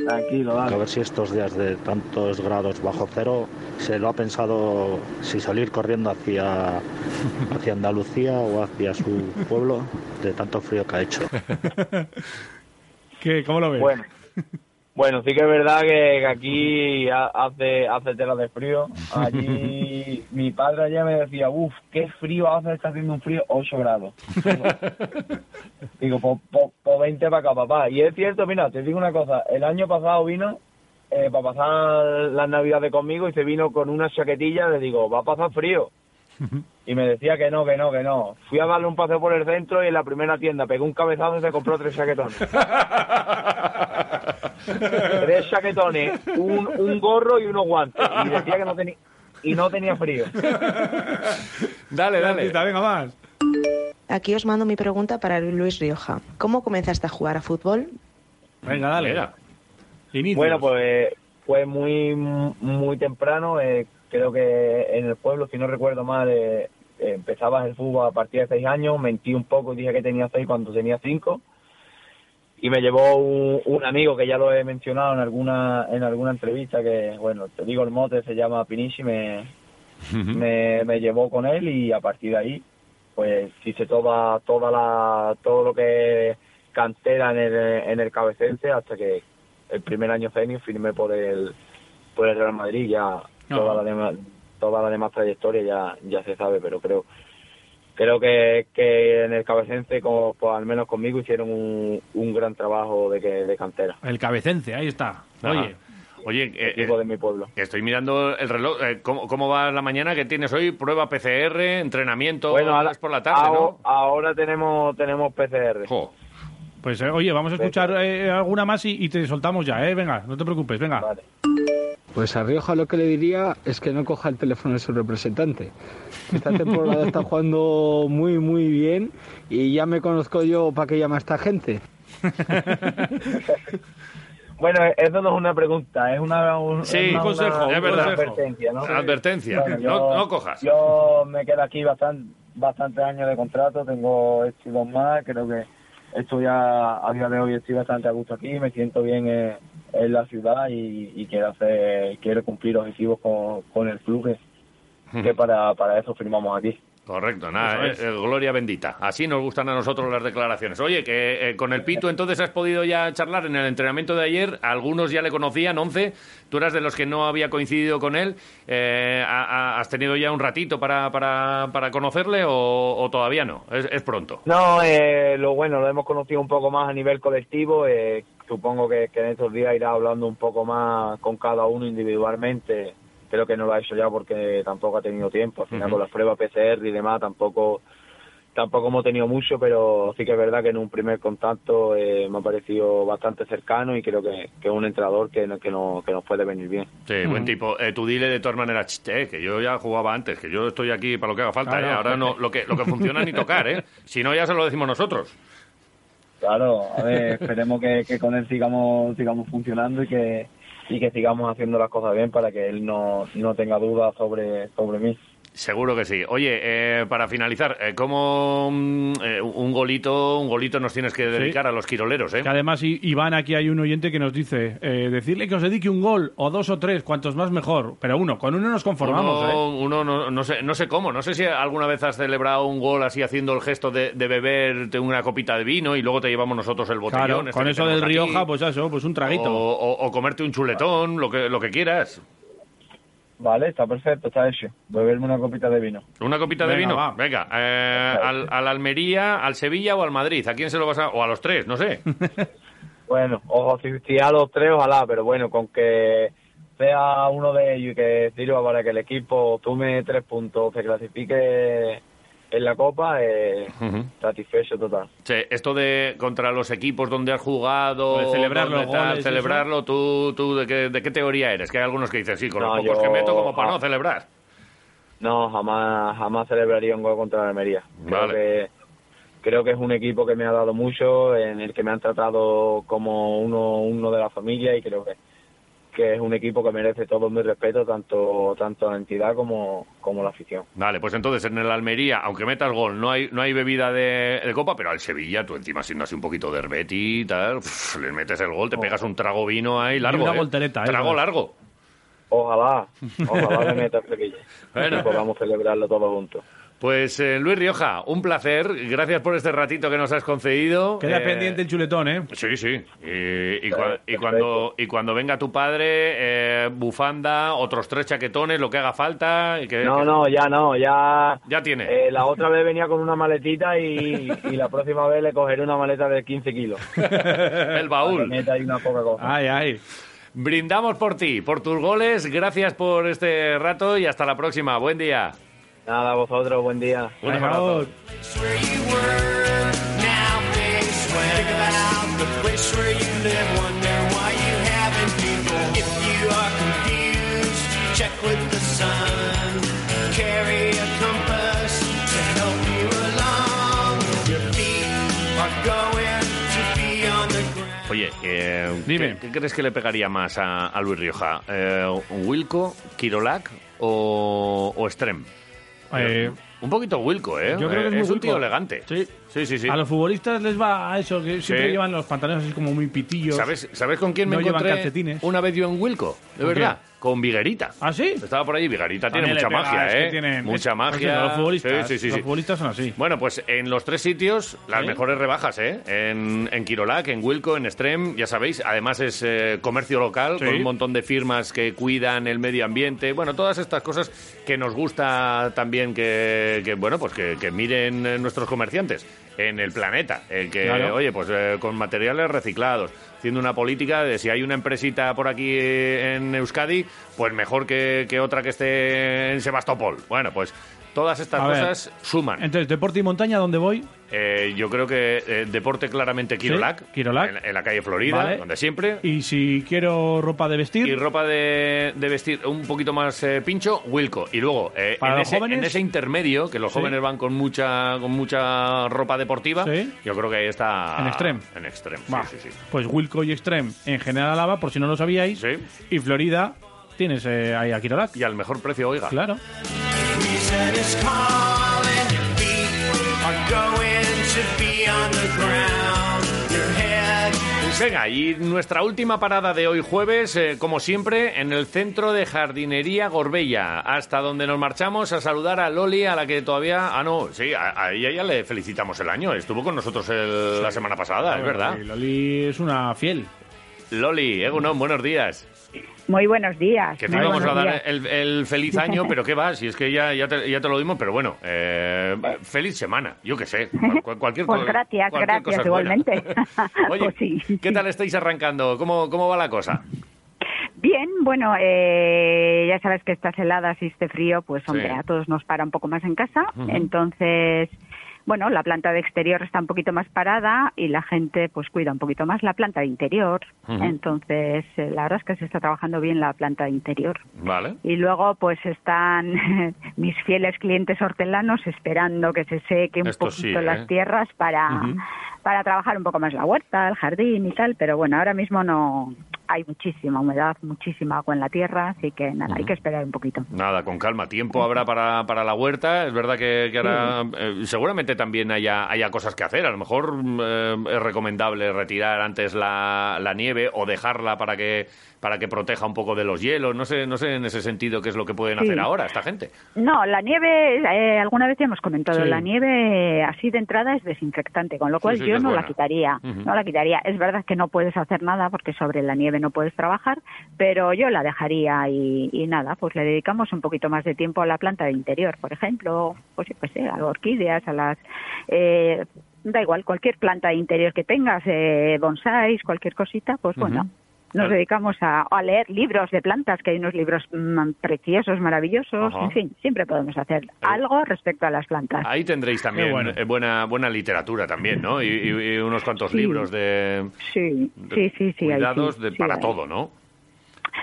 S24: Tranquilo,
S13: A ver si estos días de tantos grados bajo cero se lo ha pensado si salir corriendo hacia, hacia Andalucía o hacia su pueblo de tanto frío que ha hecho.
S3: ¿Qué, ¿Cómo lo ves?
S24: Bueno, bueno, sí que es verdad que, que aquí ha- hace, hace tela de frío. Allí mi padre ayer me decía, uff, qué frío hace, está haciendo un frío 8 grados. Digo, pues po, po 20 para acá, papá. Y es cierto, mira, te digo una cosa, el año pasado vino eh, para pasar las navidades conmigo y se vino con una chaquetilla, le digo, va a pasar frío. Y me decía que no, que no, que no. Fui a darle un paseo por el centro y en la primera tienda pegó un cabezazo y se compró tres chaquetones. tres chaquetones, un, un gorro y unos guantes. Y decía que no tenía y no tenía frío.
S2: Dale, dale.
S3: Venga, más.
S14: Aquí os mando mi pregunta para Luis Rioja. ¿Cómo comenzaste a jugar a fútbol?
S3: Venga, dale.
S24: Bueno, pues fue muy muy temprano. eh, creo que en el pueblo, si no recuerdo mal, eh, eh, empezabas el fútbol a partir de seis años. Mentí un poco y dije que tenía seis cuando tenía cinco. y me llevó un, un amigo que ya lo he mencionado en alguna en alguna entrevista que bueno te digo el mote se llama Pinichi me, me, me llevó con él y a partir de ahí pues hice toda toda la todo lo que cantera en el en el cabecense hasta que el primer año senior firmé por el por el Real Madrid ya toda la demás toda la demás trayectoria ya ya se sabe pero creo creo que, que en el cabecense como pues, al menos conmigo hicieron un, un gran trabajo de que de cantera
S3: El cabecense, ahí está.
S2: Ajá.
S3: Oye,
S2: Oye, eh,
S24: equipo Este de mi pueblo.
S2: Estoy mirando el reloj. eh, ¿cómo, cómo va la mañana que tienes hoy? Prueba PCR, entrenamiento. ahora es por la tarde,
S24: ahora,
S2: ¿no?
S24: ahora tenemos tenemos PCR
S3: pues eh, oye, vamos a escuchar eh, alguna más y, y te soltamos ya, ¿eh? Venga, no te preocupes, venga.
S6: Pues a Rioja lo que le diría es que no coja el teléfono de su representante. Esta temporada está jugando muy, muy bien y ya me conozco yo para qué llama esta gente.
S24: bueno eso no es una pregunta es una un,
S2: Sí,
S24: es una-
S2: consejo,
S24: una-
S2: es verdad.
S24: una advertencia ¿no?
S2: Sí. Advertencia, no- no cojas.
S24: yo me quedo aquí bastante bastantes años de contrato tengo estos dos más creo que estoy a, a día de hoy estoy bastante a gusto aquí me siento bien eh, en la ciudad y, y quiero hacer quiero cumplir objetivos con, con el club que, que para para eso firmamos aquí
S2: Correcto, nada,
S24: Eso
S2: eh, eh, gloria bendita. Así nos gustan a nosotros las declaraciones. Oye, que eh, con el Pitu entonces has podido ya charlar en el entrenamiento de ayer. Algunos ya le conocían, 11. Tú eras de los que no había coincidido con él. Eh, ha- ha- ¿Has tenido ya un ratito para, para, para conocerle o, o todavía no? Es, es pronto.
S24: No, eh, lo bueno, lo hemos conocido un poco más a nivel colectivo. eh, supongo que, que en estos días irá hablando un poco más con cada uno individualmente. Creo que no lo ha hecho ya porque tampoco ha tenido tiempo. Al final,
S17: Ujú.
S24: con las pruebas PCR y demás, tampoco tampoco hemos tenido mucho, pero sí que es verdad que en un primer contacto eh, me ha parecido bastante cercano y creo que, que es un entrenador que, no- que, no- que nos puede venir bien.
S2: Sí, buen tipo. Eh, tú dile de todas maneras, "Ch, eh, que yo ya jugaba antes, que yo estoy aquí para lo que haga falta.
S24: Claro.
S2: eh. Ahora no, lo que, lo que funciona ni tocar, ¿eh? Si no, ya se lo decimos nosotros.
S24: Claro, a ver, esperemos que, que con él sigamos sigamos funcionando y que y que sigamos haciendo las cosas bien para que él no, no tenga dudas sobre sobre mí.
S2: Seguro que sí. Oye, eh, para finalizar, eh, ¿cómo mm, eh, un golito, un golito nos tienes que dedicar a los quiroleros, eh?
S3: Que además, I- Iván, aquí hay un oyente que nos dice, eh, decirle que os dedique un gol, o dos o tres, cuantos más mejor. Pero uno, con uno nos conformamos, ¿eh?
S2: uno, uno no, no sé, no sé cómo, no sé si alguna vez has celebrado un gol así haciendo el gesto de, de beberte una copita de vino y luego te llevamos nosotros el botellón.
S3: Claro,
S2: este
S3: con
S2: que
S3: eso del
S2: tenemos aquí.
S3: Rioja, pues eso, pues un traguito.
S2: O, o- o comerte un chuletón, lo que, lo que quieras.
S24: Vale, está perfecto, está hecho. Beberme una copita de vino.
S2: Una copita de
S24: Venga,
S2: vino.
S24: va.
S2: Venga, eh, al, al Almería, al Sevilla o al Madrid. ¿A quién se lo vas a.? O a los tres, no sé.
S24: Bueno, ojo, si, si a los tres, ojalá, pero bueno, con que sea uno de ellos y que sirva para que el equipo tome tres puntos, se clasifique en la Copa, eh, satisfecho total.
S2: Sí, esto de contra los equipos donde has jugado,
S24: Lo de celebrar
S2: donde
S24: los
S2: tal,
S24: goles y
S2: celebrarlo, tú, tú de, qué, de qué teoría eres? Que hay algunos que dicen, sí, con
S24: No,
S2: los pocos
S24: yo- Ah.
S2: que meto como para no celebrar.
S24: No, jamás, jamás celebraría un gol contra la Almería. Creo,
S2: Vale.
S24: que, creo que es un equipo que me ha dado mucho, en el que me han tratado como uno, uno de la familia y creo que, que es un equipo que merece todo mi respeto, tanto, tanto la entidad como, como la afición.
S2: Vale, pues entonces en el Almería, aunque metas gol, no hay, no hay bebida de, de copa, pero al Sevilla, tú encima siendo así un poquito de herbeti y tal, pf, le metes el gol, te pegas un trago vino ahí largo.
S24: Oh. una
S2: ¿eh?
S24: voltereta, ¿eh?
S2: Trago largo.
S24: Ojalá, ojalá me meta el Sevilla y podamos celebrarlo todos juntos.
S2: Pues eh, Luis Rioja, un placer. Gracias por este ratito que nos has concedido.
S3: Queda
S2: Eh,
S3: pendiente el chuletón, ¿eh?
S2: Sí, sí. Y, y cua- y cuando, y cuando venga tu padre, eh, bufanda, otros tres chaquetones, lo que haga falta. Y que,
S24: No, no, ya no, ya...
S2: Ya tiene.
S24: Eh, la otra vez venía con una maletita y, y la próxima vez le cogeré una maleta de 15 kilos.
S2: el baúl.
S24: Meta ahí una poca cosa.
S3: Ay, ay.
S2: Brindamos por ti, por tus goles. Gracias por este rato y hasta la próxima. Buen día.
S24: Nada, vosotros, buen día.
S2: Un
S24: Venga.
S2: abrazo.
S8: Now they swear Think about the place where you live. Wonder why you haven't people. If you are confused, check with the sun. Carry a compass to help you along. Your feet are going to be on the ground.
S2: Oye, eh,
S3: Dime.
S2: ¿qué, qué crees que le pegaría más a, a Luis Rioja? Eh, ¿Wilco, Kirolak o, o Strem?
S3: Eh,
S2: Un poquito Wilco, ¿eh?
S3: Yo creo que es
S2: Eh,
S3: muy
S2: un tío
S3: Wilco.
S2: elegante. Sí, sí, sí.
S3: A los futbolistas les va a eso, que siempre
S2: Sí.
S3: llevan los pantalones así como muy pitillos.
S2: ¿Sabes, ¿Sabes con quién me
S3: No llevan
S2: encontré
S3: calcetines.
S2: una vez yo en Wilco? De
S3: ¿Con
S2: verdad. Con Viguerita. ¿Ah, sí? Estaba por allí. Viguerita tiene
S3: También
S2: mucha
S3: le pega,
S2: magia,
S3: es
S2: ¿eh?
S3: que tienen-
S2: mucha
S3: es-
S2: magia.
S3: es los futbolistas,
S2: Sí, sí, sí,
S3: los
S2: sí.
S3: futbolistas son así.
S2: Bueno, pues en los tres sitios, las
S3: Sí.
S2: mejores rebajas, ¿eh? En, en Quirolac, en Wilco, en Extrem, ya sabéis. Además es eh, comercio local,
S3: Sí.
S2: con un montón de firmas que cuidan el medio ambiente. Bueno, todas estas cosas que nos gusta también que, que, bueno, pues que, que miren eh, nuestros comerciantes en el planeta. El que,
S3: Claro.
S2: oye, pues eh, con materiales reciclados, haciendo una política de si hay una empresita por aquí eh, en Euskadi, pues mejor que, que otra que esté en Sebastopol. Bueno, pues todas estas
S3: A ver.
S2: cosas suman.
S3: Entonces, deporte y montaña, ¿dónde voy?
S2: Eh, yo creo que eh, deporte claramente Quirolac,
S3: Quirolac.
S2: En, en la calle Florida,
S3: Vale.
S2: donde siempre.
S3: Y si quiero ropa de vestir,
S2: Y ropa de, de vestir un poquito más eh, pincho, Wilco. Y luego, eh,
S3: Para
S2: en,
S3: los
S2: ese,
S3: jóvenes.
S2: en ese intermedio, que los
S3: Sí.
S2: jóvenes van con mucha con mucha ropa deportiva,
S3: Sí.
S2: yo creo que ahí está...
S3: En Extreme.
S2: En extremo,
S3: Va.
S2: sí, sí, sí.
S3: pues Wilco y Extreme en General Alaba, por si no lo sabíais. Y Florida, tienes eh, ahí a Kirolak.
S2: Y al mejor precio, oiga.
S3: Claro.
S8: Reason is calling your feet are going to be on the ground. Your head
S2: Venga, y nuestra última parada de hoy jueves, eh, como siempre, en el centro de jardinería Gorbella, hasta donde nos marchamos a saludar a Loli, a la que todavía... Ah, no, sí, a, a ella ya le felicitamos el año, estuvo con nosotros el- la semana pasada, Ah, es verdad.
S3: Y Loli es una fiel.
S2: Loli, Egunon, buenos días.
S17: Muy buenos días.
S2: Que te
S17: muy
S2: íbamos a
S17: buenos
S2: dar
S17: días.
S2: el, el feliz año, pero qué va, si es que ya, ya, te, ya te lo dimos, pero bueno, eh, feliz semana, yo qué sé, cual- cualquier,
S17: Pues
S2: co-
S17: gracias,
S2: cualquier cosa
S17: gracias,
S2: es buena.
S17: igualmente.
S2: Oye, ¿qué tal estáis arrancando? ¿Cómo, cómo va la cosa?
S17: Bien, bueno, eh, ya sabes que estas heladas y este frío, pues hombre,
S2: Sí.
S17: a todos nos para un poco más en casa.
S2: Ujú.
S17: Entonces, bueno, la planta de exterior está un poquito más parada y la gente pues cuida un poquito más la planta de interior.
S2: Ujú.
S17: Entonces, eh, la verdad es que se está trabajando bien la planta de interior.
S2: Vale.
S17: Y luego, pues están mis fieles clientes hortelanos esperando que se seque un
S2: Esto sí,
S17: poquito
S2: ¿eh?
S17: las tierras para,
S2: Ujú.
S17: para trabajar un poco más la huerta, el jardín y tal. Pero bueno, ahora mismo no hay muchísima humedad, muchísima agua en la tierra, así que nada, hay que esperar un poquito.
S2: Nada, con calma. Tiempo habrá para, para la huerta. Es verdad que, que ahora
S17: Mm.
S2: eh, seguramente también haya, haya cosas que hacer. A lo mejor mm, eh, es recomendable retirar antes la, la nieve o dejarla para que, para que proteja un poco de los hielos. No sé, no sé en ese sentido qué es lo que pueden
S17: Sí.
S2: hacer ahora esta gente.
S17: No, la nieve, eh, alguna vez ya hemos comentado,
S2: Sí.
S17: la nieve eh, así de entrada es desinfectante, con lo
S2: Sí,
S17: cual
S2: sí, que
S17: yo
S2: es
S17: no
S2: buena.
S17: la quitaría,
S2: Ujú.
S17: no la quitaría. Es verdad que no puedes hacer nada porque sobre la nieve no puedes trabajar, pero yo la dejaría y, y nada, pues le dedicamos un poquito más de tiempo a la planta de interior, por ejemplo, pues yo qué sé, a las orquídeas, a las... eh, da igual, cualquier planta de interior que tengas, eh, bonsáis, cualquier cosita, pues bueno,
S2: Ujú.
S17: nos
S2: Vale.
S17: dedicamos a, a leer libros de plantas, que hay unos libros mm, preciosos, maravillosos.
S2: Ajá.
S17: En fin, siempre podemos hacer
S2: Eh,
S17: algo respecto a las plantas.
S2: Ahí tendréis también
S17: Qué bueno.
S2: eh, buena, buena literatura también, ¿no? Y, y- y unos cuantos
S17: Sí.
S2: libros de,
S17: Sí,
S2: de
S17: sí, sí, sí. ahí
S2: cuidados
S17: sí,
S2: de-
S17: sí,
S2: para
S17: ahí.
S2: todo, ¿no?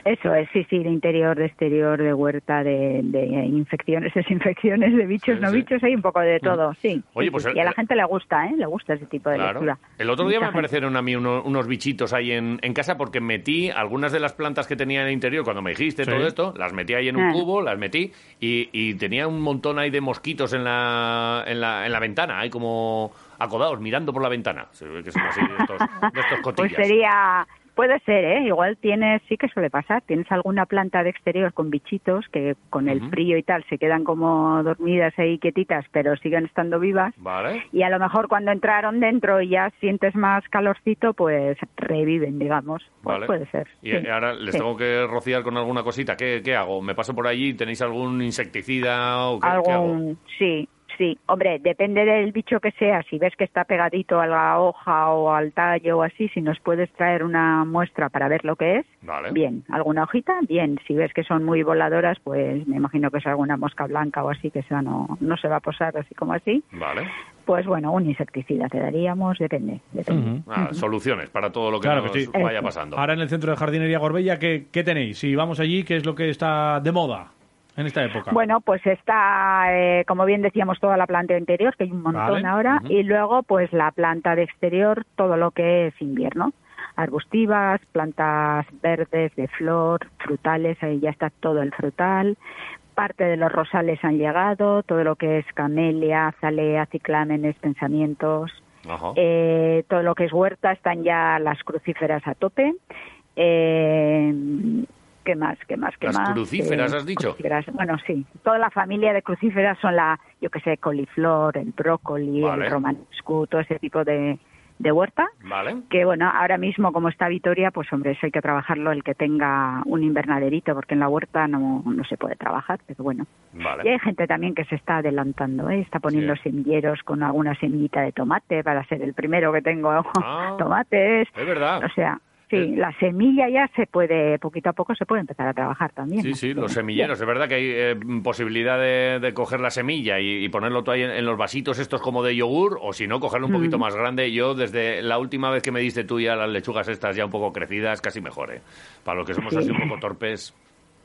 S17: Eso es, sí, sí, de interior, de exterior, de huerta, de, de infecciones, desinfecciones, de bichos,
S2: Sí,
S17: no
S2: sí. Mm.
S17: bichos, hay un poco de todo, sí.
S2: Oye,
S17: Sí,
S2: pues
S17: sí,
S2: el-
S17: y a la gente le gusta, ¿eh? Le gusta ese tipo de lectura.
S2: El otro día me
S17: Mucha gente.
S2: aparecieron a mí uno- unos bichitos ahí en, en casa porque metí algunas de las plantas que tenía en el interior cuando me dijiste
S3: Sí.
S2: todo esto, las metí ahí en un
S3: Ah.
S2: cubo, las metí y, y tenía un montón ahí de mosquitos en la, en la, en la ventana, ahí como acodados, mirando por la ventana. Se ve que son así de estos, de estos
S17: Pues
S2: cotillas.
S17: sería, puede ser, ¿eh? Igual tienes, sí que suele pasar, tienes alguna planta de exterior con bichitos que con el
S2: Ujú.
S17: frío y tal se quedan como dormidas ahí quietitas, pero siguen estando vivas.
S2: Vale.
S17: Y a lo mejor cuando entraron dentro y ya sientes más calorcito, pues reviven, digamos. Pues
S2: Vale.
S17: puede ser.
S2: Y
S17: sí.
S2: eh, ahora les
S17: Sí.
S2: tengo que rociar con alguna cosita. ¿Qué, qué hago? ¿Me paso por allí? ¿Tenéis algún insecticida o qué, qué hago?
S17: algún sí sí hombre depende del bicho que sea si ves que está pegadito a la hoja o al tallo o así si nos puedes traer una muestra para ver lo que es
S2: Vale.
S17: bien alguna hojita bien si ves que son muy voladoras pues me imagino que es alguna mosca blanca o así que esa no no se va a posar así como así
S2: Vale.
S17: pues bueno un insecticida te daríamos depende depende
S2: Ah, soluciones para todo lo que
S3: Claro
S2: nos
S3: que sí.
S2: vaya pasando.
S3: Ahora en el centro de jardinería Gorbella, ¿qué, qué tenéis? Si vamos allí, ¿qué es lo que está de moda en esta época?
S17: Bueno, pues está, eh, como bien decíamos, toda la planta interior, que hay un montón
S3: Vale,
S17: ahora,
S3: ujú.
S17: y luego pues la planta de exterior, todo lo que es invierno. Arbustivas, plantas verdes de flor, frutales, ahí ya está todo el frutal, parte de los rosales han llegado, todo lo que es camelia, azalea, ciclámenes, pensamientos, eh, todo lo que es huerta, están ya las crucíferas a tope. Eh, ¿Qué más? ¿Qué más? ¿Qué
S2: Las
S17: más? Eh,
S2: crucíferas, has dicho.
S17: crucíferas. Bueno, sí. Toda la familia de crucíferas son la, yo qué sé, coliflor, el brócoli,
S2: Vale.
S17: el romanesco, todo ese tipo de, de huerta.
S2: Vale.
S17: Que bueno, ahora mismo como está Vitoria, pues hombre, eso hay que trabajarlo el que tenga un invernaderito, porque en la huerta no, no se puede trabajar, pero bueno. Y hay gente también que se está adelantando, ¿eh? está poniendo semilleros con alguna semillita de tomate para ser el primero que tengo tomates.
S2: Ah. Es verdad.
S17: O sea, sí, la semilla ya se puede, poquito a poco se puede empezar a trabajar también.
S2: Sí, sí, los semilleros. Es verdad que hay eh, posibilidad de, de coger la semilla y, y ponerlo tú ahí en, en los vasitos estos como de yogur, o si no, cogerlo un poquito
S17: Mm.
S2: más grande. Yo, desde la última vez que me diste tú ya las lechugas estas ya un poco crecidas, casi mejor, ¿eh? Para los que somos
S17: Sí.
S2: así un poco torpes.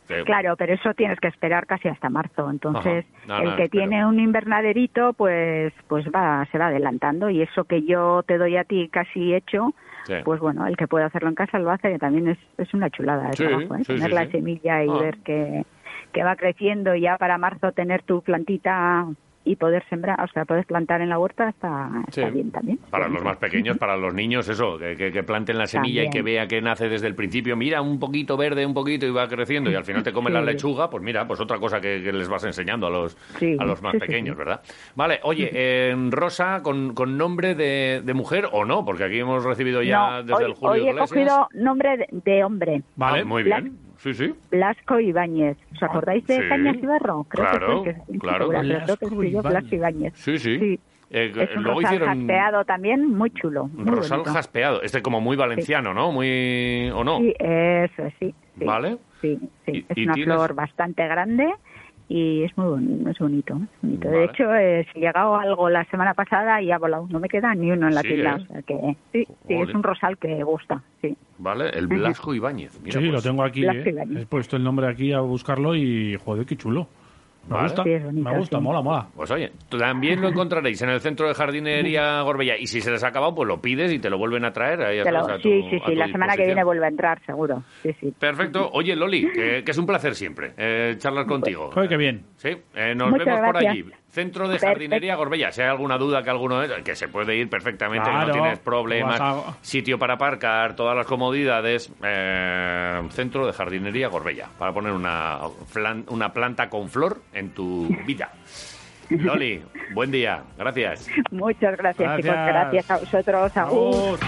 S2: eh,
S17: Claro, pero eso tienes que esperar casi hasta marzo. Entonces,
S2: No,
S17: el
S2: no,
S17: que
S2: espero.
S17: tiene un invernaderito, pues, pues va, se va adelantando. Y eso que yo te doy a ti casi hecho,
S2: Sí.
S17: pues bueno, el que puede hacerlo en casa lo hace, que también es, es una chulada de
S2: Sí,
S17: trabajo, ¿eh?
S2: sí,
S17: tener
S2: sí,
S17: la
S2: sí.
S17: semilla y
S2: Ah.
S17: ver que, que va creciendo y ya para marzo tener tu plantita y poder sembrar, o sea, poder plantar en la huerta está, está
S2: Sí.
S17: bien también.
S2: Para los más pequeños, para los niños, eso, que, que- que planten la semilla y
S17: También.
S2: que vea que nace desde el principio. Mira, un poquito verde, un poquito y va creciendo y al final te comen la
S17: Sí.
S2: lechuga, pues mira, pues otra cosa que, que les vas enseñando a los,
S17: Sí,
S2: a los más
S17: sí, sí,
S2: pequeños,
S17: sí.
S2: ¿verdad? Vale, oye, eh, Rosa, con, con nombre de, de mujer o no, porque aquí hemos recibido ya
S17: No,
S2: desde
S17: hoy,
S2: el Julio
S17: hoy he
S2: Iglesias.
S17: cogido nombre de, de hombre.
S2: Vale, muy
S17: Blas-
S2: bien. Sí, sí.
S17: Blasco Ibáñez. ¿Os acordáis de
S2: Sí.
S17: Cañas Ibarro? Creo que
S2: Claro,
S17: fue el que-
S2: claro.
S17: segura, pero creo que
S2: Blasco
S17: escribió
S2: Ibáñez.
S17: Blasco Ibáñez.
S2: Sí, sí. Eh,
S17: Es un
S2: luego
S17: rosal
S2: hicieron
S17: jaspeado también, muy chulo. muy
S2: Rosal
S17: bonito.
S2: jaspeado, este como muy valenciano, ¿no? Muy o no.
S17: Sí, eso, sí. sí.
S2: Vale.
S17: Sí, sí.
S2: Y-
S17: es
S2: y
S17: una
S2: tienes-
S17: flor bastante grande y es muy bonito. Es bonito, es bonito.
S2: Vale.
S17: De hecho, eh, se llegado algo la semana pasada y ha volado. No me queda ni uno en la
S2: Sí,
S17: tienda.
S2: ¿eh?
S17: o sea que, sí, sí,
S2: Joder.
S17: es un rosal que gusta. Sí.
S2: Vale, el
S17: Ujú.
S2: Blasco Ibáñez. Mira,
S3: sí,
S2: pues.
S3: lo tengo aquí.
S17: Blas
S3: eh.
S17: Ibáñez.
S3: He puesto el nombre aquí a buscarlo y, joder, qué chulo. Me
S2: Vale.
S3: gusta,
S2: Sí, es bonito,
S3: me gusta,
S2: sí.
S3: mola, mola.
S2: Pues oye, también lo encontraréis en el centro de jardinería Gorbella. Y si se les ha acabado, pues lo pides y te lo vuelven a traer. ahí
S17: Te lo-
S2: atrás a tu-
S17: sí, sí,
S2: a tu
S17: sí. La semana que
S2: disposición.
S17: viene vuelve a entrar, seguro. Sí, sí.
S2: Perfecto. Oye, Loli, que, que es un placer siempre eh, charlar contigo.
S3: Joder, qué bien.
S2: Sí, eh, nos
S17: Pues, Muchas
S2: vemos por
S17: gracias.
S2: allí. Centro de
S17: Perfecto.
S2: Jardinería Gorbella. Si hay alguna duda que alguno de que se puede ir perfectamente, que
S3: Claro,
S2: no tienes problemas,
S3: vas a-
S2: sitio para aparcar, todas las comodidades. eh, Centro de Jardinería Gorbella, para poner una, flan- una planta con flor en tu vida. Loli, buen día. Gracias.
S17: Muchas gracias, chicos.
S2: Gracias.
S17: Gracias a vosotros. Agur.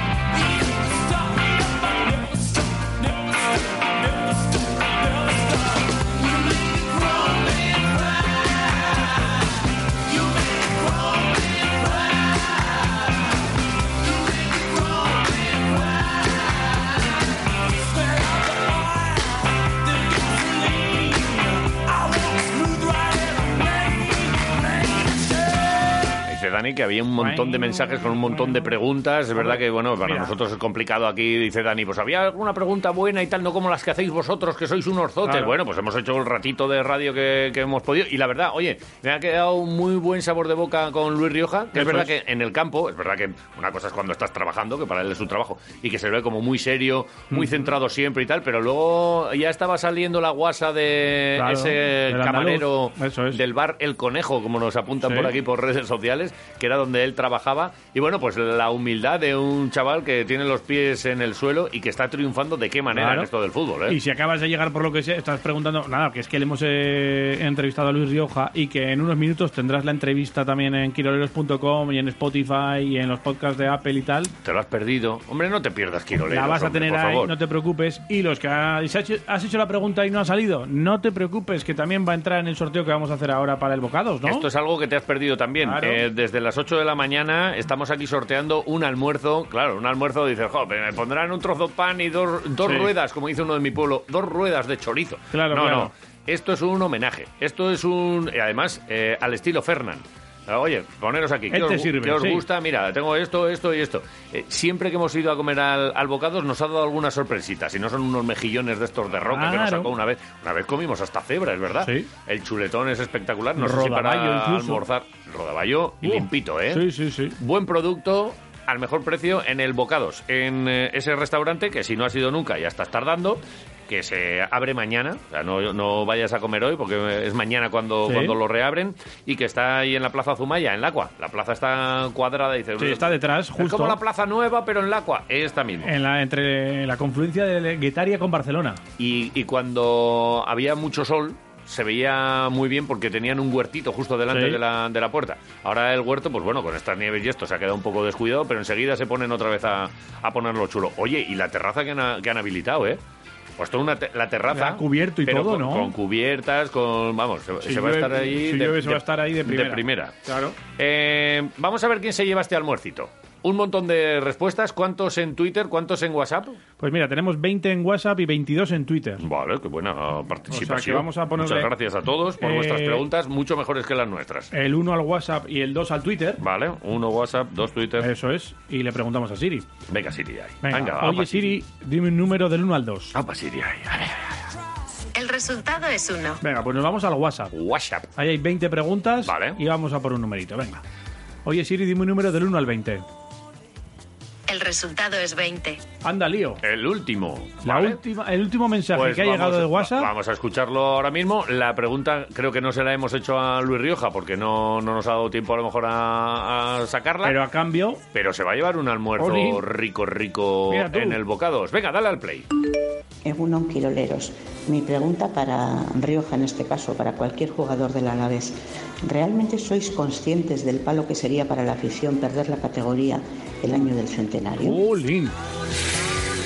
S2: Dice Dani que había un montón de mensajes con un montón de preguntas. Es verdad que, bueno, para
S3: Mira.
S2: nosotros es complicado aquí, dice Dani. Pues había alguna pregunta buena y tal, no como las que hacéis vosotros, que sois unos zotes.
S3: Claro.
S2: Bueno, pues hemos hecho el ratito de radio que, que hemos podido. Y la verdad, oye, me ha quedado un muy buen sabor de boca con Luis Rioja. Que es
S3: Eso
S2: verdad
S3: es.
S2: que en el campo, es verdad que una cosa es cuando estás trabajando, que para él es su trabajo, y que se ve como muy serio, muy centrado siempre y tal. Pero luego ya estaba saliendo la guasa de
S3: Claro,
S2: ese
S3: del andaluz.
S2: camarero del bar El Conejo, como nos apuntan
S3: Sí.
S2: por aquí por redes sociales, que era donde él trabajaba. Y bueno, pues la humildad de un chaval que tiene los pies en el suelo y que está triunfando de qué manera
S3: Claro.
S2: en esto del fútbol. ¿eh?
S3: Y si acabas de llegar por lo que sea, estás preguntando, nada, que es que le hemos eh, entrevistado a Luis Rioja y que en unos minutos tendrás la entrevista también en quiroleros.com y en Spotify y en los podcasts de Apple y tal.
S2: Te lo has perdido. Hombre, no te pierdas, Quiroleros.
S3: la vas a
S2: hombre,
S3: tener
S2: por
S3: ahí,
S2: favor.
S3: no te preocupes. Y los que ha- si has hecho, has hecho la pregunta y no ha salido, no te preocupes, que también va a entrar en el sorteo que vamos a hacer ahora para el Bocados, ¿no?
S2: Esto es algo que te has perdido también.
S3: Claro.
S2: Eh, desde las 8 de la mañana estamos aquí sorteando un almuerzo. Claro, un almuerzo, dices, jo, pero me pondrán un trozo de pan y dos, dos
S3: Sí.
S2: ruedas, como dice uno de mi pueblo, dos ruedas de chorizo.
S3: Claro,
S2: no,
S3: claro.
S2: no. Esto es un homenaje. Esto es un. y Además, eh, al estilo Fernán. Ah, Oye, poneros aquí. ¿Qué
S3: Este
S2: os,
S3: sirve,
S2: qué os
S3: sí.
S2: gusta? Mira, tengo esto, esto y esto. Eh, siempre que hemos ido a comer al, al Bocados nos ha dado alguna sorpresita. Si no son unos mejillones de estos de roca que nos
S3: Claro.
S2: sacó una vez. Una vez comimos hasta cebra, es verdad.
S3: Sí.
S2: El chuletón es espectacular. No sé si
S3: Rodaballo
S2: para
S3: incluso.
S2: almorzar. Rodaballo y
S3: Uh,
S2: limpito, ¿eh?
S3: Sí, sí, sí.
S2: Buen producto al mejor precio en el Bocados, en eh, ese restaurante que si no has ido nunca ya estás tardando, que se abre mañana, o sea, no, no vayas a comer hoy porque es mañana cuando,
S3: Sí.
S2: cuando lo reabren, y que está ahí en la Plaza Zumaya, en Lacua. La plaza está cuadrada, dices.
S3: Sí, está detrás,
S2: Es
S3: justo.
S2: como la Plaza Nueva, pero en Lacua, esta misma.
S18: En la, entre la confluencia de Guetaria con Barcelona.
S2: Y, y cuando había mucho sol, se veía muy bien porque tenían un huertito justo delante
S18: Sí.
S2: de, la, de la puerta. Ahora el huerto, pues bueno, con estas nieves y esto se ha quedado un poco descuidado, pero enseguida se ponen otra vez a, a ponerlo chulo. Oye, y la terraza que han, a- que han habilitado, ¿eh? Pues toda una te- la terraza.
S3: Ha cubierto y
S2: pero
S3: todo,
S2: con,
S3: ¿no?
S2: Con cubiertas, con. Vamos, se,
S3: Si
S2: se va a
S3: llueve-
S2: estar ahí.
S3: si llueve, se va a estar ahí de primera.
S2: Claro. Eh, vamos a ver quién se lleva este almuercito. Un montón de respuestas. ¿Cuántos en Twitter? ¿Cuántos en WhatsApp?
S3: Pues mira, tenemos 20 en WhatsApp y 22 en Twitter.
S2: Vale, qué buena participación.
S3: O sea, que vamos a ponerle-
S2: Muchas gracias a todos por
S3: Eh,
S2: vuestras preguntas, mucho mejores que las nuestras.
S3: El 1 al WhatsApp y el 2 al Twitter.
S2: Vale, uno WhatsApp, dos Twitter.
S3: Eso es. Y le preguntamos a Siri.
S2: Venga, Siri, ahí.
S3: Venga,
S2: Venga,
S3: oye
S2: apa,
S3: Siri, dime un número del 1 al 2.
S2: Ah, Siri, ahí.
S19: El resultado es uno.
S3: Venga, pues nos vamos al WhatsApp.
S2: WhatsApp.
S3: Ahí hay 20 preguntas y vamos a por un numerito, venga. Oye Siri, dime un número del 1 al 20.
S19: El resultado es 20.
S3: Anda, lío.
S2: El último.
S3: La última, el último mensaje
S2: Pues
S3: que ha
S2: vamos-
S3: llegado de WhatsApp.
S2: Vamos a escucharlo ahora mismo. La pregunta creo que no se la hemos hecho a Luis Rioja porque no, no nos ha dado tiempo a lo mejor a, a sacarla.
S3: Pero a cambio...
S2: Pero se va a llevar un almuerzo
S3: Oli.
S2: rico, rico
S3: Mira tú.
S2: en el bocados. Venga, dale al play.
S20: Egunon Quiroleros. Mi pregunta para Rioja, en este caso, para cualquier jugador del Alavés. ¿Realmente sois conscientes del palo que sería para la afición perder la categoría el año del centenario?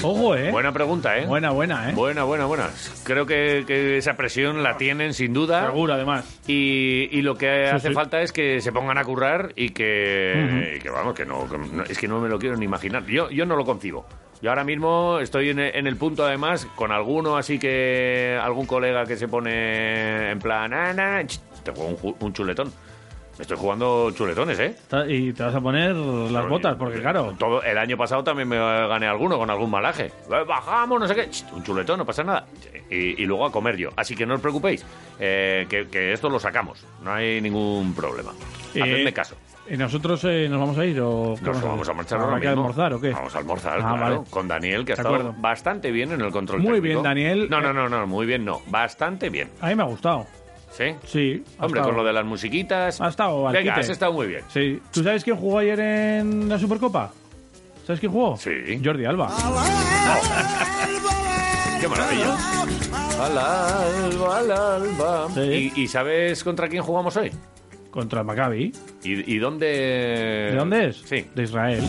S3: Ojo, ¿eh?
S2: Buena pregunta, ¿eh?
S3: Buena, buena, ¿eh?
S2: Buena, buena, buena. Creo que, que esa presión la tienen, sin duda.
S3: Seguro, además.
S2: Y, y lo que
S3: Sí,
S2: hace
S3: sí.
S2: falta es que se pongan a currar y que,
S3: Ujú.
S2: y que, vamos, que no, que no- es que no me lo quiero ni imaginar. Yo, yo no lo concibo. Yo ahora mismo estoy en, e- en el punto, además, con alguno, así que algún colega que se pone en plan, "Ah, nah, ch", te juego un, ju- un chuletón. Me estoy jugando chuletones, ¿eh?
S3: Ta- Y te vas a poner las botas, porque claro...
S2: Todo, el año pasado también me gané alguno con algún malaje. Eh, Bajamos, no sé qué. Chst, Un chuletón, no pasa nada. Y, y luego a comer yo. Así que no os preocupéis, eh, que, que esto lo sacamos. No hay ningún problema.
S3: Eh,
S2: Hacedme caso.
S3: ¿Y nosotros eh, nos vamos a ir o...? qué
S2: Nos
S3: hacer?
S2: vamos a marchar
S3: ¿Habrá
S2: ahora
S3: que
S2: mismo.
S3: almorzar o qué?
S2: Vamos a almorzar,
S3: Ah,
S2: claro,
S3: vale.
S2: con Daniel, que ha
S3: De
S2: estado
S3: acuerdo.
S2: bastante bien en el control
S3: Muy
S2: técnico.
S3: bien, Daniel.
S2: No, no, no, no, muy bien no. Bastante bien,
S3: A mí me ha gustado.
S2: ¿sí?
S3: Sí. ha
S2: Hombre,
S3: estado-
S2: con lo de las musiquitas...
S3: Ha estado al
S2: Venga,
S3: quite.
S2: has estado muy bien.
S3: Sí. ¿Tú sabes quién jugó ayer en la Supercopa? ¿Sabes quién jugó? Sí. Jordi Alba.
S2: ¡Qué maravilla! Al alba, al alba. ¿Y, y sabes contra quién jugamos hoy?
S3: Contra el Maccabi.
S2: ¿Y, y dónde...?
S3: ¿De dónde es? Sí. De Israel.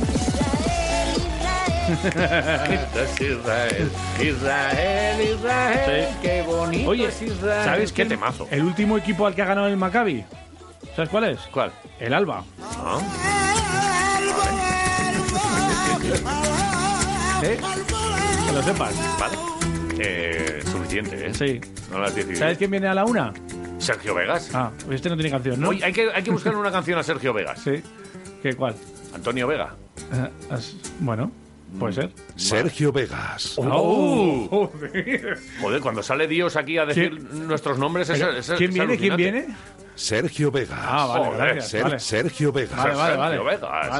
S2: es Israel, Israel, Israel, qué bonito
S3: Oye,
S2: es Israel.
S3: ¿sabes
S2: qué
S3: quién-
S2: temazo?
S3: El último equipo al que ha ganado el Maccabi. ¿Sabes cuál es?
S2: ¿Cuál? Ah,
S3: El Alba. ¿Eh? Que lo sepas.
S2: Vale. Eh, suficiente, ¿eh?
S3: Sí.
S2: No las decidido.
S3: ¿Sabes quién viene a la una?
S2: Sergio Vegas.
S3: Ah, este no tiene canción, ¿no?
S2: Oye, hay que, hay que buscar una canción a Sergio Vegas.
S3: Sí. ¿Qué cuál?
S2: Antonio Vega.
S3: Eh, as- Bueno, puede ser.
S16: Sergio Vegas.
S2: Oh. Joder, cuando sale Dios aquí a decir nuestros nombres es,
S16: Pero,
S2: es-
S16: ¿quién
S2: es
S16: viene? ¿Quién
S2: alucinante.
S16: viene? Sergio Vegas.
S2: Ah, vale, gracias, vale.
S16: Sergio Vegas.
S2: Sergio Vegas.
S3: Vale,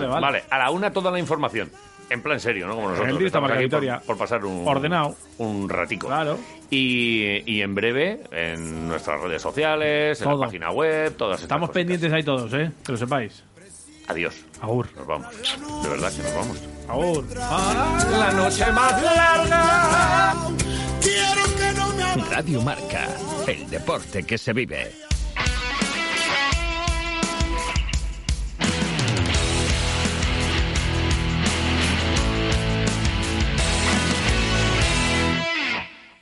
S3: vale.
S2: Vale, a la una toda la información. En plan serio, ¿no? Como nosotros.
S3: El
S2: que
S3: día está
S2: estamos
S3: marca
S2: aquí por-
S3: Vitoria.
S2: Por, pasar un...
S3: Ordenado.
S2: Un ratico.
S3: Claro.
S2: Y, y en breve, en nuestras redes sociales, en
S3: Todo.
S2: la página web, todas estas
S3: Estamos
S2: cosas.
S3: pendientes ahí todos, ¿eh? Que lo sepáis.
S2: Adiós.
S3: Agur.
S2: Nos vamos. De verdad que nos vamos.
S3: Agur.
S2: La noche más
S11: Radio Marca, el deporte que se vive.